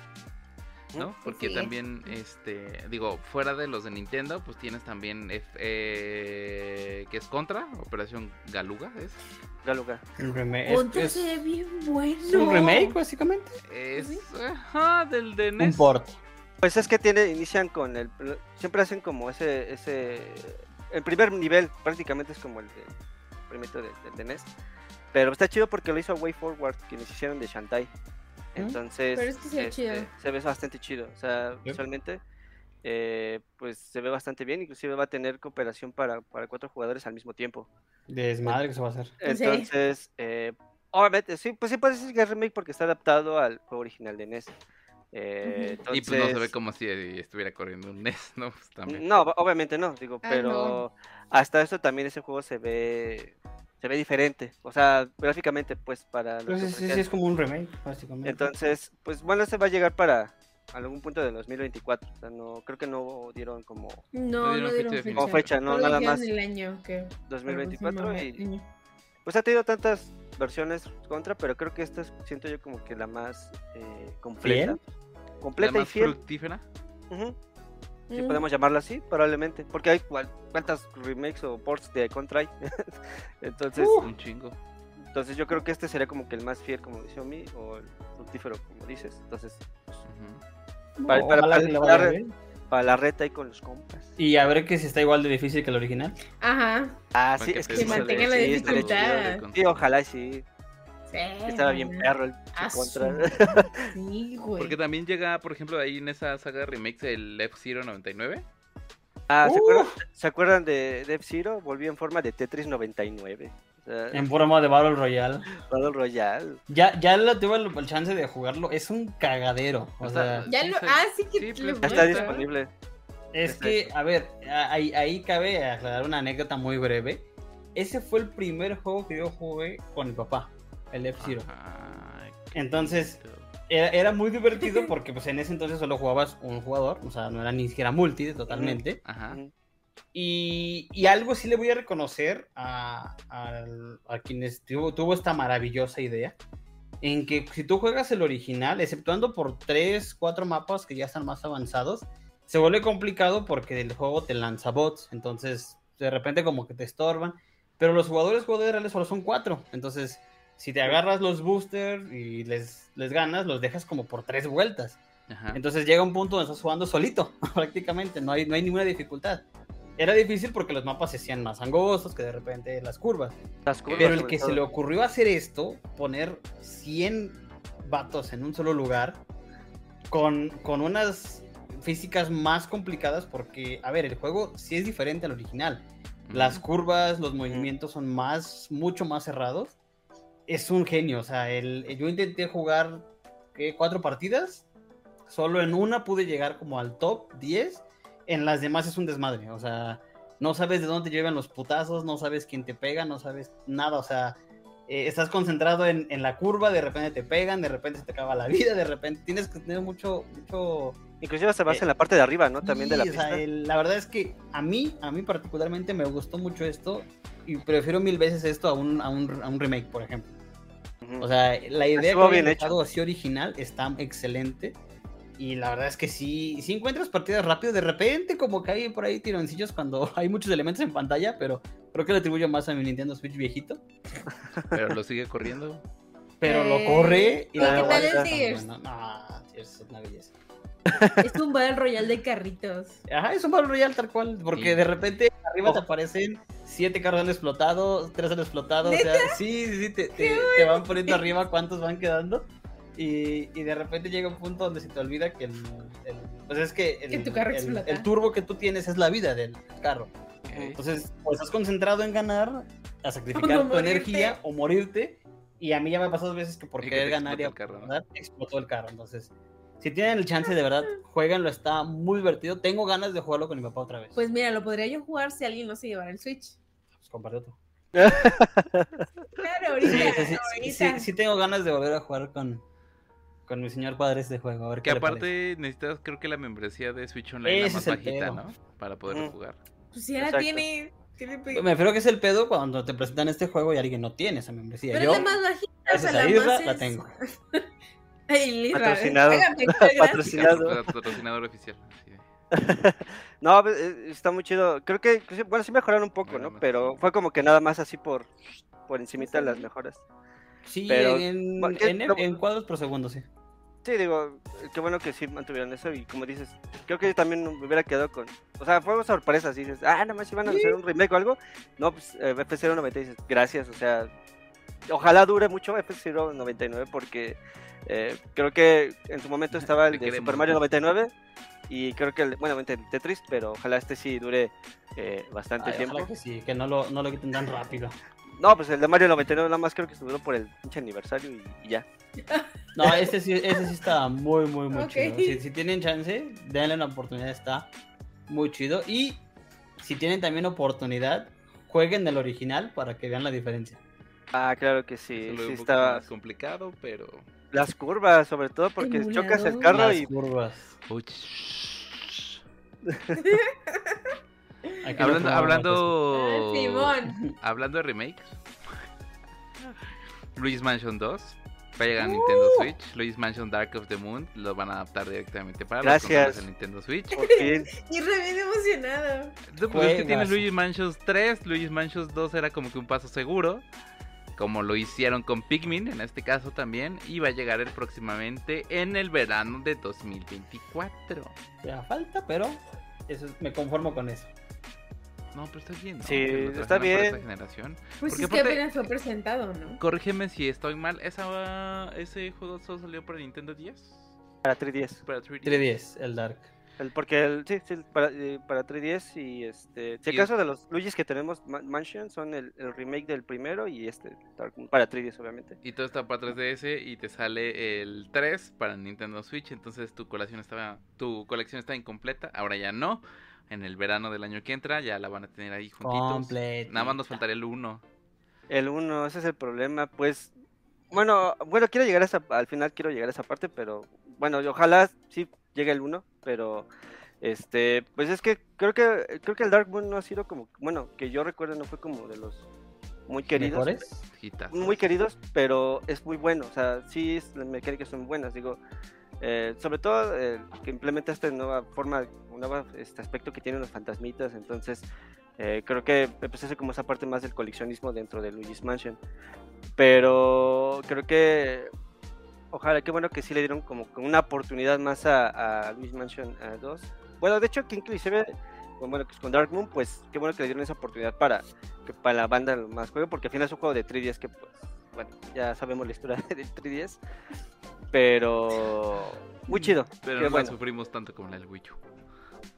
[SPEAKER 1] ¿No? Porque
[SPEAKER 4] Sí.
[SPEAKER 1] también, este, digo, fuera de los de Nintendo, pues tienes también F- eh, que es contra, Operación Galuga, es.
[SPEAKER 2] Galuga.
[SPEAKER 3] Un remake.
[SPEAKER 4] Ujú. Contra
[SPEAKER 3] Es,
[SPEAKER 4] se ve
[SPEAKER 3] es
[SPEAKER 4] bien bueno.
[SPEAKER 3] un remake, básicamente.
[SPEAKER 1] Es
[SPEAKER 4] Sí.
[SPEAKER 1] ajá, del de E
[SPEAKER 3] Un
[SPEAKER 1] NES.
[SPEAKER 3] port.
[SPEAKER 2] Pues es que tiene, inician con el, siempre hacen como ese, ese, el primer nivel prácticamente es como el de, primero de, de- de NES, pero está chido porque lo hizo Way Forward, quienes hicieron de Shantai, entonces
[SPEAKER 4] Pero es que se ve
[SPEAKER 2] este,
[SPEAKER 4] chido.
[SPEAKER 2] se ve bastante chido, o sea,
[SPEAKER 3] Yep.
[SPEAKER 2] visualmente eh, pues se ve bastante bien, inclusive va a tener cooperación para, para cuatro jugadores al mismo tiempo.
[SPEAKER 3] Desmadre que se va a hacer.
[SPEAKER 4] ¿En serio?
[SPEAKER 2] Entonces, eh, obviamente, sí, pues sí puede decir que es remake porque está adaptado al juego original de NES. Eh,
[SPEAKER 1] Y pues no se ve
[SPEAKER 2] entonces-
[SPEAKER 1] como si estuviera corriendo un NES, ¿no? Pues también.
[SPEAKER 2] no, ob- obviamente no, digo,
[SPEAKER 4] Ah,
[SPEAKER 2] pero
[SPEAKER 4] no.
[SPEAKER 2] hasta eso también ese juego se ve se ve diferente, o sea, gráficamente pues para lo que
[SPEAKER 3] Entonces, sí, sí,
[SPEAKER 2] ofrecían.
[SPEAKER 3] es como un remake, básicamente.
[SPEAKER 2] Entonces, pues bueno, ese va a llegar para algún punto del 2024, o sea, no creo que no dieron como
[SPEAKER 1] No
[SPEAKER 4] No,
[SPEAKER 1] dieron
[SPEAKER 4] no dieron
[SPEAKER 1] fecha
[SPEAKER 4] fecha.
[SPEAKER 1] definitiva.
[SPEAKER 2] Como fecha, no,
[SPEAKER 4] Solo
[SPEAKER 2] nada
[SPEAKER 4] dijeron
[SPEAKER 2] más.
[SPEAKER 4] el año que...
[SPEAKER 2] 2024
[SPEAKER 4] próximo
[SPEAKER 2] y
[SPEAKER 4] año.
[SPEAKER 2] pues ha tenido tantas versiones contra, pero creo que esta es, siento yo como que la más eh, completa.
[SPEAKER 3] ¿Fiel?
[SPEAKER 1] La
[SPEAKER 2] Completa y
[SPEAKER 1] más
[SPEAKER 2] fiel.
[SPEAKER 1] fructífera.
[SPEAKER 2] ujú, Si
[SPEAKER 4] Mm.
[SPEAKER 2] podemos llamarla así, probablemente. Porque hay cual- cuántas remakes o ports de Contra hay. entonces,
[SPEAKER 3] Uh.
[SPEAKER 1] Un chingo.
[SPEAKER 2] entonces yo creo que este sería como que el más fiel, como dice Omi, o el fructífero, como dices. Entonces,
[SPEAKER 1] Ujú.
[SPEAKER 2] para, para-
[SPEAKER 3] Ojalá
[SPEAKER 2] para-
[SPEAKER 3] que le vaya
[SPEAKER 2] para-
[SPEAKER 3] bien.
[SPEAKER 2] para la reta y con los compas.
[SPEAKER 3] Y a ver que si está igual de difícil que el original.
[SPEAKER 4] Ajá.
[SPEAKER 2] Ah,
[SPEAKER 1] Para
[SPEAKER 2] sí,
[SPEAKER 1] que
[SPEAKER 2] es
[SPEAKER 1] te
[SPEAKER 2] que
[SPEAKER 4] se
[SPEAKER 2] sí,
[SPEAKER 4] mantenga
[SPEAKER 2] estaría-
[SPEAKER 4] la
[SPEAKER 2] sí, estaría chido.
[SPEAKER 1] estaría chido de
[SPEAKER 2] Sí, ojalá y sí.
[SPEAKER 4] Sí.
[SPEAKER 2] Estaba bien
[SPEAKER 4] ojalá.
[SPEAKER 2] perro el
[SPEAKER 4] Ah,
[SPEAKER 2] Contra.
[SPEAKER 4] su- Sí, güey.
[SPEAKER 1] Porque también llega, por ejemplo, ahí en esa saga de remakes el F-Zero 99.
[SPEAKER 2] Ah, ¿se,
[SPEAKER 3] Uh.
[SPEAKER 2] acuerdan, se acuerdan de Dev Zero? Volvió en forma de Tetris 99. O sea,
[SPEAKER 3] En forma de Battle Royale.
[SPEAKER 2] Battle Royale.
[SPEAKER 3] Ya, ya la tuve el, el chance de jugarlo. Es un cagadero. O
[SPEAKER 1] O
[SPEAKER 3] sea,
[SPEAKER 1] sea,
[SPEAKER 4] Ya lo...
[SPEAKER 1] Sí,
[SPEAKER 4] Ah, sí que
[SPEAKER 1] sí,
[SPEAKER 4] lo
[SPEAKER 1] pues,
[SPEAKER 2] Ya
[SPEAKER 1] Ahí está.
[SPEAKER 2] está disponible.
[SPEAKER 3] es que, a ver, a- ahí, ahí cabe aclarar una anécdota muy breve. Ese fue el primer juego que yo jugué con mi papá, el F-Zero.
[SPEAKER 1] Ajá, qué
[SPEAKER 3] Entonces,
[SPEAKER 1] bonito.
[SPEAKER 3] Era, era muy divertido porque pues en ese entonces solo jugabas un jugador, o sea, no era ni siquiera multi totalmente.
[SPEAKER 1] Ajá.
[SPEAKER 2] Ujú.
[SPEAKER 3] Y, y algo sí le voy a reconocer a, al- a quienes tuvo, tuvo esta maravillosa idea. En que si tú juegas el original, exceptuando por 3, 4 mapas que ya están más avanzados, se vuelve complicado porque el juego te lanza bots. Entonces, de repente como que te estorban. Pero los jugadores jugadores reales solo son 4. Entonces, si te agarras los boosters y les, les ganas, los dejas como por 3 vueltas.
[SPEAKER 1] Ajá.
[SPEAKER 3] Entonces llega un punto donde estás jugando solito, prácticamente, no hay, no hay ninguna dificultad. Era difícil porque los mapas se hacían más angostos que de repente las curvas.
[SPEAKER 2] Las curvas,
[SPEAKER 3] Pero el
[SPEAKER 2] sobre
[SPEAKER 3] que se
[SPEAKER 2] todo.
[SPEAKER 3] le ocurrió hacer esto, poner 100 vatos en un solo lugar, con, con unas físicas más complicadas, porque, a ver, el juego sí es diferente al original. Las
[SPEAKER 1] Ujú.
[SPEAKER 3] curvas, los movimientos son más, mucho más cerrados. Es un genio, o sea, el, yo intenté jugar ¿qué? cuatro partidas, solo en una pude llegar como al top 10, en las demás es un desmadre, o sea, no sabes de dónde te llevan los putazos, no sabes quién te pega, no sabes nada, o sea, eh, estás concentrado en, en la curva, de repente te pegan, de repente se te acaba la vida, de repente tienes que tener mucho, mucho,
[SPEAKER 2] Inclusive se basa
[SPEAKER 3] Eh,
[SPEAKER 2] en la parte de arriba, ¿no? También de la
[SPEAKER 3] Sí, o sea, eh,
[SPEAKER 2] pista.
[SPEAKER 3] el- la verdad es que a mí, a mí particularmente me gustó mucho esto y prefiero mil veces esto a un, a un, a un remake, por ejemplo.
[SPEAKER 2] Ujú.
[SPEAKER 3] O sea, la idea
[SPEAKER 2] Estuvo
[SPEAKER 3] que
[SPEAKER 2] bien
[SPEAKER 3] hayan
[SPEAKER 2] hecho.
[SPEAKER 3] dejado así original está excelente. Y la verdad es que sí, sí encuentras partidas rápido. De repente, como que hay por ahí tironcillos cuando hay muchos elementos en pantalla, pero creo que le atribuyo más a mi Nintendo Switch viejito.
[SPEAKER 1] Pero lo sigue corriendo.
[SPEAKER 3] Pero
[SPEAKER 4] Eh,
[SPEAKER 3] lo corre y
[SPEAKER 4] ¿y
[SPEAKER 3] la
[SPEAKER 2] qué tal
[SPEAKER 3] verdad
[SPEAKER 2] el
[SPEAKER 3] está muy
[SPEAKER 4] Gears?
[SPEAKER 3] bueno. No, Gears es una belleza.
[SPEAKER 4] Es un Battle Royale de carritos.
[SPEAKER 3] Ajá, es un Battle Royale tal cual, porque
[SPEAKER 1] Sí.
[SPEAKER 3] de repente arriba te
[SPEAKER 2] Ojo.
[SPEAKER 3] aparecen siete carros han explotado, tres han explotado, o
[SPEAKER 4] ¿Neta?
[SPEAKER 3] sea, sí, sí, sí, te, te- te van poniendo arriba cuántos van quedando. Y, y de repente llega un punto donde se te olvida que el, el- pues es que el,
[SPEAKER 4] Que tu carro
[SPEAKER 3] el-
[SPEAKER 4] explota.
[SPEAKER 3] el turbo que tú tienes es la vida del carro.
[SPEAKER 1] Ok.
[SPEAKER 3] Entonces, o estás concentrado en ganar, a sacrificar tu
[SPEAKER 4] morirte.
[SPEAKER 3] energía o morirte. Y a mí ya me ha pasado veces que por
[SPEAKER 1] Y que
[SPEAKER 3] querer
[SPEAKER 1] te
[SPEAKER 3] ganar y
[SPEAKER 1] explota el carro, ¿no?
[SPEAKER 3] ganar, explotó el carro. Entonces, si tienen el chance, de verdad, jueguenlo, está muy divertido. Tengo ganas de jugarlo con mi papá otra vez.
[SPEAKER 4] Pues mira, lo podría yo jugar si alguien no se llevara el Switch.
[SPEAKER 3] Pues comparte tú.
[SPEAKER 4] Claro,
[SPEAKER 3] Sí,
[SPEAKER 4] ahorita.
[SPEAKER 3] sí, sí, sí, sí,
[SPEAKER 4] ahorita.
[SPEAKER 3] sí tengo ganas de volver a jugar con, con mi señor padre este juego. A ver
[SPEAKER 1] Que
[SPEAKER 3] qué le
[SPEAKER 1] aparte necesitas, creo que la membresía de Switch Online la
[SPEAKER 3] Ese
[SPEAKER 1] más
[SPEAKER 3] es el
[SPEAKER 1] bajita,
[SPEAKER 3] pedo.
[SPEAKER 1] ¿no? Para poder
[SPEAKER 2] Ujú.
[SPEAKER 1] jugar.
[SPEAKER 4] Pues si ahora
[SPEAKER 2] Exacto.
[SPEAKER 4] tiene... tiene pe-
[SPEAKER 3] parece. Me refiero que es el pedo cuando te presentan este juego y alguien no tiene esa membresía.
[SPEAKER 4] Pero
[SPEAKER 3] Yo,
[SPEAKER 4] es la más bajita. o sea,
[SPEAKER 3] gracias a
[SPEAKER 4] la
[SPEAKER 3] Isra,
[SPEAKER 4] más
[SPEAKER 3] la
[SPEAKER 4] es-
[SPEAKER 3] tengo.
[SPEAKER 4] Ay, eh, Isra,
[SPEAKER 2] Patrocinado.
[SPEAKER 4] hágame, gracias.
[SPEAKER 2] Patrocinado.
[SPEAKER 1] Patrocinador oficial. sí.
[SPEAKER 2] No, pues, eh, está muy chido. Creo que, inclusive- bueno, sí mejoraron un poco,
[SPEAKER 1] Nada
[SPEAKER 2] ¿no?
[SPEAKER 1] más.
[SPEAKER 2] Pero fue como que nada más así por, por encimita
[SPEAKER 4] Sí.
[SPEAKER 2] las mejoras.
[SPEAKER 3] Sí,
[SPEAKER 2] Pero-
[SPEAKER 3] en,
[SPEAKER 2] ¿qué?
[SPEAKER 3] en-
[SPEAKER 2] Pero-
[SPEAKER 3] en cuadros por segundo, sí.
[SPEAKER 2] Sí, digo, eh, qué bueno que sí mantuvieron eso y como dices, creo que yo también me hubiera quedado con, o sea, fue una sorpresa, si dices, ah, nada más iban a hacer un remake o algo, no, pues eh, F090 dices, gracias, o sea, ojalá dure mucho F099 porque eh, creo que en su momento estaba el
[SPEAKER 1] Te
[SPEAKER 2] de
[SPEAKER 1] queremos.
[SPEAKER 2] Super Mario 99, Y creo que, el- bueno, obviamente el Tetris, pero ojalá este sí dure eh, bastante
[SPEAKER 3] Ay,
[SPEAKER 2] tiempo.
[SPEAKER 3] ojalá que sí, que no lo, no lo quiten tan rápido.
[SPEAKER 2] No, pues el de Mario 99 nada más creo que duró por el pinche aniversario y, y ya.
[SPEAKER 3] No, ese sí, ese sí está muy, muy, muy
[SPEAKER 4] Ok.
[SPEAKER 3] chido. Si, si tienen chance, denle una oportunidad, está muy chido. Y si tienen también oportunidad, jueguen el original para que vean la diferencia.
[SPEAKER 2] Ah, claro que
[SPEAKER 1] Es
[SPEAKER 2] sí.
[SPEAKER 1] un
[SPEAKER 2] sí
[SPEAKER 1] poco
[SPEAKER 2] está...
[SPEAKER 1] más complicado, pero.
[SPEAKER 2] Las curvas, sobre todo, porque chocas el
[SPEAKER 4] Emulador.
[SPEAKER 2] carro
[SPEAKER 3] Las
[SPEAKER 2] y
[SPEAKER 3] curvas.
[SPEAKER 1] Uy, shh.
[SPEAKER 3] Aquí no
[SPEAKER 1] Hablando,
[SPEAKER 3] probamos
[SPEAKER 4] Ah,
[SPEAKER 1] hablando,
[SPEAKER 4] Simón.
[SPEAKER 1] hablando de remakes, Luis Mansion 2 va a llegar a Nintendo
[SPEAKER 4] Uh.
[SPEAKER 1] Switch. Luis Mansion Dark of the Moon lo van a adaptar directamente para
[SPEAKER 2] Gracias.
[SPEAKER 1] las consolas de Nintendo Switch.
[SPEAKER 2] por fin.
[SPEAKER 4] Y re bien emocionado.
[SPEAKER 1] No, pues es que tiene
[SPEAKER 3] Juegazo.
[SPEAKER 1] Luigi Mansions 3, Luigi Mansions 2 era como que un paso seguro, como lo hicieron con Pikmin en este caso también, y va a llegar el próximamente en el verano de 2024.
[SPEAKER 3] Te da falta, pero eso, es- me conformo con eso.
[SPEAKER 1] No, pero está bien. ¿no?
[SPEAKER 2] Sí,
[SPEAKER 1] Que lo
[SPEAKER 2] está
[SPEAKER 1] trajeran para
[SPEAKER 2] bien.
[SPEAKER 1] esta generación.
[SPEAKER 4] Pues
[SPEAKER 1] Porque
[SPEAKER 4] es que
[SPEAKER 1] aparte-
[SPEAKER 4] apenas fue presentado, ¿no?
[SPEAKER 1] Corrígeme si estoy mal, esa, ese juego solo salió para Nintendo 10,
[SPEAKER 2] para 3DS.
[SPEAKER 1] para 3DS.
[SPEAKER 3] 310, el Dark.
[SPEAKER 2] El, porque el, sí, sí, para, eh, para 3DS y este. Si
[SPEAKER 1] Y
[SPEAKER 2] acaso de los Luigi's que tenemos Ma- Mansion son el, el remake del primero y este Dark Moon, para 3DS, obviamente.
[SPEAKER 1] Y todo está para 3DS y te sale el 3 para Nintendo Switch. Entonces tu colección estaba, tu colección está incompleta. Ahora ya no. En el verano del año que entra ya la van a tener ahí juntitos.
[SPEAKER 3] Completo.
[SPEAKER 1] Nada más nos faltaría el 1.
[SPEAKER 2] El 1, ese es el problema, pues. Bueno, bueno, quiero llegar a esa, al final quiero llegar a esa parte, pero bueno, y ojalá sí llegue el 1, pero este, pues es que creo que creo que el Dark Moon no ha sido como, bueno, que yo recuerdo no fue como de los muy queridos.
[SPEAKER 3] ¿Mejores?
[SPEAKER 2] muy queridos, pero es muy bueno. O sea, sí, es- las mecánicas son buenas. Digo, eh, sobre todo eh, que implementa esta nueva forma, un nuevo este aspecto que tienen los fantasmitas. Entonces, eh, creo que pues, hace como esa parte más del coleccionismo dentro de Luigi's Mansion. Pero creo que, ojalá, qué bueno que sí le dieron como que una oportunidad más a, a Luigi's Mansion eh, 2. Bueno, de hecho, que inclusive, con- bueno, que con Dark Moon, pues qué bueno que le dieron esa oportunidad para que para la banda lo más juego, porque al final es un juego de 3DS que, pues, bueno, ya sabemos la historia del 3DS, pero muy chido,
[SPEAKER 1] Mm, Pero
[SPEAKER 2] qué
[SPEAKER 1] no la
[SPEAKER 2] bueno.
[SPEAKER 1] sufrimos tanto como la del Wii U.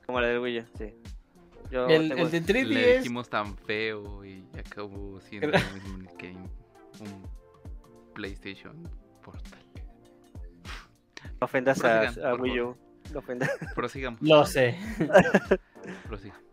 [SPEAKER 2] como la del Wii U, sí. Yo
[SPEAKER 3] El,
[SPEAKER 2] tengo-
[SPEAKER 3] el de
[SPEAKER 1] Le
[SPEAKER 3] 310.
[SPEAKER 1] dijimos tan feo y acabó siendo lo mismo que un PlayStation Portal.
[SPEAKER 2] no ofendas a,
[SPEAKER 1] Prosigan,
[SPEAKER 2] a
[SPEAKER 1] por
[SPEAKER 2] Wii U, no ofendas,
[SPEAKER 1] Prosigamos.
[SPEAKER 3] Lo sé.
[SPEAKER 1] prosigamos.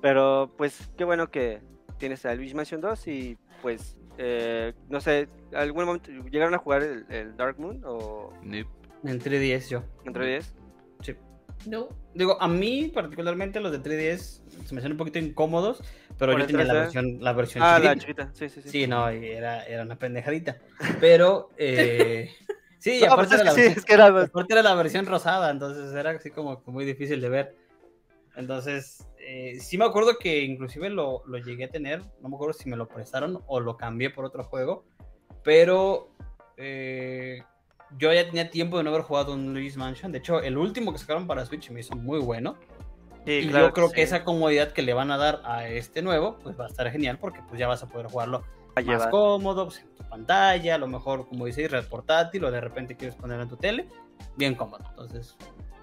[SPEAKER 2] pero pues qué bueno que tienes a Luigi Mansion 2 y pues, eh, no sé, algún momento llegaron a jugar el, el Dark Moon o
[SPEAKER 1] Nope.
[SPEAKER 3] En 310 yo.
[SPEAKER 2] entre 10.
[SPEAKER 3] Sí.
[SPEAKER 4] No.
[SPEAKER 3] Digo, a mí particularmente los de 3DS se me hacen un poquito incómodos, pero
[SPEAKER 2] Por
[SPEAKER 3] yo
[SPEAKER 2] el
[SPEAKER 3] tenía la
[SPEAKER 2] 3DS.
[SPEAKER 3] versión, la versión
[SPEAKER 2] Ah, la
[SPEAKER 3] chiquitita.
[SPEAKER 2] chiquita, sí, sí, sí.
[SPEAKER 3] Sí, no, y era, era una pendejadita. Pero, eh, sí, y
[SPEAKER 2] No,
[SPEAKER 3] aparte,
[SPEAKER 2] pues, es
[SPEAKER 3] era
[SPEAKER 2] que
[SPEAKER 3] la
[SPEAKER 2] sí,
[SPEAKER 3] versión,
[SPEAKER 2] es que era
[SPEAKER 3] aparte era la versión rosada, entonces era así como que muy difícil de ver. Entonces, eh, sí me acuerdo que inclusive lo, lo llegué a tener, no me acuerdo si me lo prestaron o lo cambié por otro juego, pero eh, yo ya tenía tiempo de no haber jugado un Luigi's Mansion. De hecho, el último que sacaron para Switch me hizo muy bueno.
[SPEAKER 2] Sí,
[SPEAKER 3] Y
[SPEAKER 2] claro
[SPEAKER 3] yo creo que,
[SPEAKER 2] sí.
[SPEAKER 3] esa comodidad que le van a dar a este nuevo, pues va a estar genial porque pues ya vas a poder jugarlo
[SPEAKER 2] Va a
[SPEAKER 3] más
[SPEAKER 2] llevar.
[SPEAKER 3] cómodo, pues, en tu pantalla, a lo mejor como dice Israel portátil o de repente quieres ponerlo en tu tele, bien cómodo. Entonces,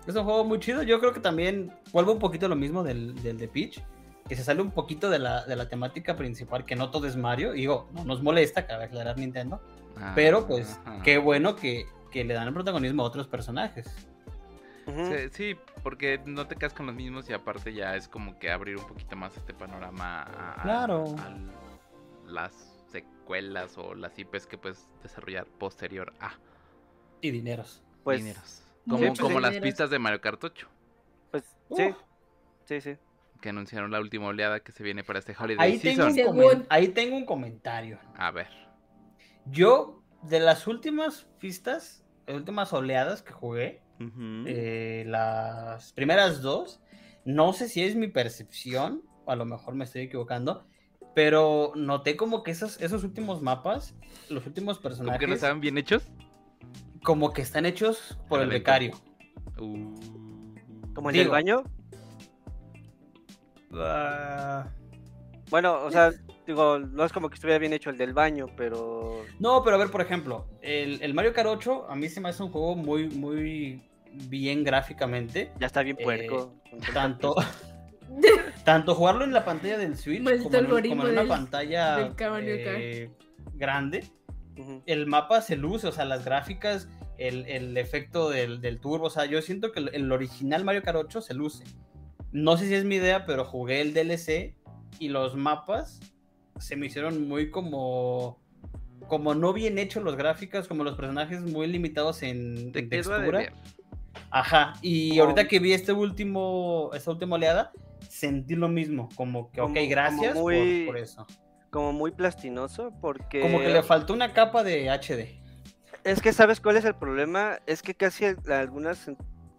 [SPEAKER 3] es un juego muy chido. Yo creo que también vuelve un poquito a lo mismo del, del de Peach, que se sale un poquito de la, de la temática principal, que no todo es Mario. Y digo, no nos molesta, cabe aclarar Nintendo, pero pues
[SPEAKER 1] Ah, Ajá.
[SPEAKER 3] qué bueno que, que le dan el protagonismo a otros personajes. Mm.
[SPEAKER 2] Ujú.
[SPEAKER 1] Sí, sí, porque no te quedas con los mismos y aparte ya es como que abrir un poquito más este panorama a, a-
[SPEAKER 3] Claro.
[SPEAKER 1] a las secuelas o las IPs que puedes desarrollar posterior a
[SPEAKER 3] Y dineros.
[SPEAKER 2] Pues,
[SPEAKER 1] dineros.
[SPEAKER 4] Sí,
[SPEAKER 1] Como,
[SPEAKER 2] pues,
[SPEAKER 1] como
[SPEAKER 4] sí.
[SPEAKER 1] las pistas de Mario Kart 8,
[SPEAKER 2] pues, sí,
[SPEAKER 3] Uf.
[SPEAKER 2] sí, sí.
[SPEAKER 1] que anunciaron la última oleada que se viene para este holiday
[SPEAKER 3] Ahí tengo,
[SPEAKER 1] season.
[SPEAKER 3] un
[SPEAKER 4] Según.
[SPEAKER 3] comen- ahí tengo un comentario.
[SPEAKER 1] A ver,
[SPEAKER 3] Yo, de las últimas pistas, las últimas oleadas que jugué, eh, las primeras dos, no sé si es mi percepción, o a lo mejor me estoy equivocando, pero noté como que esos, esos últimos mapas, los últimos
[SPEAKER 1] ¿como
[SPEAKER 3] personajes,
[SPEAKER 1] que no estaban bien hechos?
[SPEAKER 3] como que están hechos por
[SPEAKER 1] Al
[SPEAKER 3] el
[SPEAKER 1] evento.
[SPEAKER 3] becario.
[SPEAKER 1] Uh,
[SPEAKER 2] Como el
[SPEAKER 3] Digo.
[SPEAKER 2] del baño.
[SPEAKER 3] Ah,
[SPEAKER 2] Bueno, o sea, digo, no es como que estuviera bien hecho el del baño, pero
[SPEAKER 3] No, pero a ver, por ejemplo, el, el Mario Kart 8 a mí se me hace un juego muy, muy bien gráficamente.
[SPEAKER 2] Ya está bien puerco. con todo el
[SPEAKER 3] Tanto,
[SPEAKER 2] capítulo.
[SPEAKER 3] tanto jugarlo en la pantalla del Switch
[SPEAKER 4] Maldito
[SPEAKER 3] como en, un-
[SPEAKER 4] algoritmo
[SPEAKER 3] como en una
[SPEAKER 4] del-
[SPEAKER 3] pantalla
[SPEAKER 4] del Cabaneo
[SPEAKER 3] eh, grande.
[SPEAKER 2] Ujú.
[SPEAKER 3] el mapa se luce, o sea, las gráficas, el, el efecto del, del turbo, o sea, yo siento que el, el original Mario Kart 8 se luce. No sé si es mi idea, pero jugué el DLC y los mapas se me hicieron muy como como no bien hechos los gráficos, como los personajes muy limitados en,
[SPEAKER 1] Te
[SPEAKER 3] en
[SPEAKER 1] quedó a
[SPEAKER 3] textura.
[SPEAKER 1] deber.
[SPEAKER 3] Ajá, y
[SPEAKER 2] Como-
[SPEAKER 3] ahorita que vi este último esta última oleada sentí lo mismo, como que
[SPEAKER 2] Como-
[SPEAKER 3] ok, gracias
[SPEAKER 2] como
[SPEAKER 3] por-
[SPEAKER 2] muy- eh,
[SPEAKER 3] por, eso.
[SPEAKER 2] Como muy plastinoso porque...
[SPEAKER 3] Como que le faltó una capa de HD.
[SPEAKER 2] Es que sabes cuál es el problema, es que casi el- algunas, en-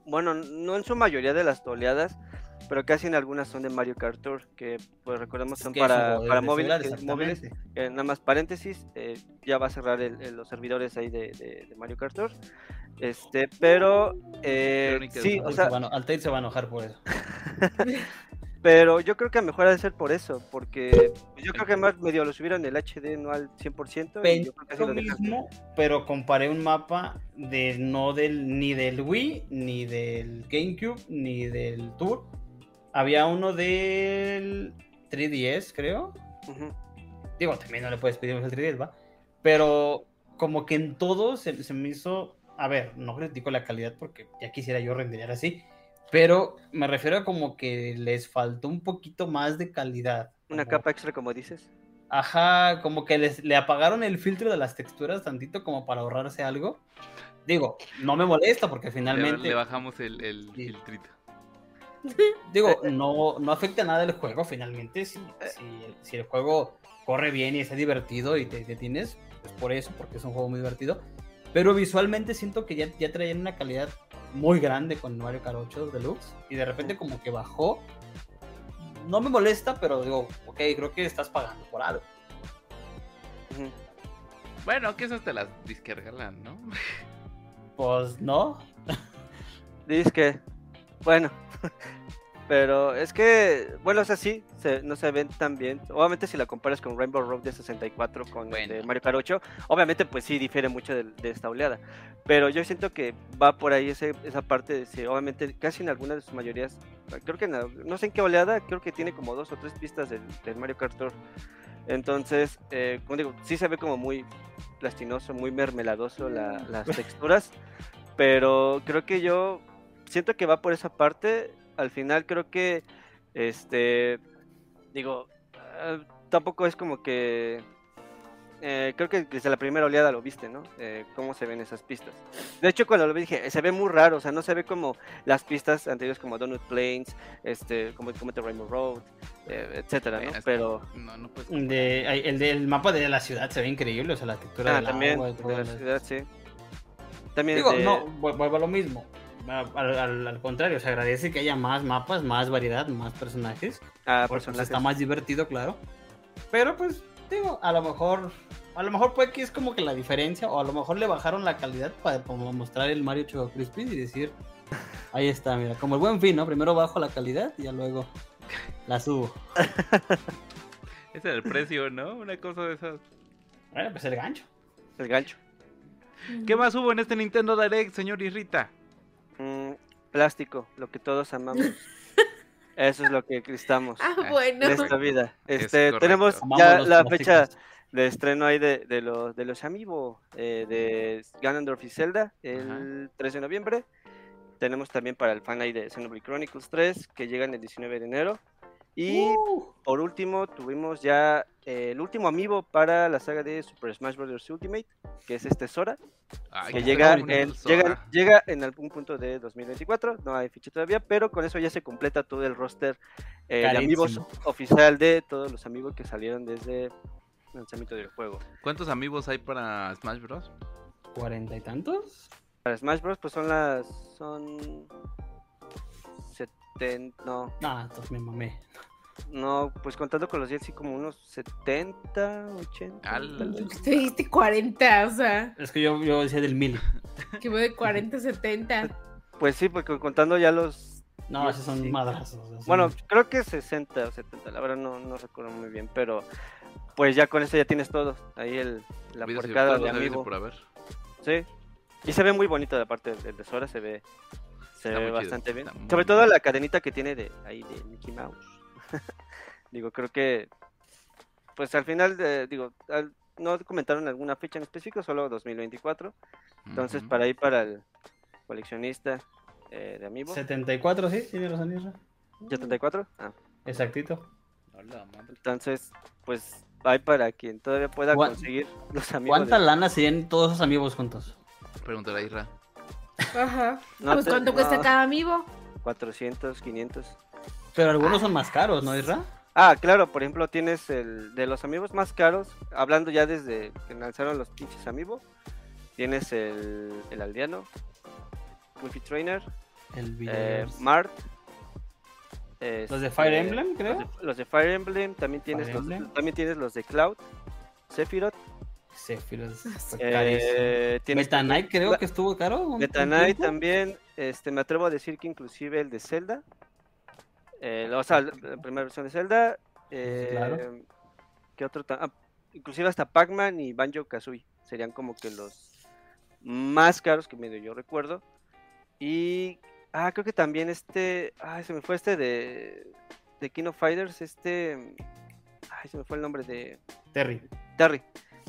[SPEAKER 2] bueno, no en su mayoría de las oleadas, pero casi en algunas son de Mario Kart Tour, que pues recordemos son
[SPEAKER 3] Que es un
[SPEAKER 2] para,
[SPEAKER 3] juego de-
[SPEAKER 2] para
[SPEAKER 3] de
[SPEAKER 2] móviles,
[SPEAKER 3] celular,
[SPEAKER 2] que es móviles,
[SPEAKER 3] exactamente.
[SPEAKER 2] eh, nada más paréntesis, eh, ya va a cerrar el- el- los servidores ahí de, de- de Mario Kart Tour, este, pero eh,
[SPEAKER 1] Crónicas
[SPEAKER 2] sí,
[SPEAKER 1] de
[SPEAKER 2] o
[SPEAKER 3] Altair
[SPEAKER 2] sea,
[SPEAKER 3] se va a- Ah, Altair se va a enojar por eso.
[SPEAKER 2] pero yo creo que a lo mejor ha de ser por eso, porque pues, yo creo que más medio lo subieron el HD no al 100%, y yo creo que así
[SPEAKER 3] Pensé
[SPEAKER 2] lo
[SPEAKER 3] lo
[SPEAKER 2] dejaron.
[SPEAKER 3] mismo, pero comparé un mapa de no del ni del Wii, ni del GameCube, ni del Tour. Había uno del 3DS, creo.
[SPEAKER 2] Ujú.
[SPEAKER 3] Digo, también no le puedes pedir el 3DS, va. Pero como que en todo se, se me hizo. A ver, no critico la calidad porque ya quisiera yo renderear así. Pero me refiero a como que les faltó un poquito más de calidad.
[SPEAKER 2] Una
[SPEAKER 3] como-
[SPEAKER 2] capa extra como dices.
[SPEAKER 3] Ajá, como que les, le apagaron el filtro de las texturas tantito como para ahorrarse algo. Digo, no me molesta porque
[SPEAKER 1] Le,
[SPEAKER 3] finalmente,
[SPEAKER 1] le bajamos el, el
[SPEAKER 3] Sí.
[SPEAKER 1] filtrito. Eh,
[SPEAKER 3] digo, no, no afecta nada el juego finalmente. Si, si- si el juego corre bien y está divertido y te detienes, pues por eso, porque es un juego muy divertido. Pero visualmente siento que ya, ya traían una calidad muy grande con Mario Kart 8 Deluxe y de
[SPEAKER 1] Mm.
[SPEAKER 3] repente como que bajó. No me molesta, pero digo, ok, creo que estás pagando por algo.
[SPEAKER 2] Ujú.
[SPEAKER 1] Bueno, que esas te las disque regalan, ¿no?
[SPEAKER 3] Pues no,
[SPEAKER 2] Dices que, bueno, pero es que, bueno, o sea, sí, se- no se ven tan bien. Obviamente, si la comparas con Rainbow Road de 64 con el de
[SPEAKER 1] Bueno.
[SPEAKER 2] Mario Kart 8, obviamente, pues sí, difiere mucho del- de, esta oleada. Pero yo siento que va por ahí ese- esa parte de si, obviamente, casi en algunas de sus mayorías, creo que en la- no sé en qué oleada, creo que tiene como dos o tres pistas del, del Mario Kart Tour. Entonces, eh, como digo, sí se ve como muy plastinoso, muy mermeladoso la- las texturas, pero creo que yo siento que va por esa parte. Al final creo que, este, digo, eh, tampoco es como que, eh, creo que desde la primera oleada lo viste, ¿no? Eh, cómo se ven esas pistas. De hecho, cuando lo vi dije, se ve muy raro, o sea, no se ve como las pistas anteriores como Donut Plains, este, como como The Rainbow Road, eh, etcétera, ¿no?
[SPEAKER 1] Bueno, es que
[SPEAKER 2] Pero...
[SPEAKER 1] No, no puedes.
[SPEAKER 3] De- ay, el del mapa de la ciudad se ve increíble, o sea, la textura
[SPEAKER 2] Ah,
[SPEAKER 3] del
[SPEAKER 2] también,
[SPEAKER 3] agua y
[SPEAKER 2] de
[SPEAKER 3] todo
[SPEAKER 2] la
[SPEAKER 3] lo-
[SPEAKER 2] ciudad, sí. También
[SPEAKER 3] Digo,
[SPEAKER 2] de-
[SPEAKER 3] no, vu- vuelvo a lo mismo. A- Al, al- al contrario, se agradece que haya más mapas, más variedad, más personajes.
[SPEAKER 2] ah,
[SPEAKER 3] porque, pues,
[SPEAKER 2] personajes.
[SPEAKER 3] está más divertido, claro. Pero pues, digo, a lo mejor, a lo mejor puede que es como que la diferencia, o a lo mejor le bajaron la calidad para como mostrar el Mario Choco Crispy y decir, ahí está, mira, como el buen fin, ¿no? Primero bajo la calidad y ya luego la subo.
[SPEAKER 1] Ese era el precio, ¿no? Una cosa de esas.
[SPEAKER 3] Bueno, pues el gancho.
[SPEAKER 2] El gancho.
[SPEAKER 1] ¿Qué más hubo en este Nintendo Direct, señor Irrita?
[SPEAKER 2] Mm, plástico, lo que todos amamos. Eso es lo que estamos
[SPEAKER 4] Ah, bueno.
[SPEAKER 2] de esta vida.
[SPEAKER 1] Es
[SPEAKER 2] Este,
[SPEAKER 1] correcto.
[SPEAKER 2] tenemos
[SPEAKER 3] Amamos
[SPEAKER 2] ya
[SPEAKER 3] los
[SPEAKER 2] la
[SPEAKER 3] plásticos.
[SPEAKER 2] fecha de estreno ahí de, de los, de los Amiibo eh, de Ganondorf y Zelda el 3 de noviembre. Tenemos también para el fan ahí de Xenoblade Chronicles 3 que llegan el 19 de enero. Y
[SPEAKER 3] Uh.
[SPEAKER 2] por último, tuvimos ya eh, el último amiibo para la saga de Super Smash Bros. Ultimate, que es este Sora,
[SPEAKER 1] Ay,
[SPEAKER 2] que
[SPEAKER 1] qué
[SPEAKER 2] llega en,
[SPEAKER 1] bonito el
[SPEAKER 2] llega,
[SPEAKER 1] Sora.
[SPEAKER 2] llega en algún punto de 2024, no hay ficha todavía, pero con eso ya se completa todo el roster eh, de
[SPEAKER 3] Carísimo.
[SPEAKER 2] amigos oficial de todos los amigos que salieron desde el lanzamiento del juego.
[SPEAKER 1] ¿Cuántos amigos hay para Smash Bros?
[SPEAKER 3] ¿Cuarenta y tantos?
[SPEAKER 2] Para Smash Bros. pues son las... son... 70... no,
[SPEAKER 3] No, entonces me mamé.
[SPEAKER 2] no, pues contando con los 10 sí como unos 70, 80.
[SPEAKER 1] Al-
[SPEAKER 2] tal vez.
[SPEAKER 4] Pues Te dijiste 40, o sea,
[SPEAKER 3] Es que yo, yo decía del mil.
[SPEAKER 4] que voy de 40 a 70.
[SPEAKER 2] Pues sí, porque contando ya los
[SPEAKER 3] No, esos son
[SPEAKER 2] Sí.
[SPEAKER 3] madrazos. esos son-
[SPEAKER 2] Bueno, creo que 60 o 70, la verdad no, no recuerdo muy bien, pero pues ya con eso ya tienes todo. Ahí el, la
[SPEAKER 1] Videos
[SPEAKER 2] porcada
[SPEAKER 1] virtuales,
[SPEAKER 2] de
[SPEAKER 1] habido
[SPEAKER 2] amigo.
[SPEAKER 1] por haber.
[SPEAKER 2] Sí. Y se ve muy bonito la parte del de Sora, se ve,
[SPEAKER 1] Está
[SPEAKER 2] se ve
[SPEAKER 1] muy chido,
[SPEAKER 2] bastante bien.
[SPEAKER 1] está muy
[SPEAKER 2] Sobre
[SPEAKER 1] bien.
[SPEAKER 2] todo la cadenita que tiene de ahí de Mickey Mouse. digo, creo que pues al final de- digo, al- no comentaron alguna fecha en específico, solo 2024. Entonces,
[SPEAKER 1] Ujú.
[SPEAKER 2] para ahí para el coleccionista eh, de Amiibo,
[SPEAKER 3] 74, sí, tiene los anillos.
[SPEAKER 2] 74. Ah,
[SPEAKER 3] Exactito.
[SPEAKER 1] Hola, madre.
[SPEAKER 2] entonces, pues ahí para quien todavía pueda
[SPEAKER 3] ¿Cuán-
[SPEAKER 2] conseguir los amigos.
[SPEAKER 3] ¿Cuánta lana serían todos esos amigos juntos?
[SPEAKER 1] Pregúntale a Isra.
[SPEAKER 4] Ajá.
[SPEAKER 2] No
[SPEAKER 4] pues
[SPEAKER 2] te-
[SPEAKER 4] cuánto
[SPEAKER 2] no.
[SPEAKER 4] cuesta cada amigo.
[SPEAKER 2] 400, 500.
[SPEAKER 3] Pero algunos son más caros, ¿no, Isra?
[SPEAKER 2] Ah, claro, por ejemplo, tienes el de los amigos más caros, hablando ya desde que lanzaron los pinches amigos, tienes el, el aldeano, Wifi Trainer,
[SPEAKER 3] El
[SPEAKER 2] eh,
[SPEAKER 3] Villagers.
[SPEAKER 2] Mart.
[SPEAKER 3] Los de
[SPEAKER 2] este,
[SPEAKER 3] Fire Emblem, creo.
[SPEAKER 2] Los de, los de Fire Emblem, también tienes,
[SPEAKER 3] Fire
[SPEAKER 2] los,
[SPEAKER 3] Emblem.
[SPEAKER 2] también tienes los de Cloud, Sephiroth,
[SPEAKER 3] Sephiroth. fue
[SPEAKER 2] eh,
[SPEAKER 3] carísimo.
[SPEAKER 2] tienes
[SPEAKER 3] Meta Knight creo
[SPEAKER 2] la-
[SPEAKER 3] que estuvo caro. un-
[SPEAKER 2] Meta
[SPEAKER 3] un
[SPEAKER 2] Knight
[SPEAKER 3] tiempo.
[SPEAKER 2] también, este, me atrevo a decir que inclusive el de Zelda, el- o sea, la la primera versión de Zelda, eh,
[SPEAKER 3] claro.
[SPEAKER 2] ¿qué otro? ta- ah, inclusive hasta Pac-Man y Banjo Kazooie serían como que los más caros que medio yo recuerdo. Y, ah, creo que también este, ay, se me fue este de, de King of Fighters, este, ay, se me fue el nombre de...
[SPEAKER 3] Terry.
[SPEAKER 2] Terry.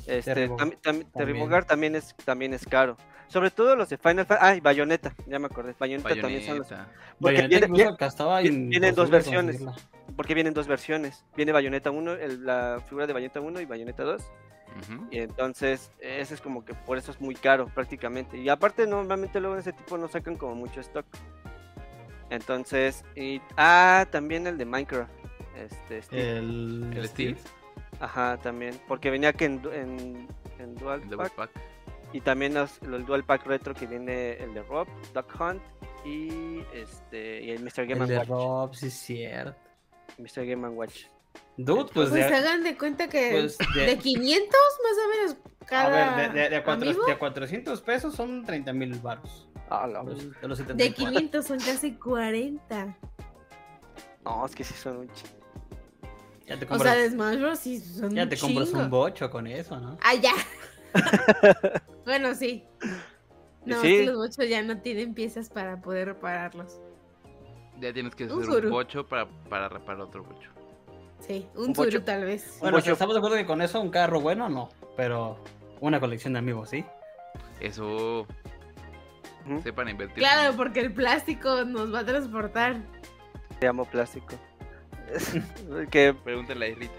[SPEAKER 2] Este,
[SPEAKER 3] Terry
[SPEAKER 2] tam-
[SPEAKER 3] Bogard.
[SPEAKER 2] tam- Terry
[SPEAKER 3] También.
[SPEAKER 2] Bogard también es, también es caro. Sobre todo los de Final Fantasy. Ay, Bayonetta, ya me acordé. Bayonetta, también son los.
[SPEAKER 1] Bayoneta.
[SPEAKER 2] Porque
[SPEAKER 3] Bayonetta
[SPEAKER 2] viene-
[SPEAKER 3] incluso gastaba
[SPEAKER 2] viene- vienen dos
[SPEAKER 3] imposible
[SPEAKER 2] versiones.
[SPEAKER 3] conseguirla.
[SPEAKER 2] Porque vienen dos versiones. Viene Bayonetta 1, el- la figura de Bayonetta 1 y Bayonetta 2.
[SPEAKER 1] Ujú.
[SPEAKER 2] Y entonces, ese es como que por eso es muy caro prácticamente. Y aparte, normalmente luego de ese tipo no sacan como mucho stock. Entonces, y. Ah, también el de Minecraft. Este, Steve.
[SPEAKER 3] El,
[SPEAKER 1] ¿El Steve?
[SPEAKER 3] Eh.
[SPEAKER 2] Ajá, también. Porque venía que en, du- en, en Dual
[SPEAKER 1] El de
[SPEAKER 2] Pack.
[SPEAKER 1] Wolfpack.
[SPEAKER 2] Y también los, el Dual Pack Retro que viene el de Rob, Duck Hunt y este y el Mr. Game
[SPEAKER 3] El de
[SPEAKER 2] and Watch.
[SPEAKER 3] Rob, sí, es cierto.
[SPEAKER 2] Mr. Game and Watch.
[SPEAKER 3] Dude, pues,
[SPEAKER 4] Pues,
[SPEAKER 3] de,
[SPEAKER 4] hagan de cuenta que
[SPEAKER 3] pues de-
[SPEAKER 4] de 500 más o menos
[SPEAKER 3] a
[SPEAKER 4] cada
[SPEAKER 3] ver, de, de, de a cuatro-
[SPEAKER 4] amigo.
[SPEAKER 3] de a 400 pesos son 30 mil baros.
[SPEAKER 2] Ah, la
[SPEAKER 3] De
[SPEAKER 2] verdad.
[SPEAKER 3] los- de los
[SPEAKER 4] De
[SPEAKER 3] 74.
[SPEAKER 4] 500 son casi 40.
[SPEAKER 3] Mm.
[SPEAKER 2] No, es que sí son un chingo.
[SPEAKER 3] Ya te
[SPEAKER 4] O sea,
[SPEAKER 3] compras,
[SPEAKER 4] de Smash Bros. sí son
[SPEAKER 3] ya
[SPEAKER 4] un
[SPEAKER 3] te compras
[SPEAKER 4] chingo.
[SPEAKER 3] un bocho con eso, ¿no?
[SPEAKER 4] Ah, ya. bueno, sí.
[SPEAKER 2] Y
[SPEAKER 4] No,
[SPEAKER 2] sí.
[SPEAKER 4] es que los bochos ya no tienen piezas para poder repararlos.
[SPEAKER 1] Ya tienes que hacer
[SPEAKER 4] Un
[SPEAKER 1] un
[SPEAKER 4] suru.
[SPEAKER 1] bocho para, para reparar otro bocho.
[SPEAKER 4] Sí, un,
[SPEAKER 2] Un
[SPEAKER 4] suru
[SPEAKER 2] bocho.
[SPEAKER 4] tal vez.
[SPEAKER 3] Bueno, o sea,
[SPEAKER 2] bocho.
[SPEAKER 3] estamos de acuerdo que con eso un carro bueno, no. Pero una colección de amigos, ¿sí?
[SPEAKER 1] Eso,
[SPEAKER 2] Ujú.
[SPEAKER 1] sepan invertir.
[SPEAKER 4] Claro, porque el plástico nos va a transportar.
[SPEAKER 2] Te amo plástico. que
[SPEAKER 1] Pregúntale a Irrita.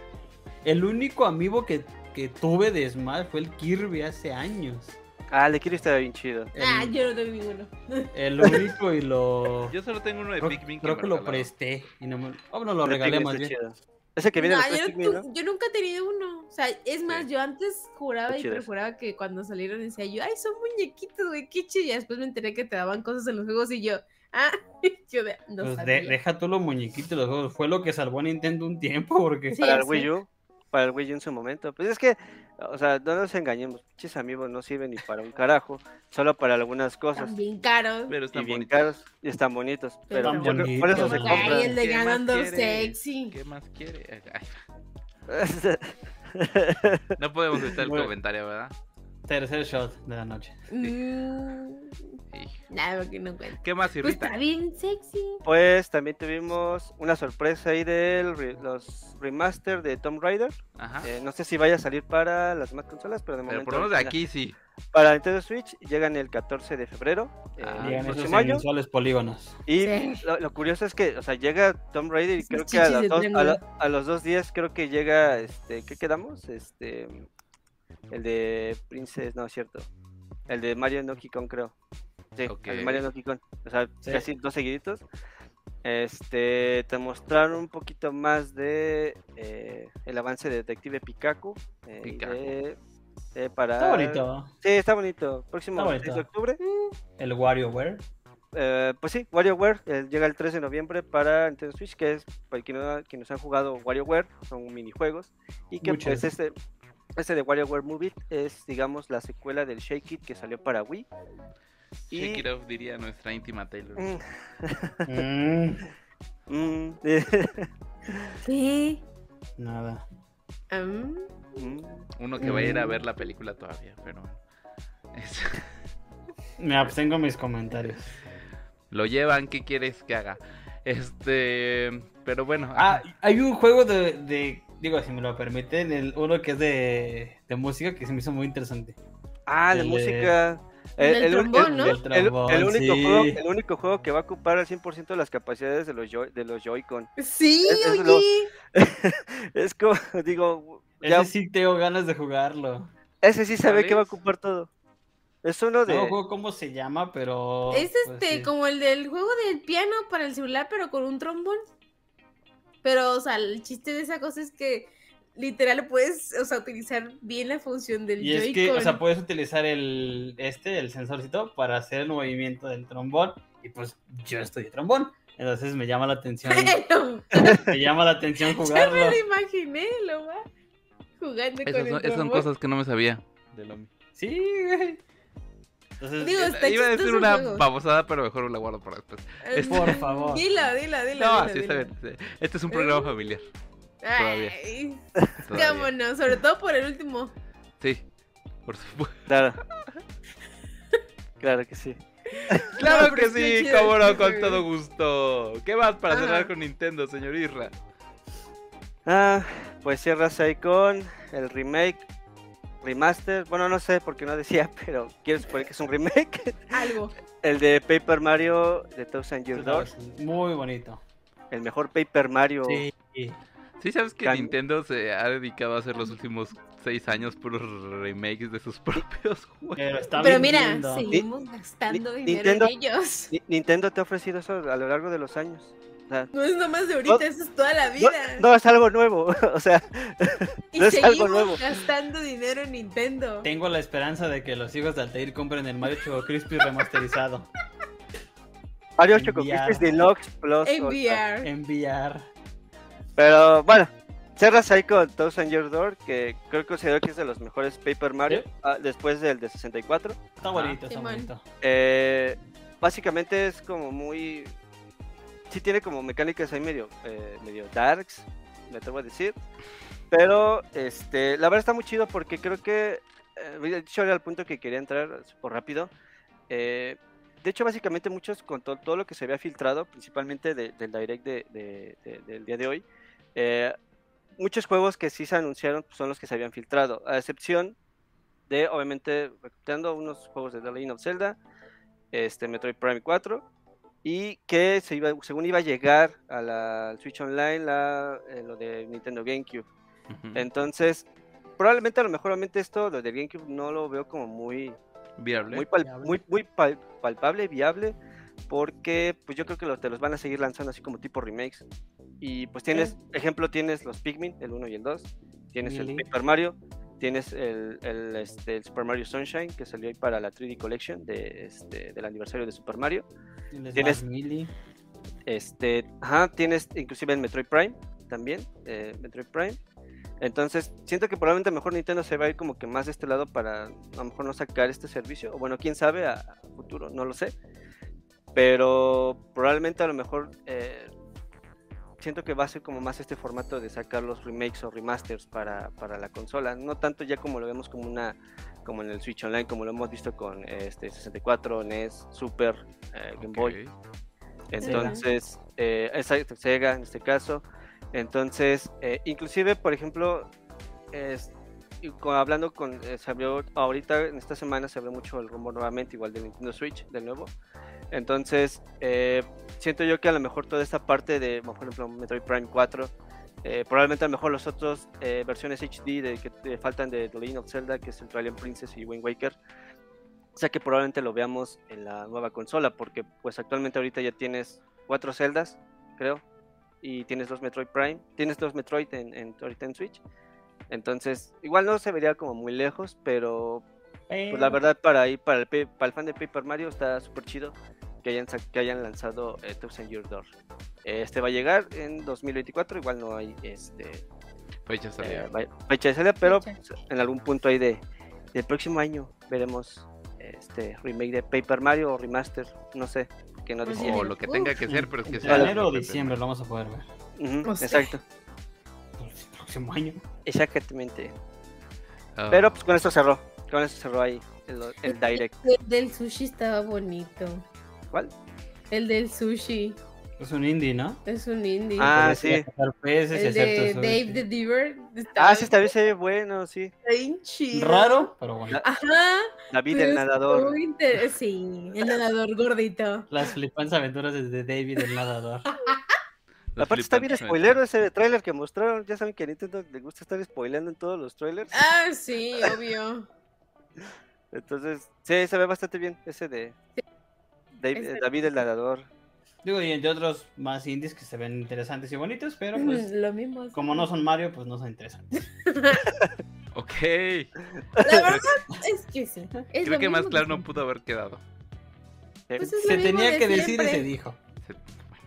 [SPEAKER 3] El único amigo que, que tuve de Smash fue el Kirby hace años.
[SPEAKER 2] ah, le quiero estar bien chido.
[SPEAKER 3] El,
[SPEAKER 4] Ah, yo no tengo ninguno.
[SPEAKER 3] el único y lo...
[SPEAKER 1] Yo solo tengo uno de
[SPEAKER 3] creo,
[SPEAKER 1] Pikmin
[SPEAKER 3] creo que
[SPEAKER 1] me
[SPEAKER 3] lo
[SPEAKER 1] regalaron.
[SPEAKER 3] presté. Y no me... oh, no, lo
[SPEAKER 2] Pero
[SPEAKER 3] regalé
[SPEAKER 2] Pikmin
[SPEAKER 3] más
[SPEAKER 2] está
[SPEAKER 3] bien.
[SPEAKER 2] chido. Ese que viene
[SPEAKER 4] No,
[SPEAKER 2] después
[SPEAKER 4] yo,
[SPEAKER 2] de Pikmin,
[SPEAKER 4] no- yo nunca he tenido uno. O sea, es más,
[SPEAKER 1] Sí.
[SPEAKER 4] yo antes juraba
[SPEAKER 2] Está
[SPEAKER 4] y
[SPEAKER 2] chido.
[SPEAKER 4] perjuraba que cuando salieron decía yo, ay, son muñequitos, güey, qué chido. Y después me enteré que te daban cosas en los juegos y yo, ah, yo de- no
[SPEAKER 3] Pues de-
[SPEAKER 4] sabía.
[SPEAKER 3] deja tú los muñequitos, los juegos. Fue lo que salvó a Nintendo un tiempo porque...
[SPEAKER 4] Sí,
[SPEAKER 2] Para
[SPEAKER 4] ya
[SPEAKER 2] el Wii
[SPEAKER 4] sé.
[SPEAKER 2] U. Para el Wii U en su momento. Pues es que, o sea, no nos engañemos. Pinches amigos no sirven ni para un carajo. Solo para algunas cosas.
[SPEAKER 4] Están bien caros.
[SPEAKER 1] Pero
[SPEAKER 2] Y
[SPEAKER 1] están
[SPEAKER 2] bien
[SPEAKER 1] bonitos.
[SPEAKER 2] caros. Y están bonitos. Pero
[SPEAKER 4] Están
[SPEAKER 2] yo creo- por eso se
[SPEAKER 3] bonitos.
[SPEAKER 4] Ay,
[SPEAKER 2] compran.
[SPEAKER 4] el de
[SPEAKER 1] ¿Qué más
[SPEAKER 4] Ganondorf
[SPEAKER 1] quieres?
[SPEAKER 4] sexy.
[SPEAKER 1] ¿Qué más quiere? Ay, no podemos evitar el
[SPEAKER 3] Bueno.
[SPEAKER 1] comentario, ¿verdad?
[SPEAKER 3] Tercer shot de la noche.
[SPEAKER 4] Mm,
[SPEAKER 1] Hijo.
[SPEAKER 4] nada, que no cuento.
[SPEAKER 1] ¿Qué más
[SPEAKER 4] Pues
[SPEAKER 1] irrita?
[SPEAKER 4] está bien sexy.
[SPEAKER 2] Pues también tuvimos una sorpresa ahí de los remaster de Tomb Raider.
[SPEAKER 1] Ajá.
[SPEAKER 2] Eh, no sé si vaya a salir para las demás consolas, pero de
[SPEAKER 1] Ah. Pero
[SPEAKER 2] momento.
[SPEAKER 1] por lo menos de
[SPEAKER 2] ahorita-
[SPEAKER 1] aquí sí.
[SPEAKER 2] Para Nintendo Switch llegan el 14 de febrero. eh,
[SPEAKER 1] Ah,
[SPEAKER 3] Llegan
[SPEAKER 2] el
[SPEAKER 1] pues
[SPEAKER 3] esos
[SPEAKER 2] próximo año.
[SPEAKER 3] inusuales polígonos.
[SPEAKER 2] Y
[SPEAKER 4] Sí.
[SPEAKER 2] lo, lo curioso es que, o sea, llega Tomb Raider y
[SPEAKER 4] Esas
[SPEAKER 2] creo que a,
[SPEAKER 4] chichis
[SPEAKER 2] las
[SPEAKER 4] de
[SPEAKER 2] dos- a,
[SPEAKER 4] triángulo.
[SPEAKER 2] la- a los dos días creo que llega, este, ¿qué quedamos? Este, el de Princess, no, es cierto. El de Mario Donkey Kong, creo. Sí,
[SPEAKER 1] Ok.
[SPEAKER 2] el de Mario Donkey Kong. O sea,
[SPEAKER 3] Sí.
[SPEAKER 2] casi dos seguiditos. Este, te mostraron un poquito más de eh, el avance de Detective Pikachu. eh, y
[SPEAKER 1] Pikachu.
[SPEAKER 2] de- eh, para...
[SPEAKER 3] Está bonito.
[SPEAKER 2] Sí, está bonito. Próximo
[SPEAKER 3] Está
[SPEAKER 2] 6 de
[SPEAKER 3] bonito.
[SPEAKER 2] octubre.
[SPEAKER 3] El WarioWare.
[SPEAKER 2] Eh, pues sí, WarioWare eh, llega el 3 de noviembre para Nintendo Switch, que es para quienes, quienes han jugado WarioWare, son minijuegos. Y que
[SPEAKER 3] Muchas.
[SPEAKER 2] pues este, este de WarioWare Move It es, digamos, la secuela del Shake It que salió para Wii. Y-
[SPEAKER 1] Shake it off, diría nuestra íntima Taylor.
[SPEAKER 2] Mm,
[SPEAKER 3] Mm,
[SPEAKER 2] mm, eh,
[SPEAKER 4] Sí.
[SPEAKER 3] nada.
[SPEAKER 4] Am,
[SPEAKER 2] mm.
[SPEAKER 1] Uno que va a ir a
[SPEAKER 3] Mm.
[SPEAKER 1] ver la película todavía, pero bueno. Es-
[SPEAKER 3] Me abstengo en pues mis comentarios.
[SPEAKER 1] Lo llevan, ¿qué quieres que haga? Este, pero bueno.
[SPEAKER 3] Ah, hay un juego de, de- digo, si me lo permiten, el, uno que es de, de música que se me hizo muy interesante.
[SPEAKER 2] Ah, de
[SPEAKER 3] El de-
[SPEAKER 2] música. Eh,
[SPEAKER 4] Del trombón,
[SPEAKER 2] el-
[SPEAKER 4] ¿no?
[SPEAKER 3] eh. Del
[SPEAKER 2] el-
[SPEAKER 3] trombón,
[SPEAKER 2] el único
[SPEAKER 3] sí.
[SPEAKER 2] juego, el único juego que va a ocupar al 100% de las capacidades de los, Joy- de los Joy-Con.
[SPEAKER 4] Sí,
[SPEAKER 2] Es- es lo-
[SPEAKER 4] oye.
[SPEAKER 2] Es como, digo, ya-
[SPEAKER 3] Ese sí tengo ganas de jugarlo.
[SPEAKER 2] ese sí se
[SPEAKER 1] ¿Cuál
[SPEAKER 2] ve que va a
[SPEAKER 1] es?
[SPEAKER 2] ocupar todo. Es uno de...
[SPEAKER 3] No me acuerdo cómo se llama, pero.
[SPEAKER 4] Es
[SPEAKER 3] pues,
[SPEAKER 4] este,
[SPEAKER 3] sí.
[SPEAKER 4] como el del juego del piano para el celular, pero con un trombón. Pero, o sea, el chiste de esa cosa es que literal puedes, o sea, utilizar bien la función del
[SPEAKER 3] Y es
[SPEAKER 4] Joy-Con.
[SPEAKER 3] que, o sea, puedes utilizar el este, el sensorcito, para hacer el movimiento del trombón. Y pues yo estudié trombón. Entonces me llama la atención.
[SPEAKER 4] Pero,
[SPEAKER 3] me llama la atención
[SPEAKER 4] ya me
[SPEAKER 3] jugarlo.
[SPEAKER 4] lo imaginé, lo va jugando
[SPEAKER 1] esas
[SPEAKER 4] con
[SPEAKER 1] son,
[SPEAKER 4] el
[SPEAKER 1] esas son
[SPEAKER 4] trombón.
[SPEAKER 1] cosas que no me sabía. De lo
[SPEAKER 3] Sí, güey. Entonces,
[SPEAKER 4] Digo, está
[SPEAKER 1] eh, Iba a decir
[SPEAKER 4] chistoso el
[SPEAKER 1] una
[SPEAKER 4] juego.
[SPEAKER 1] babosada, pero mejor la guardo para después.
[SPEAKER 4] Ay,
[SPEAKER 3] Por favor.
[SPEAKER 4] Dila, dila, dila.
[SPEAKER 1] No,
[SPEAKER 4] dila,
[SPEAKER 1] sí, está
[SPEAKER 4] dila.
[SPEAKER 1] bien. sí. Este es un
[SPEAKER 4] Uh.
[SPEAKER 1] programa familiar. todavía.
[SPEAKER 4] Ay,
[SPEAKER 1] todavía.
[SPEAKER 4] vámonos, sobre todo por el último.
[SPEAKER 1] Sí, por supuesto.
[SPEAKER 2] Claro. claro que sí.
[SPEAKER 1] Claro
[SPEAKER 4] pero
[SPEAKER 1] que
[SPEAKER 4] es que
[SPEAKER 1] sí,
[SPEAKER 4] chido,
[SPEAKER 1] cómo no,
[SPEAKER 4] chido,
[SPEAKER 1] con
[SPEAKER 4] güey.
[SPEAKER 1] todo gusto. ¿Qué más para
[SPEAKER 4] Ajá.
[SPEAKER 1] cerrar con Nintendo, señor Irra?
[SPEAKER 2] Ah, pues cierras ahí con el remake, remaster. Bueno, no sé porque no decía, pero quiero suponer que es un remake.
[SPEAKER 4] Algo.
[SPEAKER 2] El de Paper Mario de Thousand Year Door.
[SPEAKER 3] es muy bonito.
[SPEAKER 2] El mejor Paper Mario.
[SPEAKER 3] Sí.
[SPEAKER 1] Sí, sabes que
[SPEAKER 2] Can-
[SPEAKER 1] Nintendo se ha dedicado a hacer los últimos seis años puros remakes de sus propios juegos.
[SPEAKER 3] Pero está
[SPEAKER 4] Pero
[SPEAKER 3] bien
[SPEAKER 4] mira,
[SPEAKER 3] lindo.
[SPEAKER 4] seguimos gastando
[SPEAKER 2] Ni-
[SPEAKER 4] dinero
[SPEAKER 2] Nintendo-
[SPEAKER 4] en ellos.
[SPEAKER 2] Ni- Nintendo te ha ofrecido eso a lo largo de los años. O sea,
[SPEAKER 4] No es nomás de ahorita, eso es toda la
[SPEAKER 2] no,
[SPEAKER 4] vida.
[SPEAKER 2] no es algo nuevo. O sea,
[SPEAKER 4] y
[SPEAKER 2] no es algo
[SPEAKER 4] seguimos
[SPEAKER 2] nuevo.
[SPEAKER 4] gastando dinero en Nintendo.
[SPEAKER 3] Tengo la esperanza de que los hijos de Altair compren el Mario Choco Crispy remasterizado.
[SPEAKER 2] Mario
[SPEAKER 3] En
[SPEAKER 2] Choco
[SPEAKER 3] VR.
[SPEAKER 2] Crispies Deluxe Plus.
[SPEAKER 4] En
[SPEAKER 2] Ultra.
[SPEAKER 4] VR.
[SPEAKER 3] Enviar.
[SPEAKER 2] Pero bueno, cierras ahí con Thousand Year Door, que creo que considero que es de los mejores Paper Mario, ah, después del de 64.
[SPEAKER 3] Está bonito, está
[SPEAKER 4] Simón.
[SPEAKER 3] bonito.
[SPEAKER 2] Eh, básicamente es como muy. Sí, tiene como mecánicas ahí medio, eh, medio darks, me atrevo a decir. Pero este, la verdad está muy chido porque creo que. eh, de hecho, era el punto que quería entrar por rápido. Eh, de hecho, básicamente, muchos con to- todo lo que se había filtrado, principalmente de- del direct de- de- de- del día de hoy, eh, muchos juegos que sí se anunciaron pues, son los que se habían filtrado, a excepción de, obviamente, recopilando unos juegos de The Legend of Zelda, este, Metroid Prime 4, y que se iba, según iba a llegar a la al Switch Online la, eh, lo de Nintendo GameCube.
[SPEAKER 1] Ujú.
[SPEAKER 2] Entonces, probablemente, a lo mejor, obviamente, esto, lo del GameCube, no lo veo como muy
[SPEAKER 1] Viable.
[SPEAKER 2] muy, pal-
[SPEAKER 3] Viable.
[SPEAKER 2] muy, muy pal- palpable, viable, porque pues yo creo que lo- te los van a seguir lanzando así como tipo remakes. Y pues tienes, ejemplo, tienes los Pikmin, el 1 y el 2, tienes el
[SPEAKER 3] Really?
[SPEAKER 2] Paper Mario, tienes el, el, este, el Super Mario Sunshine que salió ahí para la 3D Collection de, este, del aniversario de Super Mario.
[SPEAKER 3] Tienes
[SPEAKER 2] Tienes-
[SPEAKER 3] más mili.
[SPEAKER 2] Este, ajá, tienes inclusive en Metroid Prime también, eh, Metroid Prime. Entonces, siento que probablemente mejor Nintendo se va a ir como que más de este lado para a lo mejor no sacar este servicio. O bueno, quién sabe a, a futuro, no lo sé. Pero probablemente a lo mejor eh, siento que va a ser como más este formato de sacar los remakes o remasters para, para la consola. No tanto ya como lo vemos como una como en el Switch Online, como lo hemos visto con eh, este 64, NES, Super, eh, Game Boy.
[SPEAKER 1] Ok.
[SPEAKER 2] Entonces, eh, exacto, Sega en este caso. Entonces, eh, inclusive, por ejemplo, es- y co- hablando con, eh, se abrió ahorita, en esta semana se abrió mucho el rumor nuevamente, igual del Nintendo Switch, de nuevo. Entonces, eh, siento yo que a lo mejor toda esta parte de, bueno, por ejemplo, Metroid Prime 4, eh, probablemente a lo mejor las otras versiones HD de, que te faltan de The Legend of Zelda, que es el Twilight Princess y Wind Waker, o sea que probablemente lo veamos en la nueva consola, porque pues actualmente ahorita ya tienes cuatro celdas, creo, y tienes dos Metroid Prime, tienes dos Metroid en, en- ahorita en Switch. Entonces, igual no se vería como muy lejos, pero pues
[SPEAKER 3] Eh.
[SPEAKER 2] la verdad para ahí, para el, pe- para el fan de Paper Mario está súper chido que hayan, sa- que hayan lanzado eh, Thousand Year Door. Eh, Este va a llegar en 2024, igual no hay este,
[SPEAKER 1] Fecha salida.
[SPEAKER 2] eh, fe- fecha de salida, pero
[SPEAKER 4] Fecha.
[SPEAKER 2] pues, en algún punto ahí de, del próximo año veremos este remake de Paper Mario o remaster, no sé, que no
[SPEAKER 4] Pues
[SPEAKER 2] decía.
[SPEAKER 1] o lo que tenga que ser, pero es que
[SPEAKER 3] Entre
[SPEAKER 1] sea la
[SPEAKER 3] enero o
[SPEAKER 1] propia
[SPEAKER 3] diciembre lo vamos a poder ver.
[SPEAKER 2] Ujú,
[SPEAKER 4] No sé.
[SPEAKER 2] Exacto,
[SPEAKER 3] Pues, el próximo año.
[SPEAKER 2] exactamente. pues,
[SPEAKER 1] Ah.
[SPEAKER 2] Pero pues con esto cerró, con esto cerró ahí el, el direct.
[SPEAKER 4] El del sushi estaba bonito.
[SPEAKER 2] ¿Cuál?
[SPEAKER 4] El del sushi.
[SPEAKER 3] Es un indie, ¿no?
[SPEAKER 4] Es un indie.
[SPEAKER 2] Ah,
[SPEAKER 3] Pero
[SPEAKER 2] sí.
[SPEAKER 3] a cazar peces,
[SPEAKER 4] el de
[SPEAKER 3] excepto
[SPEAKER 4] Dave
[SPEAKER 3] sushi.
[SPEAKER 4] the Diver. Estaba
[SPEAKER 2] Ah, sí, también se ve bueno, sí.
[SPEAKER 4] bien chido.
[SPEAKER 3] Raro, pero bueno.
[SPEAKER 4] Ajá.
[SPEAKER 2] David
[SPEAKER 4] pero
[SPEAKER 2] el
[SPEAKER 4] estuvo
[SPEAKER 2] nadador.
[SPEAKER 4] inter- Sí, el nadador gordito.
[SPEAKER 3] Las flipantes aventuras de David el nadador.
[SPEAKER 1] Los
[SPEAKER 2] Aparte está bien
[SPEAKER 1] flipantes
[SPEAKER 2] spoilero ese tráiler que mostraron. Ya saben que a Nintendo le gusta estar spoileando en todos los trailers.
[SPEAKER 4] Ah, sí, obvio.
[SPEAKER 2] Entonces, sí, se ve bastante bien ese de Dave-
[SPEAKER 4] Ese-
[SPEAKER 2] eh, David el nadador.
[SPEAKER 3] Digo, y entre otros más indies que se ven interesantes y bonitos, pero pues
[SPEAKER 4] Lo mismo. sí.
[SPEAKER 3] como no son Mario, pues no son interesantes.
[SPEAKER 1] aventuras. Ok.
[SPEAKER 4] La verdad es que sí. es
[SPEAKER 1] Creo
[SPEAKER 4] lo
[SPEAKER 1] que más
[SPEAKER 4] mismo
[SPEAKER 1] claro no
[SPEAKER 4] siempre.
[SPEAKER 1] pudo haber quedado.
[SPEAKER 2] Sí.
[SPEAKER 4] Pues es lo
[SPEAKER 3] Se
[SPEAKER 4] mismo
[SPEAKER 3] tenía
[SPEAKER 4] de
[SPEAKER 3] que decir y
[SPEAKER 4] siempre.
[SPEAKER 3] se dijo.
[SPEAKER 1] Se- bueno,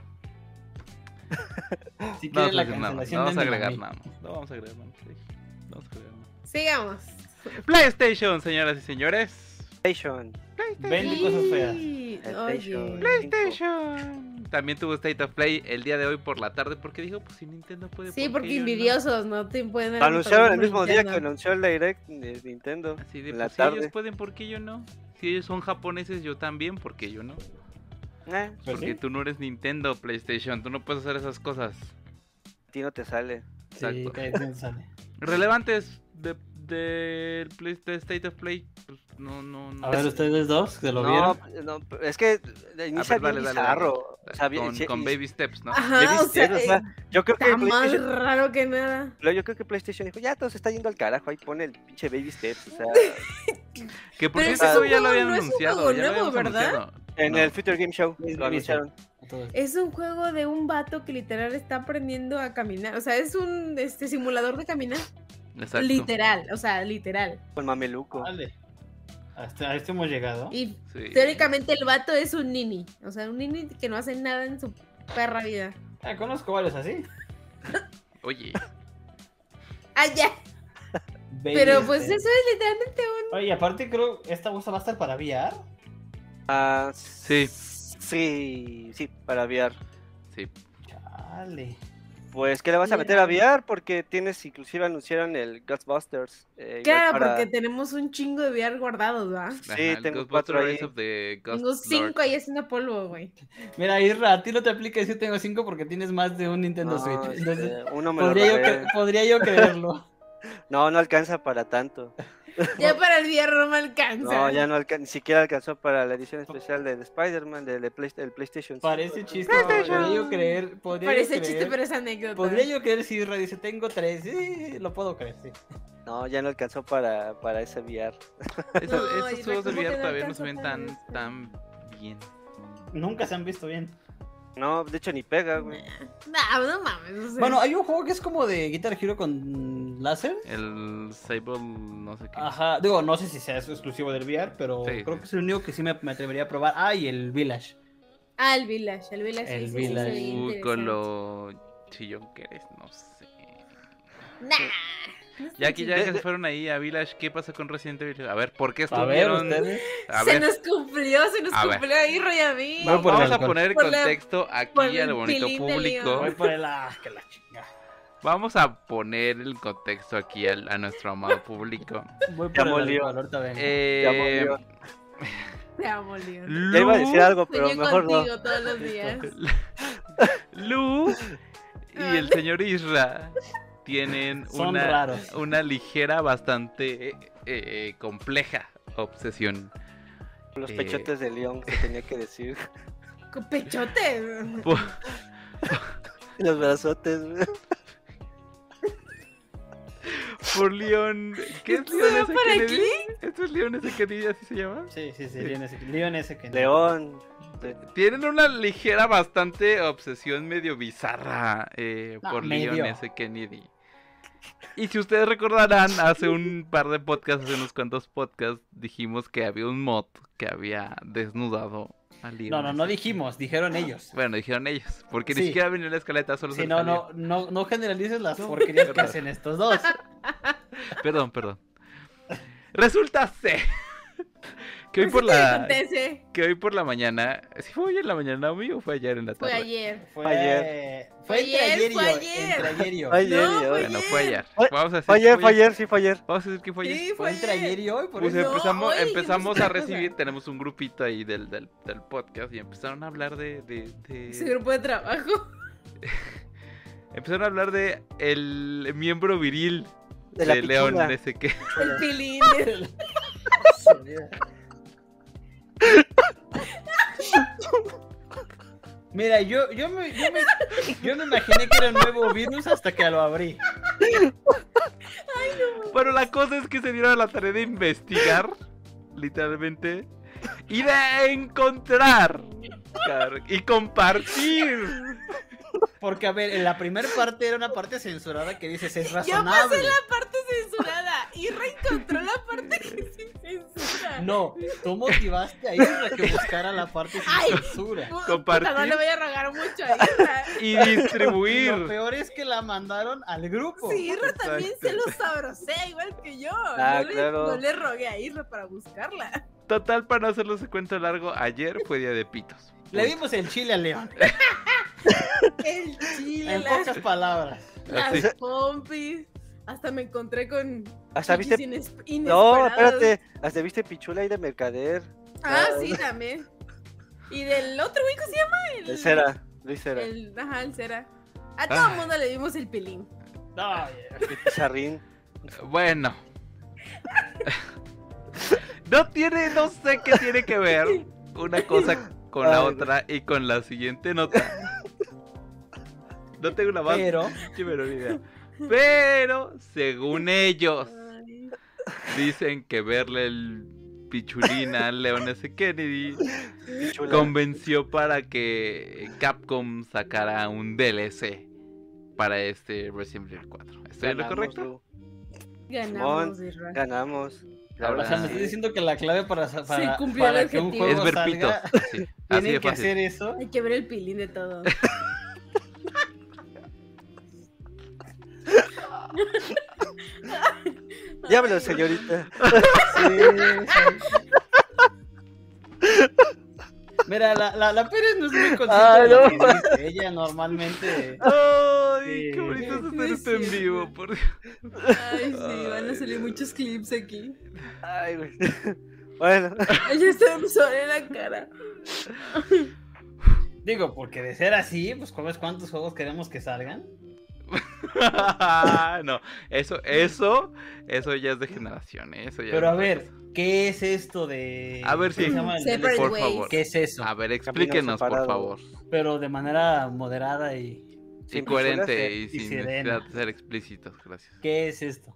[SPEAKER 3] Si
[SPEAKER 1] No
[SPEAKER 3] quieres
[SPEAKER 1] vamos a
[SPEAKER 3] la
[SPEAKER 1] decir nada más,
[SPEAKER 3] cancelación
[SPEAKER 1] no vamos a
[SPEAKER 3] de mi
[SPEAKER 1] agregar
[SPEAKER 3] mami.
[SPEAKER 1] nada más. No vamos a agregar nada más. sí. No Vamos a agregar nada más.
[SPEAKER 4] Sigamos.
[SPEAKER 1] PlayStation, señoras y señores.
[SPEAKER 2] PlayStation.
[SPEAKER 3] Vende cosas feas.
[SPEAKER 4] Sí,
[SPEAKER 2] PlayStation.
[SPEAKER 4] Oye.
[SPEAKER 1] PlayStation. También tuvo State of Play el día de hoy por la tarde porque dijo, pues si Nintendo puede...
[SPEAKER 4] Sí,
[SPEAKER 1] ¿por qué
[SPEAKER 4] porque
[SPEAKER 1] yo no?".
[SPEAKER 4] envidiosos no te pueden dar
[SPEAKER 2] Anunciaron el
[SPEAKER 4] autógrafo
[SPEAKER 2] mismo día que
[SPEAKER 4] Nintendo.
[SPEAKER 2] anunció el direct de Nintendo.
[SPEAKER 1] Así de,
[SPEAKER 2] en la
[SPEAKER 1] pues, si ellos
[SPEAKER 2] tarde.
[SPEAKER 1] pueden, ¿por qué yo no? Si ellos son japoneses, yo también, ¿por qué yo no?
[SPEAKER 2] Eh,
[SPEAKER 3] Pues
[SPEAKER 1] Porque
[SPEAKER 3] sí.
[SPEAKER 1] tú no eres Nintendo, PlayStation, tú no puedes hacer esas cosas.
[SPEAKER 2] a ti no te sale.
[SPEAKER 3] Sí,
[SPEAKER 1] Exacto.
[SPEAKER 3] te- te sale.
[SPEAKER 1] Relevantes de, del Play- de State of Play, pues no, no, no.
[SPEAKER 3] A ver, ustedes dos, se lo
[SPEAKER 2] No,
[SPEAKER 3] vieron.
[SPEAKER 2] no, es que inicia bien bizarro. O sea, bien-
[SPEAKER 1] Con,
[SPEAKER 2] sí,
[SPEAKER 1] con
[SPEAKER 2] y-
[SPEAKER 1] Baby Steps, ¿no?
[SPEAKER 4] Ajá,
[SPEAKER 2] Baby
[SPEAKER 4] Ah, o sea, eh,
[SPEAKER 2] Steps, o sea, yo creo que
[SPEAKER 4] está más
[SPEAKER 2] PlayStation,
[SPEAKER 4] raro que nada.
[SPEAKER 2] yo creo que PlayStation dijo, ya todo se está yendo al carajo, ahí pone el pinche Baby Steps, o sea,
[SPEAKER 1] Que por
[SPEAKER 4] Pero
[SPEAKER 1] cierto,
[SPEAKER 2] ese es
[SPEAKER 1] eso
[SPEAKER 2] un
[SPEAKER 1] ya lo
[SPEAKER 4] juego,
[SPEAKER 1] habían
[SPEAKER 4] no es un
[SPEAKER 1] anunciado.
[SPEAKER 4] juego
[SPEAKER 1] Ya lo
[SPEAKER 4] nuevo,
[SPEAKER 1] habíamos
[SPEAKER 4] ¿verdad?
[SPEAKER 1] anunciado.
[SPEAKER 2] en
[SPEAKER 1] No.
[SPEAKER 2] el Future Game Show
[SPEAKER 3] Sí, sí,
[SPEAKER 2] lo anunciaron.
[SPEAKER 3] Entonces,
[SPEAKER 4] Es un juego de un vato que literal está aprendiendo a caminar. O sea, es un este, simulador de caminar.
[SPEAKER 1] Exacto.
[SPEAKER 4] Literal, o sea, literal.
[SPEAKER 2] con Mameluco.
[SPEAKER 3] Vale. Hasta a esto hemos llegado.
[SPEAKER 4] Y
[SPEAKER 1] Sí.
[SPEAKER 4] teóricamente el vato es un nini. O sea, un nini que no hace nada en su perra vida.
[SPEAKER 3] Ah, conozco varios así.
[SPEAKER 1] Oye,
[SPEAKER 4] Ah, ya. Pero pues eso es literalmente
[SPEAKER 3] Oye, aparte creo esta bolsa va a estar para VR.
[SPEAKER 2] Ah,
[SPEAKER 1] Sí.
[SPEAKER 2] Sí, sí, para VR.
[SPEAKER 1] sí.
[SPEAKER 3] Chale.
[SPEAKER 2] Pues, ¿qué le vas a meter a VR? Porque tienes, inclusive anunciaron el Ghostbusters. eh, igual
[SPEAKER 4] Claro,
[SPEAKER 2] para-
[SPEAKER 4] porque tenemos un chingo de VR guardados, ¿va?
[SPEAKER 2] Sí,
[SPEAKER 1] Ajá, el
[SPEAKER 2] tengo
[SPEAKER 1] Ghostbusters
[SPEAKER 2] cuatro ahí.
[SPEAKER 1] Rise of the Ghost
[SPEAKER 4] Tengo
[SPEAKER 1] Lord.
[SPEAKER 4] cinco ahí haciendo polvo, güey.
[SPEAKER 3] Mira, Isra, a ti no te aplica decir tengo cinco porque tienes más de un Nintendo
[SPEAKER 2] No,
[SPEAKER 3] Switch.
[SPEAKER 2] este,
[SPEAKER 3] Entonces,
[SPEAKER 2] uno me lo
[SPEAKER 3] podría, yo
[SPEAKER 2] robé.
[SPEAKER 3] cre- podría yo creerlo.
[SPEAKER 2] No, no alcanza para tanto.
[SPEAKER 4] Ya para el VR no me alcanza.
[SPEAKER 2] No, ya no alca- ni siquiera alcanzó para la edición especial del Spider-Man, del, de Play- del PlayStation.
[SPEAKER 3] Parece chiste, pero podría yo creer. Podría
[SPEAKER 4] Parece
[SPEAKER 3] yo creer,
[SPEAKER 4] chiste, pero es anécdota.
[SPEAKER 3] Podría yo creer si Isra dice tengo tres. Sí, lo puedo creer, sí.
[SPEAKER 2] No, ya no alcanzó para, para ese VR.
[SPEAKER 1] Esos,
[SPEAKER 4] No,
[SPEAKER 1] esos
[SPEAKER 4] Isra,
[SPEAKER 1] juegos de
[SPEAKER 4] ¿cómo que
[SPEAKER 1] VR
[SPEAKER 4] no
[SPEAKER 1] todavía no se
[SPEAKER 4] alcanzas
[SPEAKER 1] ven
[SPEAKER 4] a
[SPEAKER 1] tan,
[SPEAKER 4] ver?
[SPEAKER 1] tan bien.
[SPEAKER 3] Nunca se han visto bien.
[SPEAKER 2] No, de hecho ni pega, güey.
[SPEAKER 4] Nah, no mames. o sea,
[SPEAKER 3] Bueno, hay un juego que es como de Guitar Hero con láser.
[SPEAKER 1] El Sable, no sé qué.
[SPEAKER 4] Ah,
[SPEAKER 3] Ajá, digo, no sé si sea eso exclusivo del VR, pero
[SPEAKER 1] Sí,
[SPEAKER 3] creo
[SPEAKER 1] sí.
[SPEAKER 3] que es el único que sí me, me atrevería a probar. Ah, y el Village.
[SPEAKER 4] Ah, el Village, el Village.
[SPEAKER 3] El
[SPEAKER 4] sí, sí, sí,
[SPEAKER 3] Village.
[SPEAKER 4] sí,
[SPEAKER 1] Uy,
[SPEAKER 4] interesante.
[SPEAKER 1] con Uh, lo chillón que eres, no sé.
[SPEAKER 4] Nah. no está
[SPEAKER 1] Ya que ya
[SPEAKER 4] chido.
[SPEAKER 1] que se fueron ahí a Village, ¿qué pasó con Resident Evil? A ver, ¿por qué
[SPEAKER 3] A ver,
[SPEAKER 1] estuvieron?
[SPEAKER 3] ustedes.
[SPEAKER 1] A
[SPEAKER 4] Se
[SPEAKER 1] ver,
[SPEAKER 4] nos cumplió, se nos
[SPEAKER 1] A ver.
[SPEAKER 4] cumplió ahí, Roy a mí.
[SPEAKER 3] Voy por el
[SPEAKER 1] vamos a
[SPEAKER 3] alcohol.
[SPEAKER 1] poner en
[SPEAKER 4] Por la-
[SPEAKER 1] contexto
[SPEAKER 4] por
[SPEAKER 1] aquí
[SPEAKER 4] el
[SPEAKER 1] al bonito
[SPEAKER 4] pilín de
[SPEAKER 1] público.
[SPEAKER 3] Voy
[SPEAKER 4] León.
[SPEAKER 3] por el ah, que la chinga.
[SPEAKER 1] Vamos a poner en contexto aquí al- a nuestro amado público.
[SPEAKER 3] Voy
[SPEAKER 2] Ya
[SPEAKER 3] por el
[SPEAKER 2] molió.
[SPEAKER 3] alcohol, ahorita vengo.
[SPEAKER 1] Eh,
[SPEAKER 2] volvió.
[SPEAKER 4] Te amo, Leon.
[SPEAKER 1] Lu,
[SPEAKER 2] Ya iba a decir algo, pero
[SPEAKER 4] Sueño
[SPEAKER 2] mejor no.
[SPEAKER 4] contigo todos los días.
[SPEAKER 1] Lu y el señor Isra tienen
[SPEAKER 3] Son
[SPEAKER 1] una,
[SPEAKER 3] raros.
[SPEAKER 1] una ligera, bastante eh, eh, compleja obsesión.
[SPEAKER 2] Los
[SPEAKER 1] Eh.
[SPEAKER 2] pechotes de León, que tenía que decir.
[SPEAKER 4] Con pechote.
[SPEAKER 1] Por-
[SPEAKER 2] Los brazotes, güey.
[SPEAKER 1] Por León. ¿Qué es
[SPEAKER 4] ¿Esto
[SPEAKER 1] León
[SPEAKER 4] se va
[SPEAKER 1] ese
[SPEAKER 4] para
[SPEAKER 1] Kennedy? ¿Esto es León ese Kennedy? ¿Así se llama?
[SPEAKER 3] Sí, sí, sí, Leon ese, Leon ese que
[SPEAKER 2] León.
[SPEAKER 1] Tienen una ligera, bastante obsesión medio bizarra eh,
[SPEAKER 3] No,
[SPEAKER 1] por
[SPEAKER 3] medio.
[SPEAKER 1] Leon S. Kennedy. Y si ustedes recordarán, hace un par de podcasts, hace unos cuantos podcasts, dijimos que había un mod que había desnudado a Leon.
[SPEAKER 3] No, no, no
[SPEAKER 1] S.
[SPEAKER 3] dijimos, dijeron ellos.
[SPEAKER 1] Bueno, dijeron ellos, porque ni
[SPEAKER 3] Sí.
[SPEAKER 1] siquiera venía la escaleta, solo
[SPEAKER 3] Sí,
[SPEAKER 1] se
[SPEAKER 3] no,
[SPEAKER 1] salía.
[SPEAKER 3] no, no, no generalices las porquerías que
[SPEAKER 1] perdón.
[SPEAKER 3] hacen estos dos.
[SPEAKER 1] Perdón, perdón. Resulta ser Que hoy
[SPEAKER 4] Eso
[SPEAKER 1] por
[SPEAKER 4] que me
[SPEAKER 1] la
[SPEAKER 4] acontece.
[SPEAKER 1] que hoy por la mañana, ¿sí fue hoy en la mañana Naomi, o fue ayer en la
[SPEAKER 4] Fue
[SPEAKER 1] tarde?
[SPEAKER 4] ayer.
[SPEAKER 3] Fue,
[SPEAKER 2] ayer.
[SPEAKER 3] Fue entre
[SPEAKER 4] Ayer,
[SPEAKER 3] ayer y
[SPEAKER 4] fue
[SPEAKER 3] hoy,
[SPEAKER 4] ayer.
[SPEAKER 3] entre ayer y hoy.
[SPEAKER 2] Fue ayer,
[SPEAKER 4] No,
[SPEAKER 2] y
[SPEAKER 4] fue
[SPEAKER 2] hoy.
[SPEAKER 1] Bueno, fue ayer.
[SPEAKER 2] Fue-
[SPEAKER 1] Vamos a decir
[SPEAKER 2] Fue
[SPEAKER 1] que
[SPEAKER 2] ayer, fue ayer, sí, fue ayer.
[SPEAKER 1] Vamos a decir que fue ayer.
[SPEAKER 4] Sí,
[SPEAKER 3] Fue
[SPEAKER 4] fue
[SPEAKER 3] entre ayer
[SPEAKER 4] ayer.
[SPEAKER 3] y hoy, por
[SPEAKER 1] Pues
[SPEAKER 4] No,
[SPEAKER 3] eso.
[SPEAKER 1] empezamos,
[SPEAKER 4] hoy,
[SPEAKER 1] empezamos
[SPEAKER 4] pues,
[SPEAKER 1] a
[SPEAKER 4] otra cosa.
[SPEAKER 1] recibir, tenemos un grupito ahí del, del, del podcast y empezaron a hablar de, de- de-
[SPEAKER 4] Su grupo de trabajo.
[SPEAKER 1] empezaron a hablar de el miembro viril de,
[SPEAKER 2] De la
[SPEAKER 1] León,
[SPEAKER 2] pichula.
[SPEAKER 1] ese que
[SPEAKER 4] El pilín.
[SPEAKER 3] Mira, yo, yo, me, yo, me, yo me imaginé que era un nuevo virus hasta que lo abrí.
[SPEAKER 1] Bueno, la cosa es que se dieron a la tarea de investigar, literalmente, y de encontrar car- y compartir.
[SPEAKER 3] Porque, a ver, en la primera parte era una parte censurada que dices, es
[SPEAKER 4] pasé la
[SPEAKER 3] razonable.
[SPEAKER 4] parte censurada. Y reencontró la parte que sí censura.
[SPEAKER 3] No, tú motivaste a Isra que buscara la parte
[SPEAKER 4] Ay.
[SPEAKER 3] sin censura.
[SPEAKER 4] Puta,
[SPEAKER 1] Compartir.
[SPEAKER 4] No le voy a rogar mucho a Isra.
[SPEAKER 1] Y
[SPEAKER 3] Y lo
[SPEAKER 1] distribuir.
[SPEAKER 3] peor es que la mandaron al grupo.
[SPEAKER 4] Sí, Isra también se
[SPEAKER 1] Exacto.
[SPEAKER 4] lo sabrosea igual que yo.
[SPEAKER 2] Ah,
[SPEAKER 4] no,
[SPEAKER 2] claro.
[SPEAKER 4] le, no le rogué a Isra para buscarla.
[SPEAKER 1] Total, para no hacerlo ese cuento largo, ayer fue día de pitos.
[SPEAKER 3] Le dimos el chile a León.
[SPEAKER 4] El chile,
[SPEAKER 3] En
[SPEAKER 4] las,
[SPEAKER 3] pocas palabras.
[SPEAKER 1] Así.
[SPEAKER 4] las pompis. Hasta me encontré con.
[SPEAKER 2] Hasta
[SPEAKER 4] chichis
[SPEAKER 2] viste.
[SPEAKER 4] ines-
[SPEAKER 2] No,
[SPEAKER 4] inesperadas.
[SPEAKER 2] espérate. Hasta viste pichula ahí de mercader.
[SPEAKER 4] Ah,
[SPEAKER 2] Ah.
[SPEAKER 4] sí, también. Y del otro güey, ¿cómo se llama? El,
[SPEAKER 2] De cera. Luis Cera.
[SPEAKER 4] El, ajá, el cera. A todo
[SPEAKER 1] Ah.
[SPEAKER 4] el mundo le dimos el pelín.
[SPEAKER 3] No,
[SPEAKER 2] El pizarrín.
[SPEAKER 1] Bueno. No tiene, no sé qué tiene que ver una cosa con la
[SPEAKER 2] Ay,
[SPEAKER 1] otra y con la siguiente nota. No tengo la más
[SPEAKER 3] pero
[SPEAKER 1] pinche menor idea. Pero, según
[SPEAKER 2] Oh.
[SPEAKER 1] ellos,
[SPEAKER 4] Ay.
[SPEAKER 1] dicen que verle el pichulín a Leon S. Kennedy
[SPEAKER 2] Pichula.
[SPEAKER 1] convenció para que Capcom sacara un DLC para este Resident Evil 4. ¿Estoy en lo
[SPEAKER 2] Ganamos,
[SPEAKER 1] correcto?
[SPEAKER 2] Lu.
[SPEAKER 4] Ganamos, Isra.
[SPEAKER 2] Ganamos. La
[SPEAKER 1] Ahora
[SPEAKER 3] o
[SPEAKER 2] verdad,
[SPEAKER 3] sea, me estás
[SPEAKER 2] sí.
[SPEAKER 3] diciendo que la clave para, para,
[SPEAKER 4] cumplió el
[SPEAKER 3] para que un
[SPEAKER 4] objetivo.
[SPEAKER 3] juego
[SPEAKER 1] Pues Es ver pitos.
[SPEAKER 3] salga,
[SPEAKER 1] sí, así de
[SPEAKER 3] tienen que
[SPEAKER 1] fácil.
[SPEAKER 3] hacer eso.
[SPEAKER 4] Hay que ver el pilín de todo.
[SPEAKER 2] Diablo, señorita.
[SPEAKER 3] Sí, sí. Mira, la, la, la Pérez no es muy consciente
[SPEAKER 2] Ah,
[SPEAKER 3] de lo
[SPEAKER 2] no.
[SPEAKER 3] que dice. Ella normalmente...
[SPEAKER 1] Ay,
[SPEAKER 3] Sí.
[SPEAKER 1] qué bonito es
[SPEAKER 4] Sí,
[SPEAKER 1] hacer
[SPEAKER 4] es
[SPEAKER 1] esto en
[SPEAKER 4] cierto.
[SPEAKER 1] vivo, por Dios.
[SPEAKER 4] Ay, sí, van a
[SPEAKER 1] Ay,
[SPEAKER 4] salir
[SPEAKER 1] Dios.
[SPEAKER 4] muchos clips aquí.
[SPEAKER 2] Ay, güey. Bueno,
[SPEAKER 4] Ay, ya está me sobre la cara.
[SPEAKER 3] Digo, porque de ser así, pues ¿sabes cuántos juegos queremos que salgan?
[SPEAKER 1] no, eso, eso, eso ya es de generación, ¿eh? eso ya es
[SPEAKER 3] Pero a
[SPEAKER 1] otra
[SPEAKER 3] ver, ¿qué es esto de...
[SPEAKER 1] A ver, sí.
[SPEAKER 3] ¿cómo se llama el-
[SPEAKER 4] Separate
[SPEAKER 1] Por
[SPEAKER 4] ways.
[SPEAKER 1] favor. Ah.
[SPEAKER 3] ¿Qué es eso?
[SPEAKER 1] cosa. A ver, explíquenos, por
[SPEAKER 2] separado.
[SPEAKER 1] favor.
[SPEAKER 3] Pero de manera moderada y...
[SPEAKER 1] Sí,
[SPEAKER 2] sin
[SPEAKER 1] coherente
[SPEAKER 2] pichulas,
[SPEAKER 1] y
[SPEAKER 3] y
[SPEAKER 1] sin
[SPEAKER 3] sirena.
[SPEAKER 1] necesidad de ser explícitos, gracias.
[SPEAKER 3] ¿Qué es esto?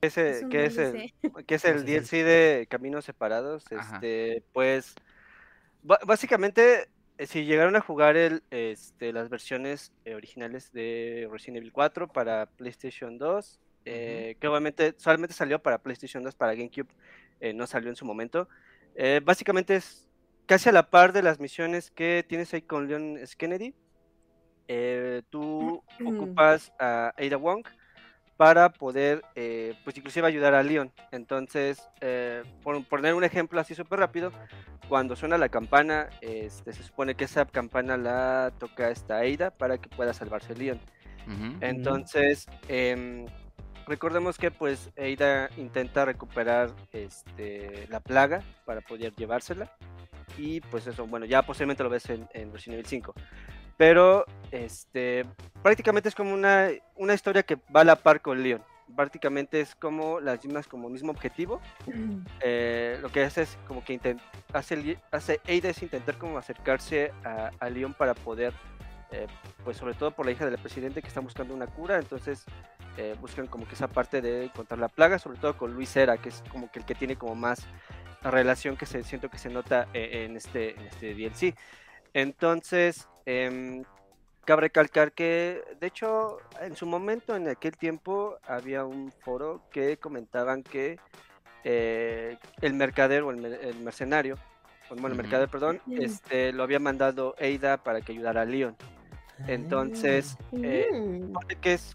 [SPEAKER 2] ¿Qué es
[SPEAKER 4] Es
[SPEAKER 2] el,
[SPEAKER 4] un
[SPEAKER 2] qué es el,
[SPEAKER 4] DLC.
[SPEAKER 2] ¿Qué es el
[SPEAKER 3] Entonces,
[SPEAKER 2] DLC de Caminos Separados?
[SPEAKER 1] Ajá.
[SPEAKER 2] Este, pues, ba- básicamente, eh, si llegaron a jugar el, este, las versiones eh, originales de Resident Evil 4 para PlayStation 2, eh, que obviamente solamente salió para PlayStation 2, para GameCube, eh, no salió en su momento. eh, básicamente es casi a la par de las misiones que tienes ahí con Leon S. Kennedy. eh, tú ocupas a Ada Wong para poder, eh, pues inclusive ayudar a Leon. Entonces, eh, por poner un ejemplo así súper rápido, cuando suena la campana, este, se supone que esa campana la toca esta Aida para que pueda salvarse Leon.
[SPEAKER 1] Ujú.
[SPEAKER 2] Entonces, em, recordemos que pues Eida intenta recuperar este, la plaga para poder llevársela. Y pues eso, bueno, ya posiblemente lo ves en, en Resident Evil 5. Pero este, prácticamente es como una, una historia que va a la par con Leon. Prácticamente es como las mismas, como mismo objetivo. Eh, lo que hace es como que inten- hace, Li- hace Ada es intentar como acercarse a, a Leon para poder, eh, pues sobre todo por la hija del presidente que está buscando una cura, entonces eh, buscan como que esa parte de encontrar la plaga, sobre todo con Luis Era, que es como que el que tiene como más relación que se siento que se nota eh, en este, en este DLC. Entonces, em, cabe recalcar que, de hecho, en su momento, en aquel tiempo, había un foro que comentaban que eh, el mercader o el, mer- el mercenario, o, bueno, el
[SPEAKER 1] Ujú.
[SPEAKER 2] mercader, perdón,
[SPEAKER 4] Ujú.
[SPEAKER 2] este, lo había mandado Eida para que ayudara a Leon. Entonces, eh,
[SPEAKER 4] Mm.
[SPEAKER 2] supone que es,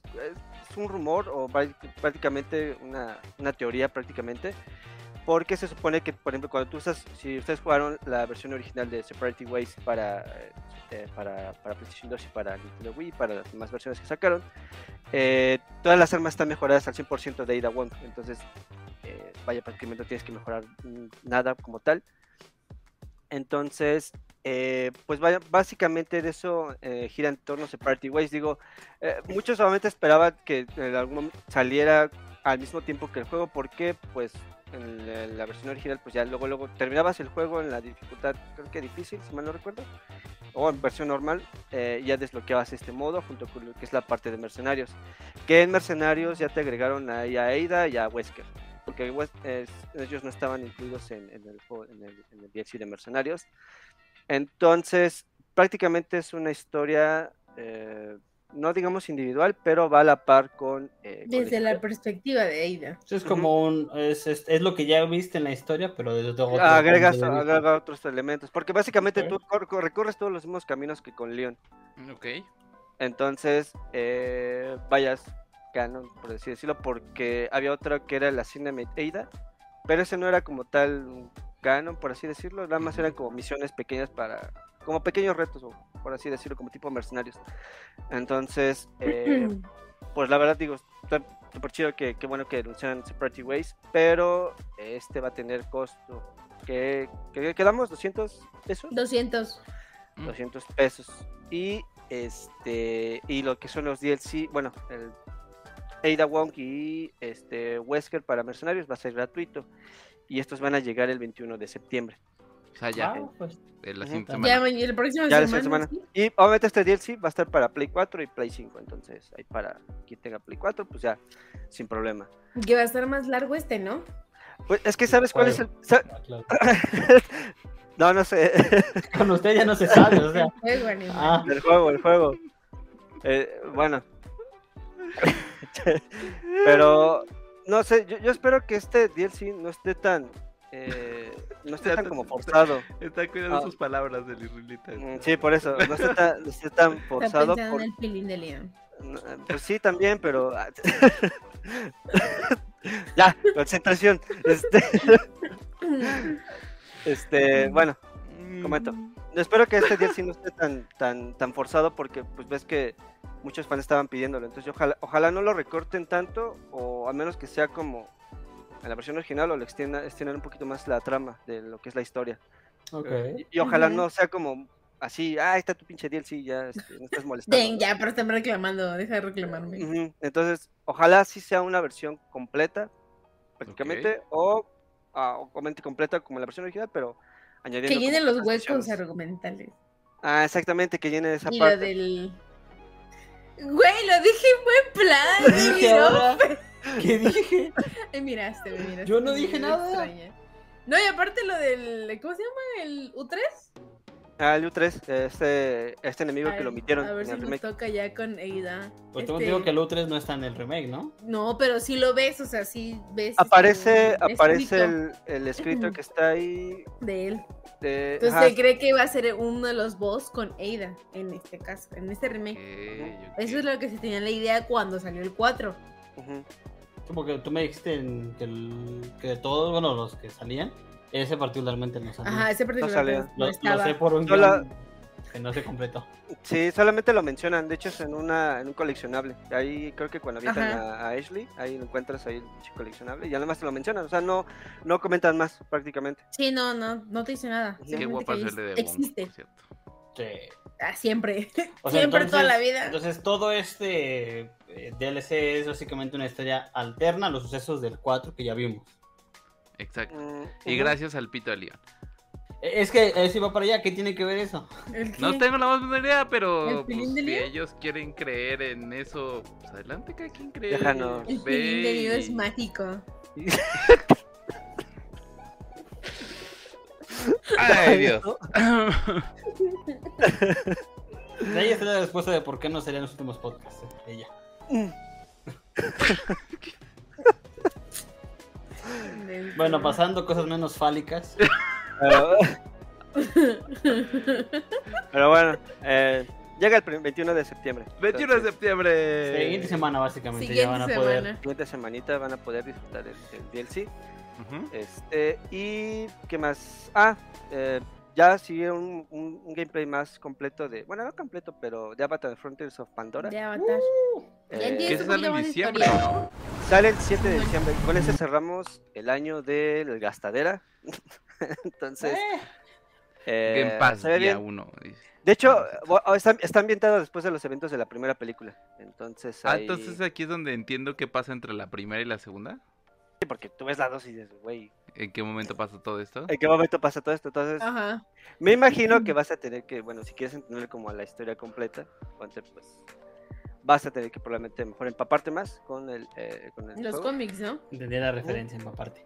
[SPEAKER 2] es un rumor o práct- prácticamente una, una teoría prácticamente Porque se supone que, por ejemplo, cuando tú usas, si ustedes jugaron la versión original de Separate Ways para, eh, para, para PlayStation 2 y para Nintendo Wii, para las demás versiones que sacaron, eh, todas las armas están mejoradas al 100% de Ada Wong. Entonces, eh, vaya, prácticamente no tienes que mejorar mm, nada como tal. Entonces, eh, pues vaya, básicamente de eso eh, gira en torno a Party Ways. Digo, eh, muchos solamente esperaban que en algún momento saliera al mismo tiempo que el juego, porque pues en la, en la versión original, pues ya luego, luego terminabas el juego en la dificultad, creo que difícil, si mal no recuerdo, o en versión normal, eh, ya desbloqueabas este modo junto con lo que es la parte de mercenarios. Que en mercenarios ya te agregaron ahí a Ada y a Wesker. Porque Wes- es- ellos no estaban incluidos en, en el, juego- en, el, en el DLC de mercenarios. Entonces, prácticamente es una historia, eh, no digamos individual, pero va a la par con... eh, con
[SPEAKER 4] Desde
[SPEAKER 2] historia.
[SPEAKER 4] la perspectiva de Aida.
[SPEAKER 3] Eso es como un. Es, es- es lo que ya viste en la historia, pero desde otro. otro
[SPEAKER 2] Agregas,
[SPEAKER 3] punto de vista.
[SPEAKER 2] agrega otros elementos, porque básicamente
[SPEAKER 3] Ok.
[SPEAKER 2] tú cor- cor- recorres todos los mismos caminos que con Leon.
[SPEAKER 1] Ok.
[SPEAKER 2] Entonces, eh, vayas canon, por así decirlo, porque había otra que era la Cinemate Ada, pero ese no era como tal un canon, por así decirlo, nada más eran como misiones pequeñas para, como pequeños retos, o por así decirlo, como tipo mercenarios. Entonces, eh, pues la verdad digo, está súper chido que, que bueno que anuncian Separate Ways, pero este va a tener costo. que que quedamos? ¿200 pesos?
[SPEAKER 4] 200.
[SPEAKER 1] Mm.
[SPEAKER 2] 200 pesos. Y este y lo que son los DLC, bueno, el Ada Wong y este Wesker para mercenarios va a ser gratuito. Y estos van a llegar el 21 de septiembre.
[SPEAKER 1] O sea, ya.
[SPEAKER 3] Ah, pues,
[SPEAKER 1] de la
[SPEAKER 2] Ujú.
[SPEAKER 1] siguiente
[SPEAKER 2] Ya,
[SPEAKER 1] semana.
[SPEAKER 4] Ya, ma- y el próximo
[SPEAKER 2] Ya la
[SPEAKER 4] semana.
[SPEAKER 2] semana.
[SPEAKER 4] ¿sí?
[SPEAKER 2] Y obviamente este DLC va a estar para Play 4 y Play 5. Entonces, ahí para quien tenga Play 4, pues ya, sin problema.
[SPEAKER 4] Que va a estar más largo este, ¿no?
[SPEAKER 2] Pues es que sabes cuál es el. sa-
[SPEAKER 3] ah, claro.
[SPEAKER 2] No, no sé.
[SPEAKER 3] Con usted ya no se sabe, o sea.
[SPEAKER 4] Juego, animal.
[SPEAKER 3] Ah,
[SPEAKER 2] El juego, el juego. Eh, bueno. Pero no sé, yo, yo espero que este DLC no esté tan eh, no esté
[SPEAKER 1] Ya
[SPEAKER 2] tan
[SPEAKER 1] te-
[SPEAKER 2] como
[SPEAKER 1] te-
[SPEAKER 2] forzado.
[SPEAKER 1] Está cuidando
[SPEAKER 2] Ah.
[SPEAKER 1] sus palabras de Lirrilita.
[SPEAKER 2] Mm, Sí, por eso, no esté tan, no esté tan
[SPEAKER 4] Está
[SPEAKER 2] forzado.
[SPEAKER 4] pensando
[SPEAKER 2] por-
[SPEAKER 4] en el pilín de León.
[SPEAKER 2] no, eh, Pues sí, también, pero ah, ya, concentración. Este, este, bueno,
[SPEAKER 1] Mm.
[SPEAKER 2] comento. espero que este DLC no esté tan, tan, tan forzado porque pues ves que muchos fans estaban pidiéndolo. Entonces yo ojalá, ojalá no lo recorten tanto o a menos que sea como en la versión original o lo extienda, extiendan un poquito más la trama de lo que es la historia.
[SPEAKER 3] ok.
[SPEAKER 2] Y, y ojalá
[SPEAKER 4] Ujú.
[SPEAKER 2] no sea como así, ah, ahí está tu pinche DLC, ya este, no estás molestando.
[SPEAKER 4] Den, ya, pero están reclamando. Deja de reclamarme.
[SPEAKER 2] Ujú, Entonces, ojalá sí sea una versión completa, prácticamente, o, ah, o comente completa como la versión original, pero añadiendo...
[SPEAKER 4] Que
[SPEAKER 2] como
[SPEAKER 4] llenen los
[SPEAKER 2] otras
[SPEAKER 4] huecos
[SPEAKER 2] misiones.
[SPEAKER 4] argumentales.
[SPEAKER 2] Ah, exactamente, que llene esa
[SPEAKER 4] Y
[SPEAKER 2] parte.
[SPEAKER 4] lo del. Güey, lo dije
[SPEAKER 3] ¿Qué
[SPEAKER 4] en buen plan. y
[SPEAKER 3] dije
[SPEAKER 4] no-
[SPEAKER 3] ahora? ¿Qué dije?
[SPEAKER 4] Me miraste, me miraste.
[SPEAKER 3] Yo no
[SPEAKER 4] me
[SPEAKER 3] dije
[SPEAKER 4] miraste
[SPEAKER 3] nada.
[SPEAKER 4] extraña. No, y aparte lo del. ¿Cómo se llama? ¿El U3?
[SPEAKER 2] Ah, el U3, este, este enemigo
[SPEAKER 4] Ay,
[SPEAKER 2] que lo omitieron
[SPEAKER 4] A ver
[SPEAKER 2] en
[SPEAKER 4] si
[SPEAKER 2] el
[SPEAKER 4] nos
[SPEAKER 2] remake.
[SPEAKER 4] toca ya con Eida.
[SPEAKER 3] Pues tengo
[SPEAKER 4] Este,
[SPEAKER 3] digo que el U3 no está en el remake, ¿no?
[SPEAKER 4] No, pero sí lo ves, o sea, sí ves.
[SPEAKER 2] Aparece,
[SPEAKER 4] este,
[SPEAKER 2] aparece
[SPEAKER 4] escrito
[SPEAKER 2] el, el escrito que está ahí.
[SPEAKER 4] De él.
[SPEAKER 2] De,
[SPEAKER 4] Entonces
[SPEAKER 2] ajá,
[SPEAKER 4] se cree que va a ser uno de los boss con Eida, en este caso, en este
[SPEAKER 1] Ok,
[SPEAKER 4] remake.
[SPEAKER 1] ok.
[SPEAKER 4] Eso es lo que se tenía la idea cuando salió el 4.
[SPEAKER 2] ujú.
[SPEAKER 3] Sí, Porque tú me dijiste en- que, el- que todos, bueno, los que salían, ese particularmente no salía.
[SPEAKER 4] Ajá, ese particular
[SPEAKER 2] salió.
[SPEAKER 4] no,
[SPEAKER 3] lo, lo
[SPEAKER 4] estaba.
[SPEAKER 3] sé por un
[SPEAKER 2] Yo la-
[SPEAKER 3] guión que no se completó.
[SPEAKER 2] Sí, solamente lo mencionan. De hecho, es en, una, en un coleccionable. Ahí creo que cuando avientan
[SPEAKER 4] Ajá.
[SPEAKER 2] a, a Ashley, ahí lo encuentras ahí el pinche coleccionable. Y nada más te lo mencionan. O sea, no, no comentan más prácticamente.
[SPEAKER 4] Sí, no, no, no te hice nada.
[SPEAKER 2] Qué
[SPEAKER 1] Qué
[SPEAKER 4] Simplemente
[SPEAKER 1] guapa
[SPEAKER 4] que
[SPEAKER 1] es el de Wong,
[SPEAKER 4] Existe.
[SPEAKER 1] por cierto.
[SPEAKER 3] Sí.
[SPEAKER 4] Ah, siempre.
[SPEAKER 3] O sea,
[SPEAKER 4] siempre, toda
[SPEAKER 3] entonces-
[SPEAKER 4] la vida.
[SPEAKER 3] Entonces todo este eh, DLC es básicamente una historia alterna a los sucesos del 4 que ya vimos.
[SPEAKER 1] Exacto.
[SPEAKER 2] Mm,
[SPEAKER 1] Y
[SPEAKER 2] ujú.
[SPEAKER 1] gracias al pito de León.
[SPEAKER 3] Eh, Es que eh, si va para allá, ¿qué tiene que ver eso?
[SPEAKER 4] ¿El qué?
[SPEAKER 1] No tengo la más menor idea, pero
[SPEAKER 4] ¿El
[SPEAKER 1] pues,
[SPEAKER 4] pilín de
[SPEAKER 1] si
[SPEAKER 4] Leo?
[SPEAKER 1] ellos quieren creer en eso, pues adelante, cada quien cree.
[SPEAKER 2] Déjanos.
[SPEAKER 4] El
[SPEAKER 1] ve
[SPEAKER 4] pilín de Dios es
[SPEAKER 1] y-
[SPEAKER 4] mágico.
[SPEAKER 1] Ay, Dios.
[SPEAKER 3] De ahí está la respuesta de por qué no serían los últimos podcasts. eh, Ella. Bueno, pasando cosas menos fálicas.
[SPEAKER 2] Pero, pero bueno, eh, llega el prim- 21 de septiembre.
[SPEAKER 1] 21 de
[SPEAKER 2] Entonces,
[SPEAKER 1] septiembre.
[SPEAKER 3] Siguiente semana, básicamente.
[SPEAKER 4] Siguiente
[SPEAKER 3] ya van a
[SPEAKER 4] semana.
[SPEAKER 3] poder.
[SPEAKER 2] Siguiente semanita van a poder disfrutar el, el DLC.
[SPEAKER 5] Ujú.
[SPEAKER 2] Este, y qué más. Ah, eh, ya sigue un, un- un gameplay más completo de. Bueno, no completo, pero de Avatar Frontiers of Pandora.
[SPEAKER 4] De Avatar.
[SPEAKER 3] Uh,
[SPEAKER 4] Ya
[SPEAKER 2] Eh,
[SPEAKER 4] tiene
[SPEAKER 1] ese
[SPEAKER 4] un
[SPEAKER 1] sale
[SPEAKER 4] poquito
[SPEAKER 1] en
[SPEAKER 4] más de
[SPEAKER 1] diciembre,
[SPEAKER 4] historia.
[SPEAKER 2] Sale el 7 de diciembre. Con ese cerramos el año del gastadera. Entonces.
[SPEAKER 3] Eh,
[SPEAKER 2] eh,
[SPEAKER 1] Game Pass
[SPEAKER 2] se ve
[SPEAKER 1] día
[SPEAKER 2] bien.
[SPEAKER 1] uno, dice.
[SPEAKER 2] De hecho,
[SPEAKER 1] Ah,
[SPEAKER 2] bo- oh, está, está ambientado después de los eventos de la primera película. Entonces.
[SPEAKER 1] Ah,
[SPEAKER 2] ahí-
[SPEAKER 1] entonces aquí es donde entiendo qué pasa entre la primera y la segunda. eh.
[SPEAKER 2] Sí, Porque tú ves la dos y dices, güey,
[SPEAKER 1] ¿En qué momento pasa todo esto?
[SPEAKER 2] ¿en qué momento pasa todo esto? Entonces,
[SPEAKER 4] Ajá.
[SPEAKER 2] me imagino que vas a tener que, bueno, si quieres entender como la historia completa, entonces, pues, vas a tener que probablemente mejor empaparte más con el. eh, con el
[SPEAKER 4] Los
[SPEAKER 2] juego.
[SPEAKER 4] cómics, ¿no?
[SPEAKER 3] Entendí la referencia en parte.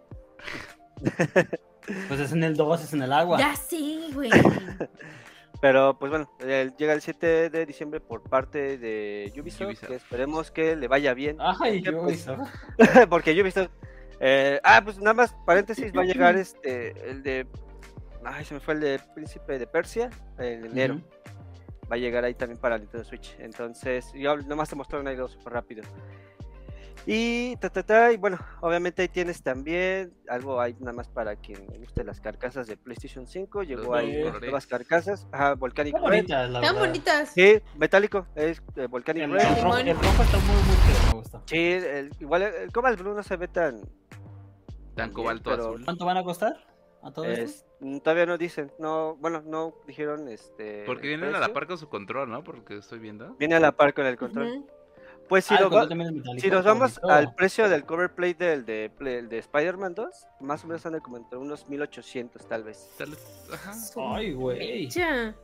[SPEAKER 3] Pues es en el 2, es en el agua.
[SPEAKER 4] Ya sí, güey.
[SPEAKER 2] Pero pues bueno, el- llega el 7 de diciembre por parte de Ubisoft,
[SPEAKER 1] Ubisoft.
[SPEAKER 2] que esperemos que le vaya bien,
[SPEAKER 3] Ay,
[SPEAKER 2] Ya,
[SPEAKER 3] yo
[SPEAKER 2] pues.
[SPEAKER 3] hizo.
[SPEAKER 2] porque Ubisoft... eh, ah, pues nada más, paréntesis, va a llegar este, el de... Ay, se me fue el de Príncipe de Persia, en enero.
[SPEAKER 3] Ujú.
[SPEAKER 2] Va a llegar ahí también para Nintendo Switch. Entonces, yo nomás te mostraron ahí dos súper rápido. Y, ta, ta, ta, y bueno, obviamente ahí tienes también algo ahí nada más para quien le guste las carcasas de PlayStation 5. Llegó
[SPEAKER 1] nuevos
[SPEAKER 2] ahí las
[SPEAKER 1] colores.
[SPEAKER 2] nuevas carcasas. Ajá, Volcanic
[SPEAKER 3] Están
[SPEAKER 2] Red.
[SPEAKER 3] bonitas, la
[SPEAKER 4] Están
[SPEAKER 3] verdad.
[SPEAKER 4] bonitas.
[SPEAKER 2] Sí, metálico, es eh, Volcanic
[SPEAKER 3] El,
[SPEAKER 2] Red.
[SPEAKER 3] el rojo, el rojo está muy, muy chido, me gustó.
[SPEAKER 2] Sí, el- igual el, el Cobalt Blue no se ve tan.
[SPEAKER 1] Tan
[SPEAKER 2] Bien,
[SPEAKER 1] cobalto
[SPEAKER 2] pero-
[SPEAKER 1] azul.
[SPEAKER 3] ¿Cuánto van a costar a todo esto?
[SPEAKER 2] es- mm, todavía no dicen, no, bueno, no dijeron este.
[SPEAKER 1] Porque
[SPEAKER 2] el
[SPEAKER 1] vienen a la
[SPEAKER 2] precio.
[SPEAKER 1] par con su control, ¿no? Porque estoy viendo.
[SPEAKER 2] Viene a la par con el control.
[SPEAKER 4] Ujú.
[SPEAKER 2] Pues si,
[SPEAKER 3] Ah, el
[SPEAKER 2] lo va-
[SPEAKER 3] control también es metálico,
[SPEAKER 2] si nos vamos
[SPEAKER 3] bonito.
[SPEAKER 2] al precio del cover play del de, play- el de Spider-Man 2, más o menos anda como entre unos 1800 tal vez.
[SPEAKER 1] Tal- Ajá.
[SPEAKER 4] Su
[SPEAKER 3] Ay, güey.
[SPEAKER 4] mecha.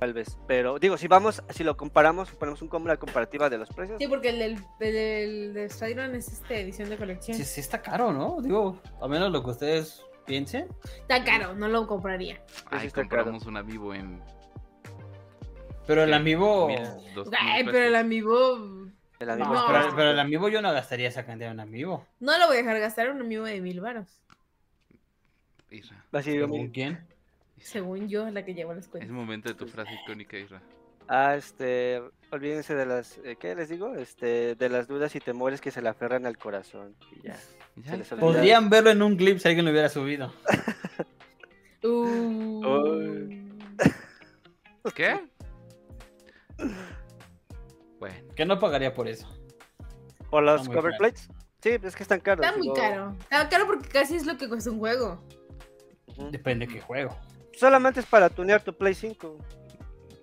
[SPEAKER 2] Tal vez. Pero digo, si vamos, si lo comparamos, ponemos un, una comparativa de los precios.
[SPEAKER 4] Sí, porque el del, el del de Spider-Man es este edición de colección.
[SPEAKER 3] Sí, sí está caro, ¿no? Digo, a menos lo que ustedes piensen.
[SPEAKER 4] Está caro, no lo compraría.
[SPEAKER 2] pues
[SPEAKER 1] Ay,
[SPEAKER 2] está
[SPEAKER 1] compramos una vivo en.
[SPEAKER 3] Pero el
[SPEAKER 1] ¿qué?
[SPEAKER 3] amigo.
[SPEAKER 1] Mil, dos mil
[SPEAKER 4] Oh. Ay,
[SPEAKER 1] pesos.
[SPEAKER 4] pero el amigo.
[SPEAKER 2] El amigo
[SPEAKER 3] No,
[SPEAKER 4] No.
[SPEAKER 2] Spider-Man.
[SPEAKER 3] pero, pero el amigo yo no gastaría esa cantidad en amigo.
[SPEAKER 4] No lo voy a dejar gastar a un amigo de mil varos.
[SPEAKER 1] Isra,
[SPEAKER 2] Así,
[SPEAKER 3] ¿Con
[SPEAKER 2] digamos,
[SPEAKER 3] quién?
[SPEAKER 4] Según yo, es la que llevo las
[SPEAKER 1] Es
[SPEAKER 4] cuentas.
[SPEAKER 1] momento de tu frase icónica, Isra.
[SPEAKER 2] Ah, este, olvídense de las, eh, ¿qué les digo? Este, de las dudas y temores que se le aferran al corazón. Y ya.
[SPEAKER 1] Ya,
[SPEAKER 2] les
[SPEAKER 1] Isra.
[SPEAKER 2] olvidó.
[SPEAKER 3] Podrían verlo en un clip si alguien lo hubiera subido.
[SPEAKER 4] Uh.
[SPEAKER 1] ¿Qué? Bueno,
[SPEAKER 3] Que no pagaría por eso.
[SPEAKER 2] ¿Por los
[SPEAKER 3] Está muy
[SPEAKER 2] cover
[SPEAKER 3] caro.
[SPEAKER 2] plates? Sí, es que están caros.
[SPEAKER 4] Está muy
[SPEAKER 2] digo,
[SPEAKER 4] caro. Está caro porque casi es lo que cuesta un juego.
[SPEAKER 2] ujú.
[SPEAKER 3] Depende de qué juego.
[SPEAKER 2] Solamente es para tunear tu Play 5.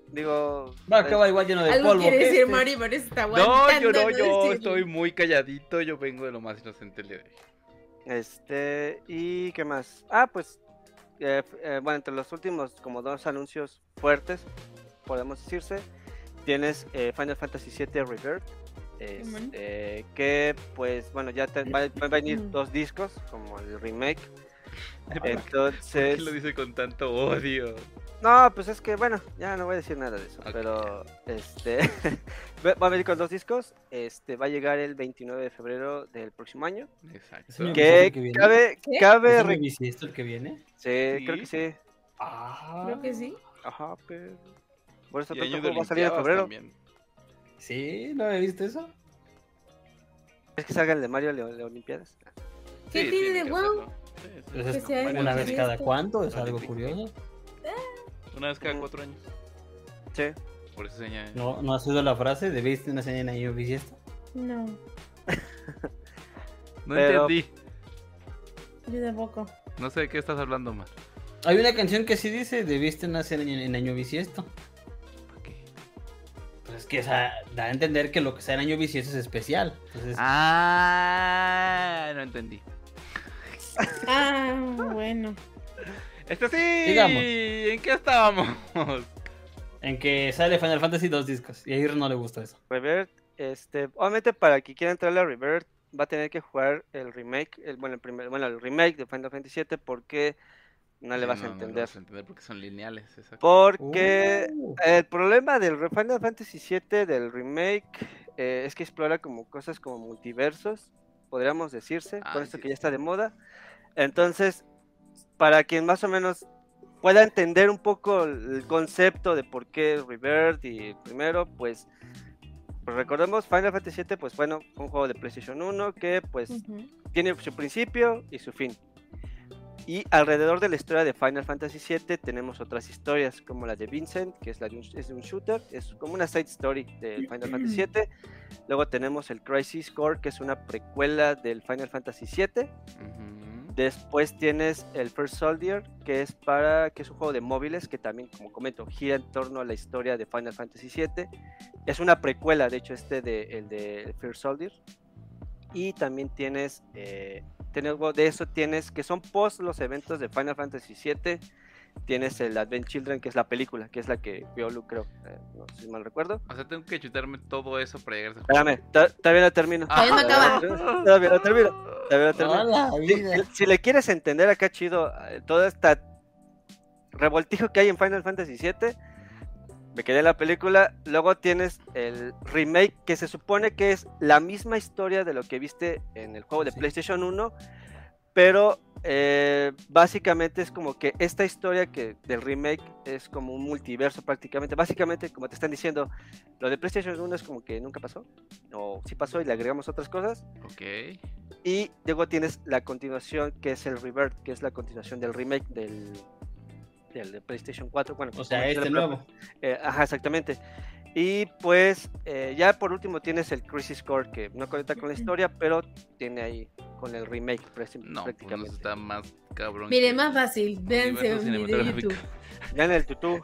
[SPEAKER 2] Digo, este,
[SPEAKER 3] Va a
[SPEAKER 2] es-
[SPEAKER 3] acabar igual lleno de
[SPEAKER 4] Algo
[SPEAKER 3] polvo.
[SPEAKER 4] quiere
[SPEAKER 3] que
[SPEAKER 4] decir
[SPEAKER 3] este.
[SPEAKER 4] Mario, Mario se está
[SPEAKER 1] No, yo
[SPEAKER 4] aguantando.
[SPEAKER 1] no, yo
[SPEAKER 4] decirlo.
[SPEAKER 1] estoy muy calladito, yo vengo de lo más inocente el día de hoy.
[SPEAKER 2] Este, ¿y qué más? Ah, pues, eh, f- eh, bueno, entre los últimos como dos anuncios fuertes, podemos decirse, tienes eh, Final Fantasy VII Rebirth,
[SPEAKER 4] bueno.
[SPEAKER 2] este, que pues, bueno, ya te, va, va a venir dos discos, como el remake.
[SPEAKER 1] ¿Por
[SPEAKER 2] Entonces,
[SPEAKER 1] qué lo dice con tanto odio?
[SPEAKER 2] no, pues es que, bueno, ya no voy a decir nada de eso,
[SPEAKER 1] Ok.
[SPEAKER 2] pero, este, va- va a venir con dos discos, este, va a llegar el 29 de febrero del próximo año,
[SPEAKER 1] Exacto.
[SPEAKER 3] Es una
[SPEAKER 1] ¿Qué?
[SPEAKER 3] ¿Qué?
[SPEAKER 2] que
[SPEAKER 3] el que viene?
[SPEAKER 2] cabe,
[SPEAKER 4] ¿Qué?
[SPEAKER 2] cabe,
[SPEAKER 3] ¿Es
[SPEAKER 2] re-
[SPEAKER 3] mi bisiesto el que viene?
[SPEAKER 2] sí, creo
[SPEAKER 1] Sí.
[SPEAKER 2] que sí.
[SPEAKER 3] Ah.
[SPEAKER 4] Creo que sí.
[SPEAKER 2] Ajá, pero. Por eso
[SPEAKER 1] Y
[SPEAKER 2] tanto
[SPEAKER 1] año
[SPEAKER 2] juego
[SPEAKER 1] de
[SPEAKER 2] va a salir en
[SPEAKER 1] Olimpiadas
[SPEAKER 2] febrero.
[SPEAKER 1] también.
[SPEAKER 3] Sí, ¿no había visto eso?
[SPEAKER 2] Es que salga el de Mario de de Olimpiadas.
[SPEAKER 4] ¿Qué
[SPEAKER 1] Sí,
[SPEAKER 4] tiene de
[SPEAKER 1] que
[SPEAKER 4] wow?
[SPEAKER 1] hacerlo. Sí, sí.
[SPEAKER 3] Pues es
[SPEAKER 4] Que sea
[SPEAKER 1] Bueno,
[SPEAKER 3] una vez
[SPEAKER 1] sí.
[SPEAKER 3] cada cuánto, es
[SPEAKER 1] Vale,
[SPEAKER 3] algo
[SPEAKER 1] sí.
[SPEAKER 3] curioso.
[SPEAKER 1] Una vez cada
[SPEAKER 2] Ujú.
[SPEAKER 1] cuatro años.
[SPEAKER 2] Sí.
[SPEAKER 1] Por eso seña.
[SPEAKER 3] No, no has oído la frase, debiste una señal en año bisiesto.
[SPEAKER 4] No,
[SPEAKER 1] No
[SPEAKER 2] Pero-
[SPEAKER 1] entendí.
[SPEAKER 4] yo tampoco.
[SPEAKER 1] No sé de qué estás hablando más.
[SPEAKER 3] Hay una canción que sí dice, debiste nacer en, en año bisiesto. Pues es que, o sea, da a entender que lo que sea en año bisiesto es especial. Entonces,
[SPEAKER 1] Ah, no entendí.
[SPEAKER 4] Ah, bueno.
[SPEAKER 1] Este sí.
[SPEAKER 3] Sigamos.
[SPEAKER 1] ¿En qué estábamos?
[SPEAKER 3] en que sale Final Fantasy dos discos. Y a Ir no le gustó eso.
[SPEAKER 2] Revert, este. Obviamente, para quien quiera entrarle a Revert, va a tener que jugar el remake. El, bueno, el primer, bueno, el remake de Final Fantasy VII porque no le
[SPEAKER 1] Sí,
[SPEAKER 2] vas a
[SPEAKER 1] no, No, lo
[SPEAKER 2] entender.
[SPEAKER 1] vas a entender porque son lineales. Exacto.
[SPEAKER 2] Porque
[SPEAKER 3] Uh,
[SPEAKER 2] el problema del re- Final Fantasy VII del remake eh, es que explora como cosas como multiversos, podríamos decirse, con
[SPEAKER 1] Ay,
[SPEAKER 2] esto
[SPEAKER 1] sí.
[SPEAKER 2] que ya está de moda. Entonces, para quien más o menos pueda entender un poco el el concepto de por qué Rebirth y el primero, pues, pues recordemos Final Fantasy VII, pues bueno, fue un juego de PlayStation 1 que pues
[SPEAKER 4] Ujú.
[SPEAKER 2] tiene su principio y su fin. Y alrededor de la historia de Final Fantasy VII tenemos otras historias, como la de Vincent, que es, la de un, es de un shooter, es como una side story del Final Fantasy VII. Luego tenemos el Crisis Core, que es una precuela del Final Fantasy VII.
[SPEAKER 1] Ujú.
[SPEAKER 2] Después tienes el First Soldier, que es para que es un juego de móviles que también, como comento, gira en torno a la historia de Final Fantasy VII. Es una precuela, de hecho, este de el de First Soldier. Y también tienes, eh, tienes- bueno, de eso tienes que son post los eventos de Final Fantasy VII. Tienes el Advent Children, que es la película, que es la que vio Luke, creo, eh, no sé si mal recuerdo.
[SPEAKER 1] O sea, tengo que chutarme todo eso para llegar a ese
[SPEAKER 2] Espérame, ta- todavía no termino.
[SPEAKER 1] Ah,
[SPEAKER 4] Todavía no acaba.
[SPEAKER 2] Todavía no termino. Todavía no termino.
[SPEAKER 3] Hola,
[SPEAKER 2] Si-
[SPEAKER 3] vida.
[SPEAKER 2] Si, si le quieres entender acá chido eh, todo este revoltijo que hay en Final Fantasy VII, me quedé en la película. Luego tienes el remake que se supone que es la misma historia de lo que viste en el juego de
[SPEAKER 3] Sí.
[SPEAKER 2] PlayStation 1, pero eh, básicamente es como que esta historia que del remake es como un multiverso prácticamente. Básicamente, como te están diciendo, lo de PlayStation 1 es como que nunca pasó, o sí pasó y le agregamos otras cosas.
[SPEAKER 1] Ok.
[SPEAKER 2] Y luego tienes la continuación que es el Revert, que es la continuación del remake del, del de PlayStation 4. Bueno,
[SPEAKER 3] O sea,
[SPEAKER 2] como
[SPEAKER 3] este
[SPEAKER 2] quiera,
[SPEAKER 3] nuevo.
[SPEAKER 2] eh, ajá, exactamente. Y pues eh, ya por último tienes el Crisis Core, que no conecta con la historia, pero tiene ahí con el remake presi-
[SPEAKER 1] No, pues no
[SPEAKER 2] prácticamente.
[SPEAKER 1] está más cabrón.
[SPEAKER 4] Mire,
[SPEAKER 1] que-
[SPEAKER 4] más fácil. Véanse
[SPEAKER 1] Universo
[SPEAKER 4] un video de
[SPEAKER 1] cinematográfico.
[SPEAKER 4] YouTube.
[SPEAKER 2] Ya en el tutú.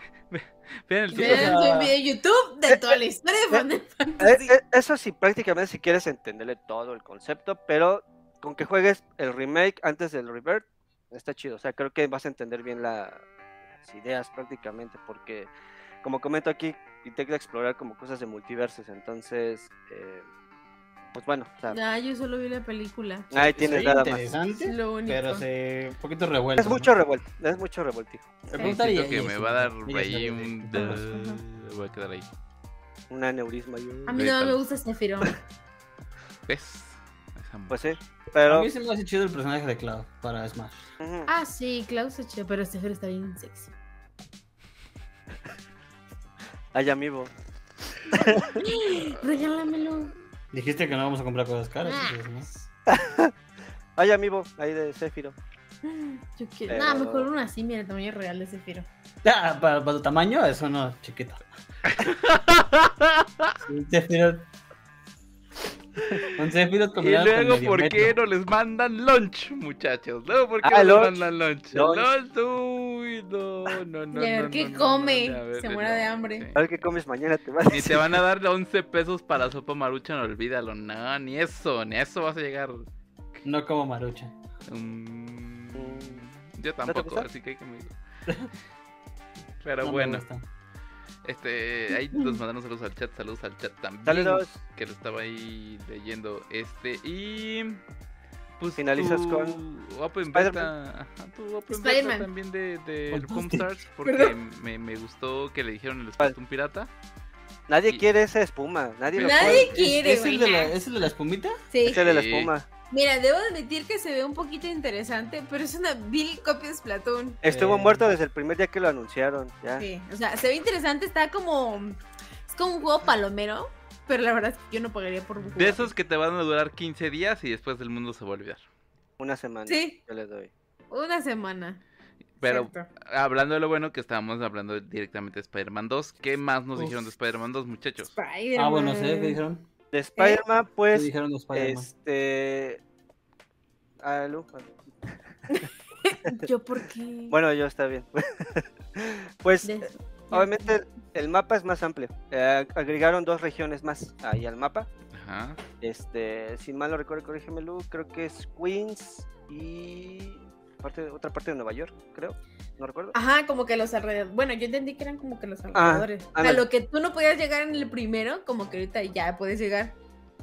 [SPEAKER 1] Vean el
[SPEAKER 3] Sí,
[SPEAKER 1] título.
[SPEAKER 3] o sea,
[SPEAKER 4] Véanse un video de YouTube de toda la historia de Final
[SPEAKER 2] Eh,
[SPEAKER 4] Fantasy.
[SPEAKER 2] eh, eso sí, prácticamente si quieres entenderle todo el concepto, pero con que juegues el remake antes del revert, está chido. O sea, creo que vas a entender bien la- las ideas prácticamente, porque como comento aquí, intenta explorar como cosas de multiversos, entonces, eh, pues bueno, o sea,
[SPEAKER 4] Ah, yo solo vi la película.
[SPEAKER 1] Ah,
[SPEAKER 2] ahí
[SPEAKER 3] Se
[SPEAKER 2] tienes
[SPEAKER 3] oye
[SPEAKER 2] nada más.
[SPEAKER 4] Es
[SPEAKER 3] interesante,
[SPEAKER 4] lo único.
[SPEAKER 3] pero se un poquito revuelto.
[SPEAKER 2] Es mucho
[SPEAKER 3] ¿no?
[SPEAKER 2] revuelto, es mucho revueltijo.
[SPEAKER 3] Me
[SPEAKER 1] Sí,
[SPEAKER 3] preguntaría
[SPEAKER 1] siento que
[SPEAKER 3] ella,
[SPEAKER 1] me
[SPEAKER 3] sí,
[SPEAKER 1] va a dar
[SPEAKER 3] ella
[SPEAKER 1] ahí
[SPEAKER 3] sabe de
[SPEAKER 1] un.
[SPEAKER 3] qué estamos
[SPEAKER 1] Voy a quedar ahí.
[SPEAKER 2] Un aneurisma y un-
[SPEAKER 4] A mí
[SPEAKER 1] Sí,
[SPEAKER 4] no me
[SPEAKER 1] tal.
[SPEAKER 4] gusta Sephiroth.
[SPEAKER 1] ¿Ves? Esa mu-
[SPEAKER 2] Pues sí,
[SPEAKER 3] A
[SPEAKER 2] pero...
[SPEAKER 3] mí se me hace chido el personaje de Cloud para Smash.
[SPEAKER 2] ujú.
[SPEAKER 4] Ah, sí, Klaus es chido, pero Sephiroth está bien sexy.
[SPEAKER 2] Ay, amigo.
[SPEAKER 4] Regálamelo.
[SPEAKER 3] Dijiste que no vamos a comprar cosas caras.
[SPEAKER 4] Ah.
[SPEAKER 3] entonces,
[SPEAKER 2] Ay, amigo, ahí de Céfiro.
[SPEAKER 4] Yo quiero.
[SPEAKER 2] Pero-
[SPEAKER 4] Nada, mejor uno así, mira, el tamaño real de Sephiroth.
[SPEAKER 3] ¿no? Ah, para, para tu tamaño, eso no, chiquito. un Sephiroth. Un Sephiroth
[SPEAKER 1] Y
[SPEAKER 3] combinado con
[SPEAKER 1] luego,
[SPEAKER 3] medio
[SPEAKER 1] ¿por qué
[SPEAKER 3] metro.
[SPEAKER 1] no les mandan lunch, muchachos? Luego, ¿por qué no
[SPEAKER 2] Ah,
[SPEAKER 1] les
[SPEAKER 2] lunch,
[SPEAKER 1] mandan lunch?
[SPEAKER 2] lunch.
[SPEAKER 1] Lunch, uy, no, no, no.
[SPEAKER 4] De ver
[SPEAKER 1] no,
[SPEAKER 4] qué
[SPEAKER 1] no, no,
[SPEAKER 4] come,
[SPEAKER 1] no, a ver,
[SPEAKER 4] se
[SPEAKER 1] no,
[SPEAKER 4] muera de
[SPEAKER 1] no,
[SPEAKER 4] hambre.
[SPEAKER 1] sí.
[SPEAKER 2] A ver qué comes mañana, te vas a
[SPEAKER 1] Ni te van a dar 11 pesos para sopa maruchan, olvídalo. No, ni eso, ni eso vas a llegar.
[SPEAKER 3] No como Marucha.
[SPEAKER 1] Mm,
[SPEAKER 2] Mm.
[SPEAKER 1] yo
[SPEAKER 2] te
[SPEAKER 1] tampoco,
[SPEAKER 2] gusta?
[SPEAKER 1] así que hay conmigo. Pero
[SPEAKER 3] No me
[SPEAKER 1] bueno,
[SPEAKER 3] gusta.
[SPEAKER 1] este, ahí nos mandaron saludos al chat, saludos al chat también.
[SPEAKER 2] Saludos.
[SPEAKER 1] Que lo estaba ahí leyendo este y... Pues
[SPEAKER 2] Finalizas
[SPEAKER 1] tu
[SPEAKER 2] con
[SPEAKER 1] Open
[SPEAKER 2] Spider-Man.
[SPEAKER 1] Beta, ajá, tu Open Beta
[SPEAKER 4] Spider-Man.
[SPEAKER 1] también de, de
[SPEAKER 3] Con tus
[SPEAKER 1] Homestars porque me, me gustó que le dijeron el Splatoon pirata.
[SPEAKER 2] Nadie
[SPEAKER 1] Y-
[SPEAKER 2] quiere esa espuma. Nadie lo
[SPEAKER 4] Nadie
[SPEAKER 2] puede.
[SPEAKER 4] quiere,
[SPEAKER 3] ¿Es, es el de
[SPEAKER 4] güey.
[SPEAKER 3] la, ¿Es el de la espumita?
[SPEAKER 4] Sí.
[SPEAKER 2] Échale la
[SPEAKER 1] Sí.
[SPEAKER 2] espuma.
[SPEAKER 4] Mira, debo admitir que se ve un poquito interesante, pero es una vil copia de Splatoon.
[SPEAKER 2] Estuvo
[SPEAKER 3] Eh.
[SPEAKER 2] muerto desde el primer día que lo anunciaron. Ya.
[SPEAKER 4] Sí. O sea, se ve interesante, está como. Es como un juego palomero, pero la verdad es que yo no pagaría por un juego.
[SPEAKER 1] De esos que te van a durar 15 días y después del mundo se va a olvidar.
[SPEAKER 2] Una semana.
[SPEAKER 4] Sí.
[SPEAKER 2] Yo le doy.
[SPEAKER 4] Una semana.
[SPEAKER 1] Pero
[SPEAKER 4] Cierto.
[SPEAKER 1] hablando de lo bueno que estábamos hablando directamente de Spider-Man 2,
[SPEAKER 2] Pues,
[SPEAKER 1] ¿qué más nos
[SPEAKER 3] Uf.
[SPEAKER 1] dijeron de Spider-Man 2, muchachos?
[SPEAKER 4] Spider-Man.
[SPEAKER 3] Ah, bueno, sé qué dijeron.
[SPEAKER 2] De Spider-Man,
[SPEAKER 4] Eh,
[SPEAKER 3] ¿Qué
[SPEAKER 2] pues.
[SPEAKER 3] dijeron de Spider-Man?
[SPEAKER 2] Este. ah, Lu.
[SPEAKER 4] Yo, ¿por qué?
[SPEAKER 2] Bueno, yo está bien. pues,
[SPEAKER 4] De-
[SPEAKER 2] eh, obviamente, el- el mapa es más amplio. Eh, agregaron dos regiones más ahí al mapa.
[SPEAKER 1] Ajá.
[SPEAKER 2] Este, sin mal no recuerdo, corrígeme Lu, creo que es Queens y parte de- otra parte de Nueva York, creo. No recuerdo.
[SPEAKER 4] Ajá, como que los alrededores. Bueno, yo entendí que eran como que los alrededores. o sea,
[SPEAKER 2] Ah, ándale.
[SPEAKER 4] lo que tú no podías llegar en el primero, como que ahorita ya puedes llegar.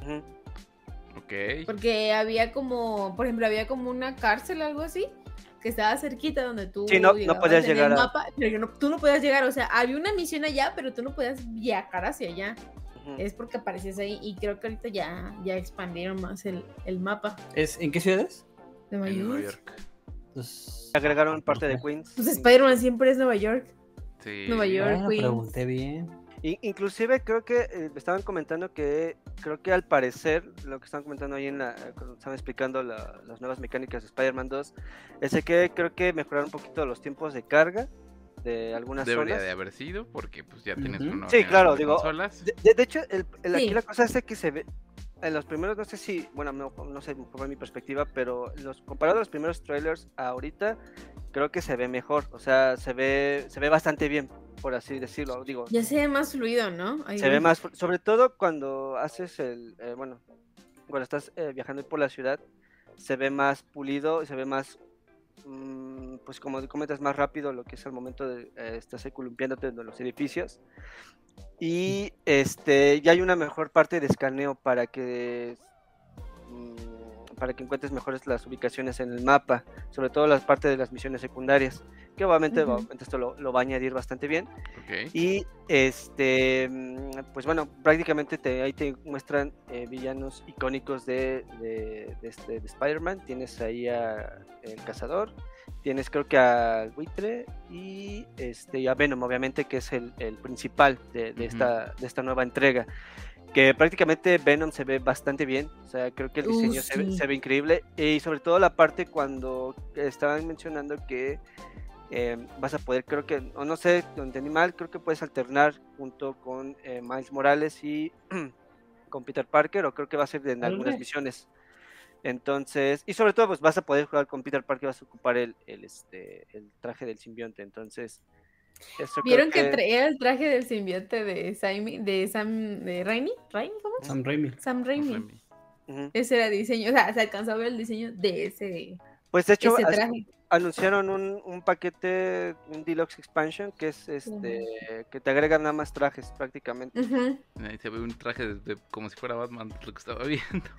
[SPEAKER 2] Ujú.
[SPEAKER 1] Ok.
[SPEAKER 4] Porque había como, por ejemplo, había como una cárcel, algo así, que estaba cerquita donde tú.
[SPEAKER 2] Sí, no- no
[SPEAKER 4] llegabas
[SPEAKER 2] podías
[SPEAKER 4] en el
[SPEAKER 2] llegar a-
[SPEAKER 4] mapa, pero yo no- tú no podías llegar. O sea, había una misión allá, pero tú no podías viajar hacia allá.
[SPEAKER 2] Ujú.
[SPEAKER 4] Es porque aparecías ahí y creo que ahorita ya, ya expandieron más el, el mapa
[SPEAKER 3] ¿Es, ¿En qué ciudades?
[SPEAKER 4] de Nueva
[SPEAKER 1] En Nueva
[SPEAKER 4] York.
[SPEAKER 1] York.
[SPEAKER 3] Pues-
[SPEAKER 2] Agregaron parte de
[SPEAKER 3] Ajá.
[SPEAKER 2] Queens.
[SPEAKER 4] Pues Spider-Man siempre es Nueva York.
[SPEAKER 1] Sí.
[SPEAKER 4] Nueva York.
[SPEAKER 3] Ah,
[SPEAKER 4] Queens.
[SPEAKER 3] pregunté bien.
[SPEAKER 2] I- inclusive creo que eh, me estaban comentando que creo que al parecer lo que están comentando ahí en la eh, cuando estaban explicando la- las nuevas mecánicas de Spider-Man 2 es de que creo que mejoraron un poquito los tiempos de carga de algunas
[SPEAKER 1] Debería
[SPEAKER 2] zonas.
[SPEAKER 1] de haber sido porque pues ya tienes
[SPEAKER 3] Ujú.
[SPEAKER 1] una
[SPEAKER 2] Sí,
[SPEAKER 1] generación
[SPEAKER 2] claro,
[SPEAKER 1] de
[SPEAKER 2] digo,
[SPEAKER 1] consolas.
[SPEAKER 2] De, de- de hecho, el, el- aquí
[SPEAKER 4] Sí.
[SPEAKER 2] la cosa es de que se ve. En los primeros, no sé si. Bueno, no, no sé por mi perspectiva, pero los comparado a los primeros trailers a ahorita, creo que se ve mejor. O sea, se ve, se ve bastante bien, por así decirlo. Digo,
[SPEAKER 4] Ya se ve más fluido, ¿no? Ahí
[SPEAKER 2] se ve más. fu- Sobre todo cuando haces el. eh, bueno, cuando estás eh, viajando por la ciudad, se ve más pulido, se ve más. mm, pues como comentas, más rápido lo que es el momento de eh, estás ahí columpiándote en los edificios. Y este ya hay una mejor parte de escaneo para que mm, para que encuentres mejores las ubicaciones en el mapa, sobre todo las partes de las misiones secundarias, que obviamente,
[SPEAKER 4] Ujú.
[SPEAKER 2] obviamente esto lo- lo va a añadir bastante bien.
[SPEAKER 1] Ok.
[SPEAKER 2] Y este, mm, pues bueno, prácticamente te, ahí te muestran eh, villanos icónicos de, de, de este, de Spider-Man. Tienes ahí a el cazador, tienes creo que al buitre y este y a Venom, obviamente, que es el, el principal de, de
[SPEAKER 1] Ujú.
[SPEAKER 2] esta, de esta nueva entrega. Que prácticamente Venom se ve bastante bien. O sea, creo que el
[SPEAKER 4] Uh,
[SPEAKER 2] diseño se, ve,
[SPEAKER 4] sí.
[SPEAKER 2] se ve increíble. Y sobre todo la parte cuando estaban mencionando que eh, vas a poder, creo que, o no sé, lo entendí mal, creo que puedes alternar junto con eh, Miles Morales y con Peter Parker, o creo que va a ser en algunas
[SPEAKER 3] Órale.
[SPEAKER 2] misiones. Entonces, y sobre todo, pues vas a poder jugar con Peter Parker, vas a ocupar el, el, este, el traje del simbionte. Entonces, eso
[SPEAKER 4] ¿Vieron que
[SPEAKER 2] creo
[SPEAKER 4] traía el traje del simbionte de, Saimi- de Sam de Raimi? ¿Raimi? ¿Cómo?
[SPEAKER 3] Sam Raimi.
[SPEAKER 4] Sam Raimi.
[SPEAKER 1] Raimi.
[SPEAKER 2] Ujú.
[SPEAKER 4] Ese era el diseño, o sea, se alcanzó a ver el diseño de ese,
[SPEAKER 2] Pues de hecho,
[SPEAKER 4] ese
[SPEAKER 2] as-
[SPEAKER 4] traje.
[SPEAKER 2] anunciaron un, un paquete, un deluxe expansion, que es este, que te agregan nada más trajes prácticamente.
[SPEAKER 4] Ujú.
[SPEAKER 1] Ahí se ve un traje de- de- como si fuera Batman, lo que estaba viendo.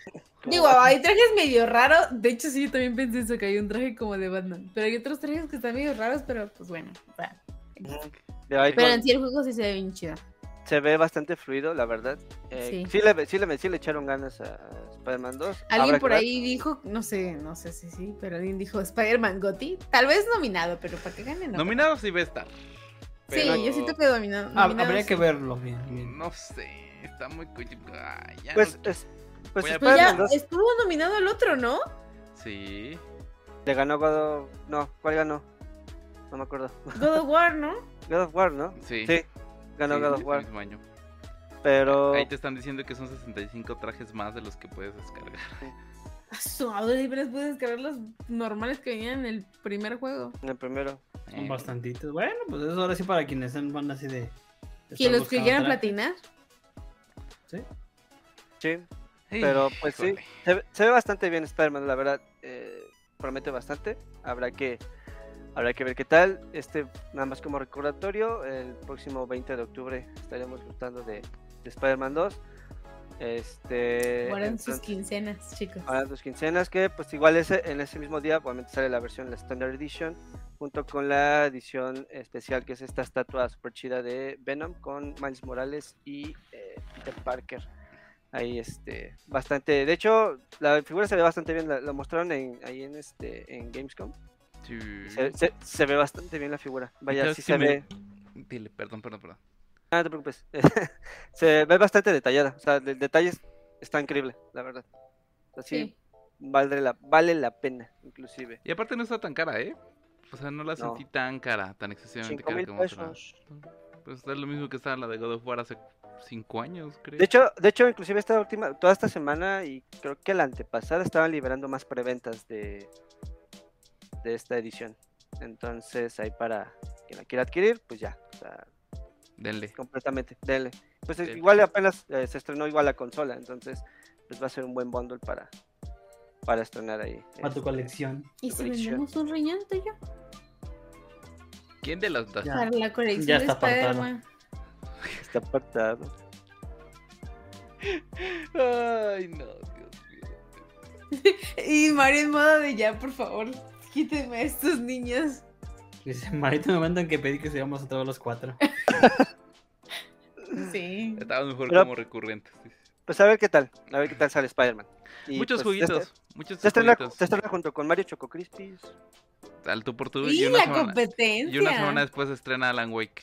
[SPEAKER 4] Digo, hay trajes medio raros. De hecho, sí, yo también pensé eso, que hay un traje como de Batman. Pero hay otros trajes que están medio raros, pero pues bueno. o sea.
[SPEAKER 2] Ujú. De ahí
[SPEAKER 4] Pero
[SPEAKER 2] con-
[SPEAKER 4] en sí el juego sí se ve bien chido.
[SPEAKER 2] se ve bastante fluido, la verdad. Eh, sí.
[SPEAKER 4] Sí.
[SPEAKER 2] le, sí, le, sí le echaron ganas a a Spider-Man 2.
[SPEAKER 4] Alguien
[SPEAKER 2] Habrá
[SPEAKER 4] por
[SPEAKER 2] que ver.
[SPEAKER 4] ahí dijo, no sé, no sé si sí, pero alguien dijo Spider-Man Gotti. Tal vez nominado, pero para que gane no.
[SPEAKER 1] Nominado sí va a estar.
[SPEAKER 4] Sí,
[SPEAKER 1] pero-
[SPEAKER 4] yo siento que dominado.
[SPEAKER 3] Ah,
[SPEAKER 4] nominado
[SPEAKER 3] habría
[SPEAKER 4] sí.
[SPEAKER 3] que verlo bien. bien.
[SPEAKER 1] No sé, está muy... co- Ay, ya
[SPEAKER 2] Pues,
[SPEAKER 1] no-
[SPEAKER 2] es- pues
[SPEAKER 1] Voy a-
[SPEAKER 4] Pero ya eh.
[SPEAKER 2] Spider-Man 2
[SPEAKER 4] estuvo nominado el otro, ¿no?
[SPEAKER 1] Sí.
[SPEAKER 2] le ganó God of... No, ¿cuál ganó? No me acuerdo.
[SPEAKER 4] God of War, ¿no?
[SPEAKER 2] God of War, ¿no?
[SPEAKER 1] Sí.
[SPEAKER 2] Sí, ganó
[SPEAKER 1] sí,
[SPEAKER 2] God of
[SPEAKER 1] ese
[SPEAKER 2] War. Oh.
[SPEAKER 1] mismo año.
[SPEAKER 2] Pero...
[SPEAKER 1] Ahí te están diciendo que son 65 trajes más de los que puedes descargar.
[SPEAKER 4] A Su madre, apenas pude descargar los normales que venían en el primer juego.
[SPEAKER 2] En el primero.
[SPEAKER 3] Son
[SPEAKER 1] Eh,
[SPEAKER 3] bastantitos. Bueno, pues eso ahora sí para quienes sean van así de.
[SPEAKER 4] Que los que quieran
[SPEAKER 3] platicar
[SPEAKER 4] platinar.
[SPEAKER 2] Sí.
[SPEAKER 1] sí,
[SPEAKER 2] Pero, pues, sí.
[SPEAKER 1] híjole.
[SPEAKER 2] Se, ve- se ve bastante bien Spider-Man, la verdad. eh, promete bastante. Habrá que, habrá que ver qué tal. Este, nada más como recordatorio, el próximo 20 de octubre estaremos gustando de, de Spider-Man 2. Este,
[SPEAKER 4] Ahora en sus
[SPEAKER 2] entonces, Ah,
[SPEAKER 4] quincenas, chicos.
[SPEAKER 2] ahora en sus quincenas, que pues igual ese, en ese mismo día, obviamente sale la versión, la Standard Edition, junto con la edición especial, que es esta estatua super chida de Venom con Miles Morales y eh, Peter Parker ahí este bastante de hecho la figura se ve bastante bien la, la mostraron en, ahí en este en Gamescom
[SPEAKER 1] Sí.
[SPEAKER 2] se, se- se ve bastante bien la figura vaya
[SPEAKER 1] ¿Sabes
[SPEAKER 2] sí
[SPEAKER 1] qué
[SPEAKER 2] se
[SPEAKER 1] Mm. me-
[SPEAKER 2] ve
[SPEAKER 1] Dile, perdón, perdón, perdón.
[SPEAKER 2] ah, no te preocupes se ve bastante detallada o sea el detalle es- está increíble la verdad
[SPEAKER 4] Sí.
[SPEAKER 2] así vale la vale la pena inclusive
[SPEAKER 1] Y aparte no está tan cara, ¿eh? O sea, no la
[SPEAKER 2] No.
[SPEAKER 1] sentí tan cara, tan excesivamente
[SPEAKER 2] cinco
[SPEAKER 1] cara
[SPEAKER 2] mil
[SPEAKER 1] como otra.
[SPEAKER 2] pesos
[SPEAKER 1] Pues es lo mismo que estaba la de God of War hace 5 años, creo.
[SPEAKER 2] de hecho de hecho inclusive esta última toda esta semana y creo que la antepasada estaban liberando más preventas de de esta edición entonces ahí para quien la quiera adquirir pues ya o sea,
[SPEAKER 1] Denle.
[SPEAKER 2] completamente, dele. Pues es-
[SPEAKER 1] Dele.
[SPEAKER 2] igual apenas eh, se estrenó igual la consola, entonces pues va a ser un buen bundle para, para estrenar ahí.
[SPEAKER 3] Para tu
[SPEAKER 2] eh.
[SPEAKER 3] colección.
[SPEAKER 4] ¿Y si vendemos un riñón tuyo?
[SPEAKER 1] ¿Quién de los dos?
[SPEAKER 3] Ya.
[SPEAKER 4] Para la colección
[SPEAKER 3] Ya
[SPEAKER 4] de
[SPEAKER 3] está apartado.
[SPEAKER 4] Spider-Man.
[SPEAKER 2] Está apartado.
[SPEAKER 1] Ay, no, Dios mío.
[SPEAKER 4] Y Mario en modo de ya, por favor, quítenme a estos niños.
[SPEAKER 3] Dice, Marito me mandan que pedí que se a todos los cuatro.
[SPEAKER 4] Sí.
[SPEAKER 1] Estaban mejor
[SPEAKER 2] Pero-
[SPEAKER 1] como recurrentes. dice.
[SPEAKER 2] Pues a ver qué tal, a ver qué tal sale Spider-Man. Y,
[SPEAKER 1] Muchos
[SPEAKER 2] pues,
[SPEAKER 1] juguitos,
[SPEAKER 2] Se, estre-
[SPEAKER 1] muchos
[SPEAKER 2] se estrena,
[SPEAKER 1] juguitos.
[SPEAKER 2] se estrena junto con Mario Choco Crispies.
[SPEAKER 1] Al tú por tú y,
[SPEAKER 4] Y
[SPEAKER 1] una
[SPEAKER 4] la
[SPEAKER 1] semana,
[SPEAKER 4] competencia.
[SPEAKER 1] y una semana después se estrena Alan Wake.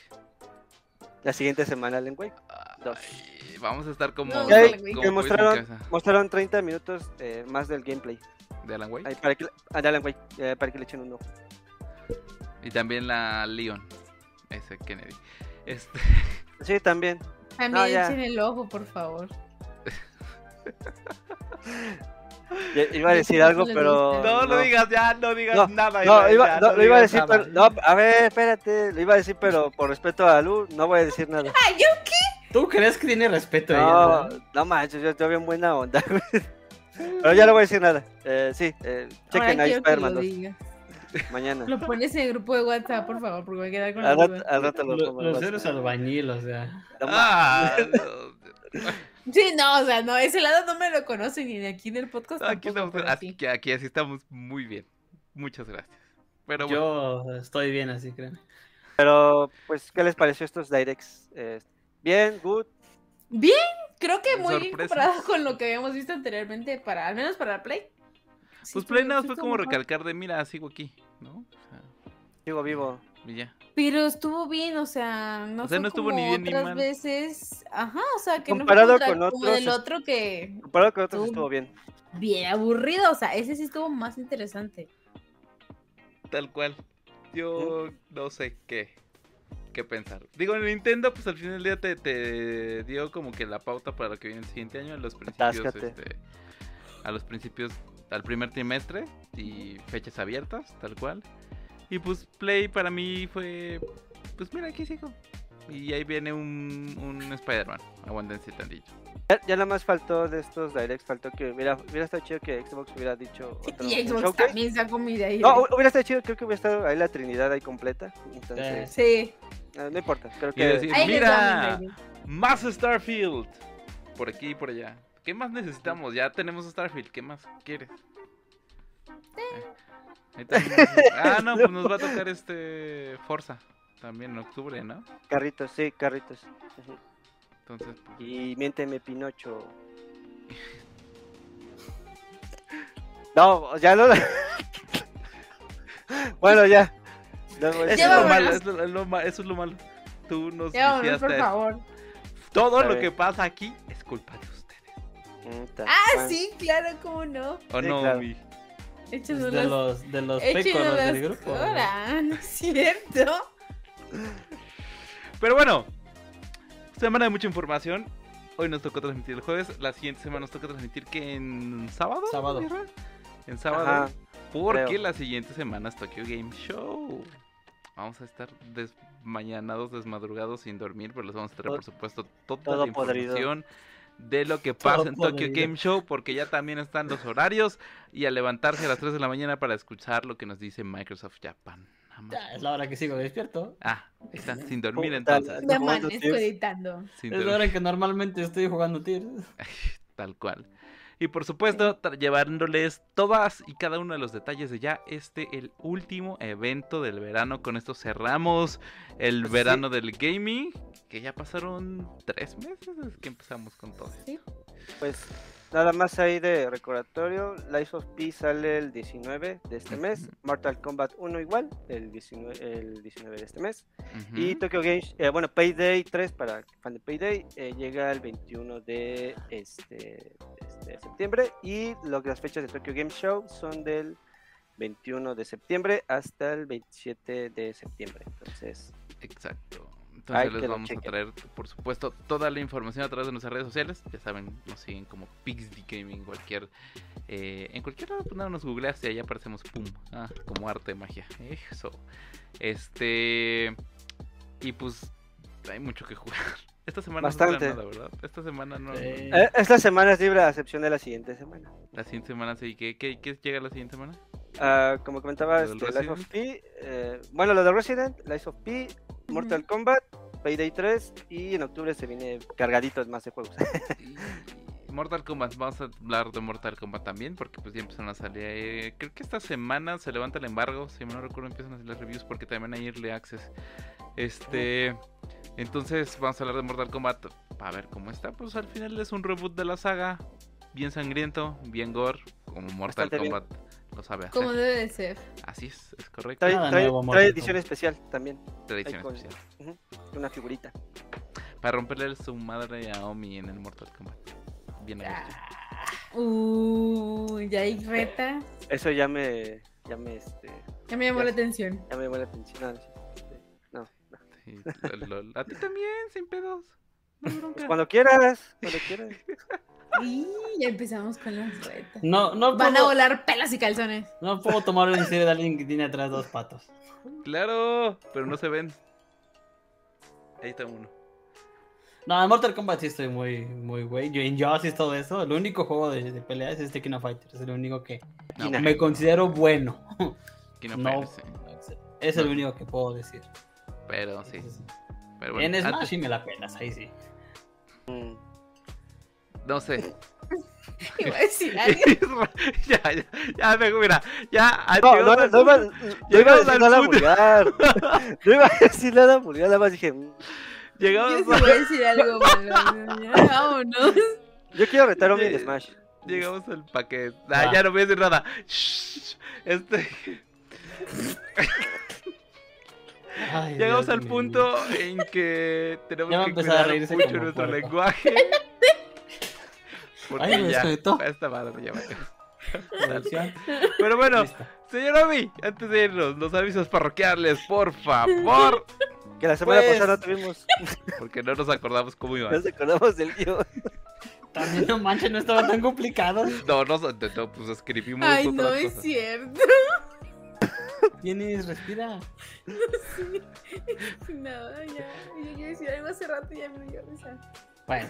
[SPEAKER 2] La siguiente semana Alan Wake. Dos.
[SPEAKER 1] Ay, vamos a estar como.
[SPEAKER 4] No,
[SPEAKER 1] como-
[SPEAKER 4] Alan Wake.
[SPEAKER 1] como
[SPEAKER 2] Que mostraron-
[SPEAKER 1] Luis en casa
[SPEAKER 2] Mostraron 30 minutos eh, más del gameplay.
[SPEAKER 1] de Alan Wake.
[SPEAKER 2] Ahí para que, ah, de Alan Wake, eh, para que le echen un ojo.
[SPEAKER 1] Y también la Leon. Ese Kennedy. Este,
[SPEAKER 2] Sí, también.
[SPEAKER 4] También
[SPEAKER 2] No, ya.
[SPEAKER 4] echen el ojo, por favor.
[SPEAKER 2] Ya- Iba a
[SPEAKER 4] Yo
[SPEAKER 2] decir
[SPEAKER 4] creo que
[SPEAKER 2] algo,
[SPEAKER 4] les
[SPEAKER 2] pero.
[SPEAKER 4] gusta. No,
[SPEAKER 1] digas ya, no digas
[SPEAKER 2] No,
[SPEAKER 1] nada.
[SPEAKER 2] No, iba, no, lo iba a decir, pero. No, a ver, espérate. Lo iba a decir, pero por respeto a Lu, no voy a decir nada.
[SPEAKER 4] Ay, yo
[SPEAKER 3] ¿Tú crees que tiene respeto ella?
[SPEAKER 2] No,
[SPEAKER 3] verdad?
[SPEAKER 2] no manches, yo estoy bien buena onda. güey. Pero ya no voy a decir nada. Eh, sí, eh, chequen
[SPEAKER 4] ahora
[SPEAKER 2] ahí
[SPEAKER 4] quiero que lo
[SPEAKER 2] Spider-Man dos,
[SPEAKER 4] digas.
[SPEAKER 2] mañana.
[SPEAKER 4] Lo pones en el grupo de WhatsApp, por favor, porque voy a quedar con la
[SPEAKER 2] Al rato,
[SPEAKER 4] duda.
[SPEAKER 2] al rato lo
[SPEAKER 3] Lo-
[SPEAKER 2] pongo,
[SPEAKER 3] los
[SPEAKER 2] vas.
[SPEAKER 3] héroes albañil, o sea.
[SPEAKER 2] No ma-
[SPEAKER 1] Ah, no,
[SPEAKER 4] Sí, no, o sea, no, ese lado no me lo conocen ni de aquí en el podcast.
[SPEAKER 1] aquí,
[SPEAKER 4] tampoco,
[SPEAKER 1] estamos,
[SPEAKER 4] pero
[SPEAKER 1] así
[SPEAKER 4] sí.
[SPEAKER 1] que aquí así estamos muy bien. Muchas gracias. Pero Ah, bueno,
[SPEAKER 3] Yo estoy bien así, créeme.
[SPEAKER 2] Pero, pues, ¿qué les pareció estos directs? Eh, bien, good.
[SPEAKER 4] Bien, creo que muy bien
[SPEAKER 1] Sorpresas.
[SPEAKER 4] comparado con lo que habíamos visto anteriormente, para, al menos para Play. Sí,
[SPEAKER 1] pues
[SPEAKER 4] estuvo-
[SPEAKER 1] Play nada más
[SPEAKER 4] sí
[SPEAKER 1] fue
[SPEAKER 4] estuvo
[SPEAKER 1] como
[SPEAKER 4] mejor.
[SPEAKER 1] recalcar de, mira, sigo aquí, ¿no? O sea,
[SPEAKER 2] Sigo vivo.
[SPEAKER 1] y ya.
[SPEAKER 4] Pero estuvo bien, o sea, no,
[SPEAKER 1] O sea,
[SPEAKER 4] fue
[SPEAKER 1] no estuvo
[SPEAKER 4] como
[SPEAKER 1] ni bien ni
[SPEAKER 4] otras
[SPEAKER 1] mal.
[SPEAKER 4] veces. Ajá, o sea, que
[SPEAKER 2] Comparado
[SPEAKER 4] no fue contra-
[SPEAKER 2] con
[SPEAKER 4] como
[SPEAKER 2] otros,
[SPEAKER 4] del
[SPEAKER 2] es-
[SPEAKER 4] otro que
[SPEAKER 2] Comparado con otros,
[SPEAKER 4] Tú.
[SPEAKER 2] estuvo bien.
[SPEAKER 4] bien aburrido, o sea, ese sí estuvo más interesante.
[SPEAKER 1] Tal cual. Yo no sé qué, qué pensar. Digo, en Nintendo, pues al final del día te, te dio como que la pauta para lo que viene el siguiente año, a los principios,
[SPEAKER 2] Atáscate.
[SPEAKER 1] este, a los principios, al primer trimestre y fechas abiertas, tal cual. Y pues Play para mí fue, pues mira, aquí sigo. Y ahí viene un, un Spider-Man, aguántense tantito.
[SPEAKER 2] Ya, ya nada más faltó de estos directs, faltó que hubiera, hubiera estado chido que Xbox hubiera dicho. otro
[SPEAKER 4] Y Xbox
[SPEAKER 2] showcase.
[SPEAKER 4] también sacó mi de ahí.
[SPEAKER 2] No, hu- hubiera estado chido, creo que hubiera estado ahí la Trinidad ahí completa. Entonces,
[SPEAKER 4] sí.
[SPEAKER 2] eh, no importa, creo
[SPEAKER 1] Y decir,
[SPEAKER 2] que.
[SPEAKER 4] Ahí les
[SPEAKER 1] mira,
[SPEAKER 4] va mi
[SPEAKER 1] más Starfield. Por aquí y por allá. ¿Qué más necesitamos? Ya tenemos Starfield. ¿Qué más quieres? Eh, ahí también- Ah, no, pues nos va a tocar este Forza. También en octubre, ¿no?
[SPEAKER 2] Carritos, sí, carritos. Ujú.
[SPEAKER 1] Entonces, pues,
[SPEAKER 2] Y miénteme, Pinocho. No, ya no. bueno, ya. No,
[SPEAKER 1] eso,
[SPEAKER 2] este,
[SPEAKER 1] es lo
[SPEAKER 4] Llévanos.
[SPEAKER 1] malo, es lo- es lo ma- eso es lo malo. Tú nos
[SPEAKER 4] Ya vámonos,
[SPEAKER 1] viciaste
[SPEAKER 4] por
[SPEAKER 1] a eso.
[SPEAKER 4] favor.
[SPEAKER 1] Todo
[SPEAKER 2] Está
[SPEAKER 1] lo
[SPEAKER 2] bien.
[SPEAKER 1] que pasa aquí es culpa de ustedes.
[SPEAKER 2] Puta,
[SPEAKER 4] Ah,
[SPEAKER 2] man.
[SPEAKER 4] sí, claro, cómo no.
[SPEAKER 1] ¿O
[SPEAKER 2] Sí,
[SPEAKER 1] no,
[SPEAKER 2] claro.
[SPEAKER 1] mi? Pues
[SPEAKER 3] Es
[SPEAKER 4] Échenos
[SPEAKER 3] de
[SPEAKER 4] las-
[SPEAKER 3] los, de los
[SPEAKER 4] échenos
[SPEAKER 3] pécolos
[SPEAKER 4] las
[SPEAKER 3] del grupo. güey.
[SPEAKER 4] Ahora, ¿no es cierto?
[SPEAKER 1] Pero bueno, semana de mucha información. Hoy nos tocó transmitir el jueves. La siguiente semana nos toca transmitir que en sábado.
[SPEAKER 3] Sábado.
[SPEAKER 1] ¿no, Israel? En sábado.
[SPEAKER 2] Ajá,
[SPEAKER 1] porque
[SPEAKER 2] creo.
[SPEAKER 1] la siguiente semana es Tokyo Game Show. Vamos a estar desmañanados, desmadrugados, sin dormir. Pero les vamos a traer,
[SPEAKER 2] Todo-
[SPEAKER 1] por supuesto, toda
[SPEAKER 2] todo
[SPEAKER 1] la
[SPEAKER 2] podrido.
[SPEAKER 1] información de lo que
[SPEAKER 3] Todo
[SPEAKER 1] pasa en Tokyo
[SPEAKER 3] podrido.
[SPEAKER 1] Game Show. Porque ya también están los horarios. Y a levantarse a las 3 de la mañana para escuchar lo que nos dice Microsoft Japan. Nada más.
[SPEAKER 3] Ya, es la hora que sigo despierto.
[SPEAKER 1] Ah, están sin dormir
[SPEAKER 2] Puta,
[SPEAKER 1] entonces.
[SPEAKER 4] Me
[SPEAKER 2] jugando
[SPEAKER 4] amanezco
[SPEAKER 2] Tears.
[SPEAKER 4] editando.
[SPEAKER 1] Sin
[SPEAKER 3] Es la
[SPEAKER 1] dormir.
[SPEAKER 3] hora que normalmente estoy jugando Tears.
[SPEAKER 1] Tal cual. Y por supuesto, tra- llevándoles todas y cada uno de los detalles de ya este, el último evento del verano. Con esto cerramos el
[SPEAKER 2] Pues sí.
[SPEAKER 1] verano del gaming, que ya pasaron tres meses desde que empezamos con todo.
[SPEAKER 4] Sí.
[SPEAKER 2] pues nada más ahí de recordatorio. Life of P sale el 19 de este mes. Mortal Kombat 1 igual, el 19, el 19 de este mes.
[SPEAKER 1] Ujú.
[SPEAKER 2] Y Tokyo Games, eh, bueno, Payday 3 para fan de Payday eh, llega el 21 de este, este septiembre. Y lo que las fechas de Tokyo Game Show son del 21 de septiembre hasta el 27 de septiembre. Entonces,
[SPEAKER 1] Exacto. Entonces
[SPEAKER 2] Ay, que
[SPEAKER 1] les
[SPEAKER 2] lo
[SPEAKER 1] vamos a
[SPEAKER 2] chequen.
[SPEAKER 1] traer, por supuesto, toda la información a través de nuestras redes sociales. Ya saben, nos siguen como Pixby Gaming en cualquier, eh, en cualquier lado, pues nada, nos googleas y ahí aparecemos, pum, ah, como arte de magia. Eso. Este y pues hay mucho que jugar. Esta semana no se
[SPEAKER 2] Bastante.
[SPEAKER 1] juega nada, ¿verdad? Esta semana no.
[SPEAKER 3] Sí.
[SPEAKER 1] no.
[SPEAKER 2] eh, esta semana es libre a excepción de la siguiente semana.
[SPEAKER 1] La siguiente semana sí. ¿Qué, qué, qué llega la siguiente semana?
[SPEAKER 2] Ah, como comentaba,
[SPEAKER 1] ¿Lo del
[SPEAKER 2] este, Life of P, eh, bueno, lo de Resident, Life of P, Mortal Kombat, Payday 3 y en octubre se viene cargaditos más de juegos.
[SPEAKER 1] Y Mortal Kombat, vamos a hablar de Mortal Kombat también, porque pues ya empezaron a salir. eh, creo que esta semana se levanta el embargo, si no recuerdo, empiezan a hacer las reviews porque también hay Early Access. Este. Entonces, vamos a hablar de Mortal Kombat. A ver cómo está. Pues al final es un reboot de la saga. Bien sangriento, bien gore, como Mortal
[SPEAKER 2] Bastante bien.
[SPEAKER 1] Kombat lo sabe hacer.
[SPEAKER 4] Como debe de ser.
[SPEAKER 1] Así es, es correcto.
[SPEAKER 2] Trae,
[SPEAKER 3] Nada
[SPEAKER 2] trae-
[SPEAKER 3] nuevo,
[SPEAKER 2] trae
[SPEAKER 3] morrito.
[SPEAKER 2] edición especial también,
[SPEAKER 1] Tradición
[SPEAKER 2] con-
[SPEAKER 1] especial.
[SPEAKER 2] una figurita.
[SPEAKER 1] Para romperle su madre a Omi en el Mortal Kombat. Bien a gusto.
[SPEAKER 4] Uh, Ah, ya hay reta.
[SPEAKER 2] Eso ya me, ya me, este,
[SPEAKER 4] Ya me llamó
[SPEAKER 2] Ya.
[SPEAKER 4] la atención.
[SPEAKER 2] ya me llamó la atención. Ah, no, sí, este, No, no.
[SPEAKER 1] Sí, lo- lo- a ti también, sin pedos. No hay
[SPEAKER 2] Pues
[SPEAKER 1] bronca.
[SPEAKER 2] cuando quieras, cuando quieras.
[SPEAKER 4] Y ya empezamos con las retas.
[SPEAKER 3] No, no
[SPEAKER 4] Van a
[SPEAKER 3] puedo,
[SPEAKER 4] volar pelas y calzones.
[SPEAKER 3] no puedo tomarlo en serio de alguien que tiene atrás dos patos.
[SPEAKER 1] Claro, pero no se ven. Ahí está uno.
[SPEAKER 3] No, en Mortal Kombat sí estoy muy, muy güey. Yo en Injustice, todo eso. El único juego de, de pelea es este King of Fighters. Es el único que
[SPEAKER 1] No,
[SPEAKER 2] Nah.
[SPEAKER 3] me considero bueno.
[SPEAKER 1] aquí no,
[SPEAKER 3] No,
[SPEAKER 1] parece,
[SPEAKER 3] es el
[SPEAKER 1] No.
[SPEAKER 3] único que puedo decir.
[SPEAKER 1] Pero sí.
[SPEAKER 3] Entonces,
[SPEAKER 1] Pero bueno, ah,
[SPEAKER 3] en Smash
[SPEAKER 1] antes-
[SPEAKER 3] sí me la pelas, ahí sí.
[SPEAKER 2] Mm.
[SPEAKER 1] no sé.
[SPEAKER 4] Iba a decir algo.
[SPEAKER 1] ya, ya, ya, me- mira, ya. ah,
[SPEAKER 2] No,
[SPEAKER 1] adiós,
[SPEAKER 2] no, no, iba, no iba a
[SPEAKER 1] Llegamos
[SPEAKER 2] decir
[SPEAKER 1] al
[SPEAKER 2] nada
[SPEAKER 1] punto.
[SPEAKER 2] vulgar. No iba a decir nada vulgar, nada más dije, mm,
[SPEAKER 1] Llegamos
[SPEAKER 4] Yo sí
[SPEAKER 1] a-
[SPEAKER 4] voy a decir algo malo. Ya, vámonos.
[SPEAKER 2] yo quiero retar a Omi en
[SPEAKER 1] Eh,
[SPEAKER 2] Smash.
[SPEAKER 1] Llegamos al paquete. Ah,
[SPEAKER 3] Va.
[SPEAKER 1] ya no voy a decir nada. Shh, Este,
[SPEAKER 3] Ay,
[SPEAKER 1] llegamos
[SPEAKER 3] Dios
[SPEAKER 1] al
[SPEAKER 3] mío.
[SPEAKER 1] punto en que tenemos
[SPEAKER 3] Ya va a
[SPEAKER 1] que
[SPEAKER 3] empezar a
[SPEAKER 1] cuidar
[SPEAKER 3] reírse
[SPEAKER 1] mucho
[SPEAKER 3] como
[SPEAKER 1] nuestro
[SPEAKER 3] puerco.
[SPEAKER 1] lenguaje. Porque
[SPEAKER 3] Ay, me
[SPEAKER 1] ya,
[SPEAKER 3] desconectó.
[SPEAKER 1] esta madre ya valió.
[SPEAKER 3] Producción,
[SPEAKER 1] Pero bueno,
[SPEAKER 3] lista.
[SPEAKER 1] señor Obi, antes de irnos, los avisos parroquiales, por favor.
[SPEAKER 2] Que la semana
[SPEAKER 3] pues-
[SPEAKER 2] pasada no tuvimos,
[SPEAKER 1] Porque no nos acordamos cómo iba.
[SPEAKER 2] no nos acordamos del guión.
[SPEAKER 3] También no manches, no estaba tan complicado.
[SPEAKER 1] No, no, no, no, pues escribimos
[SPEAKER 4] Ay,
[SPEAKER 1] otra
[SPEAKER 4] no es
[SPEAKER 1] cosa.
[SPEAKER 4] cierto.
[SPEAKER 3] Tienes, respira.
[SPEAKER 4] No, ya. Yo quería decir algo hace rato y ya me dio risa.
[SPEAKER 3] Bueno,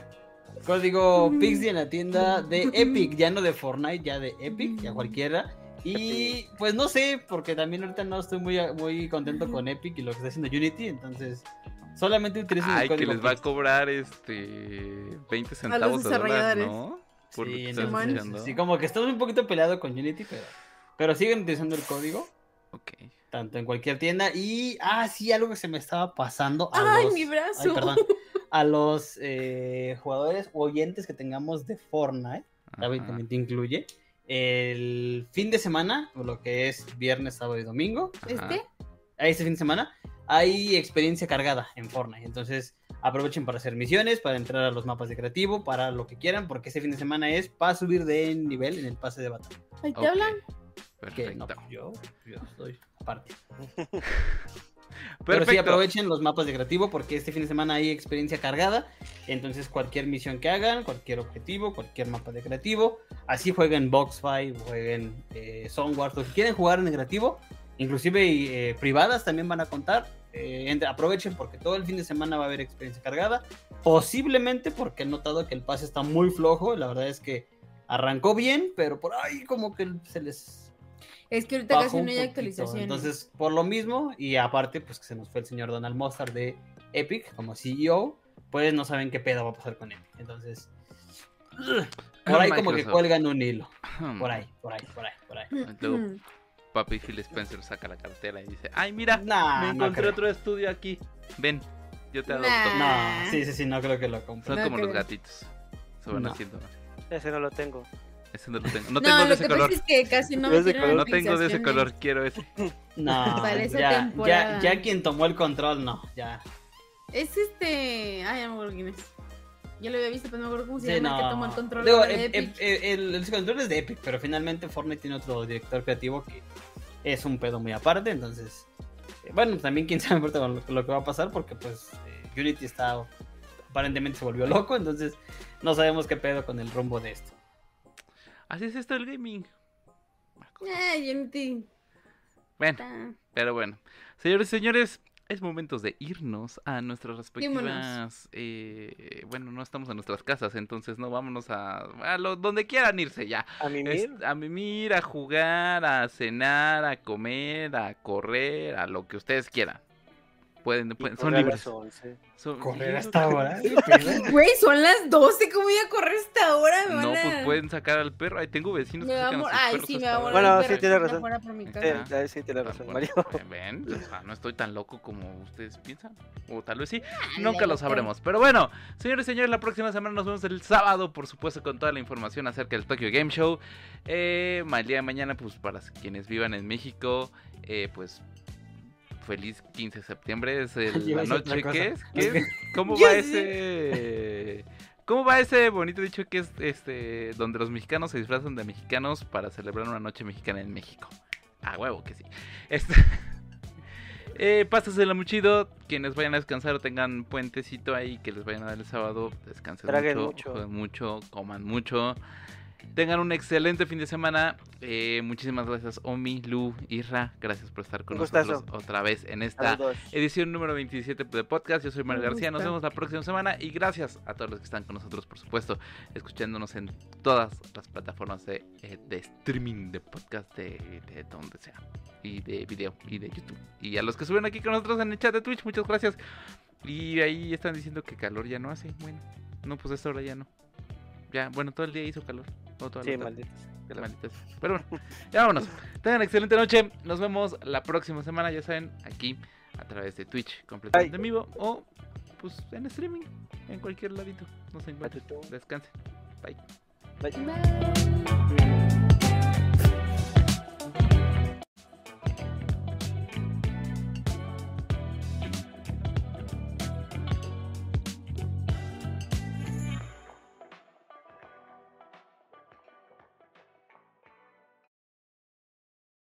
[SPEAKER 3] código Pixie en la tienda de Epic, ya no de Fortnite, ya de Epic, ya cualquiera. Y pues no sé, porque también ahorita no estoy muy, muy contento con Epic y lo que está haciendo Unity, entonces solamente utilizo
[SPEAKER 1] Ay, que les va a cobrar este 20 centavos de dólar,
[SPEAKER 4] desarrolladores.
[SPEAKER 1] ¿no? Por lo que
[SPEAKER 3] Sí,
[SPEAKER 1] estás
[SPEAKER 4] entonces,
[SPEAKER 1] escuchando.
[SPEAKER 3] sí, como que estoy un poquito peleado con Unity, pero, pero siguen utilizando el código,
[SPEAKER 1] Ok.
[SPEAKER 3] tanto en cualquier tienda. Y, ah, sí, algo que se me estaba pasando. A
[SPEAKER 4] Ay,
[SPEAKER 3] los-
[SPEAKER 4] mi brazo.
[SPEAKER 3] ay, perdón. A los eh, jugadores o oyentes que tengamos de Fortnite. También,
[SPEAKER 1] ajá.
[SPEAKER 3] también te incluye. El fin de semana, o lo que es viernes, sábado y domingo,
[SPEAKER 4] ¿Este?
[SPEAKER 3] a este fin de semana, hay experiencia cargada en Fortnite. Entonces, aprovechen para hacer misiones, para entrar a los mapas de creativo, para lo que quieran, porque este fin de semana es para subir de nivel en el pase de batalla.
[SPEAKER 4] Ahí te
[SPEAKER 1] Ok,
[SPEAKER 4] hablan.
[SPEAKER 3] Que no,
[SPEAKER 1] Perfecto.
[SPEAKER 3] yo, yo estoy aparte. Pero sí,
[SPEAKER 1] Perfecto.
[SPEAKER 3] aprovechen los mapas de creativo porque este fin de semana hay experiencia cargada. Entonces, cualquier misión que hagan, cualquier objetivo, cualquier mapa de creativo, así jueguen Box Fight, jueguen eh, Soundwars, lo que quieren jugar en el creativo, inclusive y, eh, privadas también van a contar. Eh, entre- aprovechen porque todo el fin de semana va a haber experiencia cargada. Posiblemente porque he notado que el pase está muy flojo. La verdad es que arrancó bien, pero por ahí como que se les
[SPEAKER 4] Es que ahorita
[SPEAKER 3] bajó
[SPEAKER 4] casi
[SPEAKER 3] un
[SPEAKER 4] no hay
[SPEAKER 3] poquito.
[SPEAKER 4] actualización.
[SPEAKER 3] Entonces, por lo mismo, y aparte, pues que se nos fue el señor Donald Mozart de Epic como CEO, pues no saben qué pedo va a pasar con Epic. Entonces, por ahí como que
[SPEAKER 1] Microsoft. Mm.
[SPEAKER 3] cuelgan un hilo. Por ahí, por ahí, por ahí, por ahí.
[SPEAKER 1] Luego, papi Phil Spencer saca la cartera y dice, ay, mira,
[SPEAKER 3] Nah,
[SPEAKER 1] me
[SPEAKER 3] Ah, no,
[SPEAKER 1] encontré
[SPEAKER 3] creo.
[SPEAKER 1] otro estudio aquí. Ven, yo te adopto.
[SPEAKER 4] Nah.
[SPEAKER 3] No, sí, sí, sí, no creo que lo compren.
[SPEAKER 1] Son
[SPEAKER 4] No
[SPEAKER 1] como los
[SPEAKER 4] creo.
[SPEAKER 1] gatitos. Se van
[SPEAKER 3] No.
[SPEAKER 1] haciendo.
[SPEAKER 2] Ese no lo tengo.
[SPEAKER 1] Ese no lo tengo. No
[SPEAKER 4] No,
[SPEAKER 1] tengo de
[SPEAKER 4] lo
[SPEAKER 1] ese
[SPEAKER 4] que
[SPEAKER 1] color.
[SPEAKER 4] pasa es que casi no
[SPEAKER 2] No
[SPEAKER 4] me
[SPEAKER 2] es de
[SPEAKER 4] dieron
[SPEAKER 2] color.
[SPEAKER 1] No tengo de ese
[SPEAKER 4] actualizaciones.
[SPEAKER 1] color, quiero ese.
[SPEAKER 3] No,
[SPEAKER 4] Para esa
[SPEAKER 3] ya, ya,
[SPEAKER 4] temporada.
[SPEAKER 3] ya quien tomó el control, no, ya.
[SPEAKER 4] Es este. Ay, ya no me acuerdo quién es. Yo lo había visto, pero no me acuerdo cómo se
[SPEAKER 3] Sí,
[SPEAKER 4] llama el
[SPEAKER 3] no.
[SPEAKER 4] que tomó el control
[SPEAKER 3] Digo,
[SPEAKER 4] de
[SPEAKER 3] eh,
[SPEAKER 4] Epic.
[SPEAKER 3] eh, eh, el, el control es de Epic, pero finalmente Fortnite tiene otro director creativo que es un pedo muy aparte, entonces... eh, Bueno, también quién sabe ahorita con lo, con lo que va a pasar porque pues eh, Unity está... Aparentemente se volvió loco, entonces no sabemos qué pedo con el rumbo de esto.
[SPEAKER 1] Así es esto el gaming.
[SPEAKER 4] Ay, Unity.
[SPEAKER 1] Bueno,
[SPEAKER 4] ta.
[SPEAKER 1] Pero bueno, señores y señores, es momento de irnos a nuestras respectivas.
[SPEAKER 4] Vámonos.
[SPEAKER 1] eh, bueno, no estamos en nuestras casas, entonces no vámonos a, a lo- donde quieran irse ya.
[SPEAKER 2] A mí
[SPEAKER 1] Es- a mimir, a jugar, a cenar, a comer, a correr, a lo que ustedes quieran. pueden, pueden-
[SPEAKER 2] Y
[SPEAKER 1] son
[SPEAKER 2] correr a
[SPEAKER 1] libres.
[SPEAKER 2] las 11.
[SPEAKER 1] Son-
[SPEAKER 3] Correr
[SPEAKER 1] yo
[SPEAKER 3] hasta
[SPEAKER 1] creo-
[SPEAKER 3] ahora. ¿Qué pedo?
[SPEAKER 4] Güey, son las 12, ¿cómo voy a correr hasta ahora? Me
[SPEAKER 1] No,
[SPEAKER 4] van a-
[SPEAKER 1] pues pueden sacar al perro. Ahí tengo vecinos
[SPEAKER 4] Me
[SPEAKER 1] que
[SPEAKER 4] va a
[SPEAKER 1] sacan a
[SPEAKER 4] mor-
[SPEAKER 1] sus
[SPEAKER 4] Ay,
[SPEAKER 1] perros
[SPEAKER 4] sí, me
[SPEAKER 1] hasta
[SPEAKER 4] va a
[SPEAKER 1] ahora.
[SPEAKER 4] morir.
[SPEAKER 2] Bueno, sí, tienes razón.
[SPEAKER 4] Fuera por mi casa.
[SPEAKER 2] Sí,
[SPEAKER 1] Ajá.
[SPEAKER 2] ya sí tienes
[SPEAKER 1] Tal
[SPEAKER 2] razón,
[SPEAKER 1] cual.
[SPEAKER 2] Mario.
[SPEAKER 1] Eh, Ven, o sea, no estoy tan loco como ustedes piensan. O tal vez sí,
[SPEAKER 4] Ay,
[SPEAKER 1] nunca
[SPEAKER 4] la
[SPEAKER 1] lo
[SPEAKER 4] neta.
[SPEAKER 1] sabremos. Pero bueno, señores y señores, la próxima semana nos vemos el sábado, por supuesto, con toda la información acerca del Tokyo Game Show. Eh, ma- el día de mañana, pues para quienes vivan en México, eh, pues feliz 15 de septiembre. Es el-
[SPEAKER 3] Iba a
[SPEAKER 1] la
[SPEAKER 3] decir otra
[SPEAKER 1] noche,
[SPEAKER 3] cosa.
[SPEAKER 1] ¿qué es? ¿Qué es? ¿Cómo
[SPEAKER 4] Yo
[SPEAKER 1] va
[SPEAKER 4] sé.
[SPEAKER 1] ese...? ¿Cómo va ese bonito dicho que es este donde los mexicanos se disfrazan de mexicanos para celebrar una noche mexicana en México? A huevo que sí. Este... Eh, pásasela muy chido. Quienes vayan a descansar o tengan puentecito ahí que les vayan a dar el sábado, descansen
[SPEAKER 2] Traguen
[SPEAKER 1] mucho,
[SPEAKER 2] mucho.
[SPEAKER 1] jueguen mucho, coman mucho. Tengan un excelente fin de semana. Eh, muchísimas gracias, Omi, Lu, Irra. Gracias por estar con
[SPEAKER 2] Un gustazo.
[SPEAKER 1] nosotros otra vez en esta
[SPEAKER 2] Saludos.
[SPEAKER 1] edición número 27 de podcast. Yo soy Mario
[SPEAKER 4] Me
[SPEAKER 1] García. Nos
[SPEAKER 4] gusta.
[SPEAKER 1] vemos la próxima semana y gracias a todos los que están con nosotros, por supuesto, escuchándonos en todas las plataformas de, eh, de streaming, de podcast, de, de donde sea, y de video, y de YouTube. Y a los que suben aquí con nosotros en el chat de Twitch, muchas gracias. Y ahí están diciendo que calor ya no hace. Bueno, no, pues a esta hora ya no. Ya, bueno, todo el día hizo calor. o toda la
[SPEAKER 2] Sí,
[SPEAKER 1] tarde.
[SPEAKER 2] malditos.
[SPEAKER 1] Qué maldita sea. Pero bueno, ya vámonos. Tengan excelente noche. Nos vemos la próxima semana, ya saben, aquí a través de Twitch completamente en vivo o pues en streaming, en cualquier ladito. Nos encuentran. Descansen.
[SPEAKER 2] Bye.
[SPEAKER 4] Bye.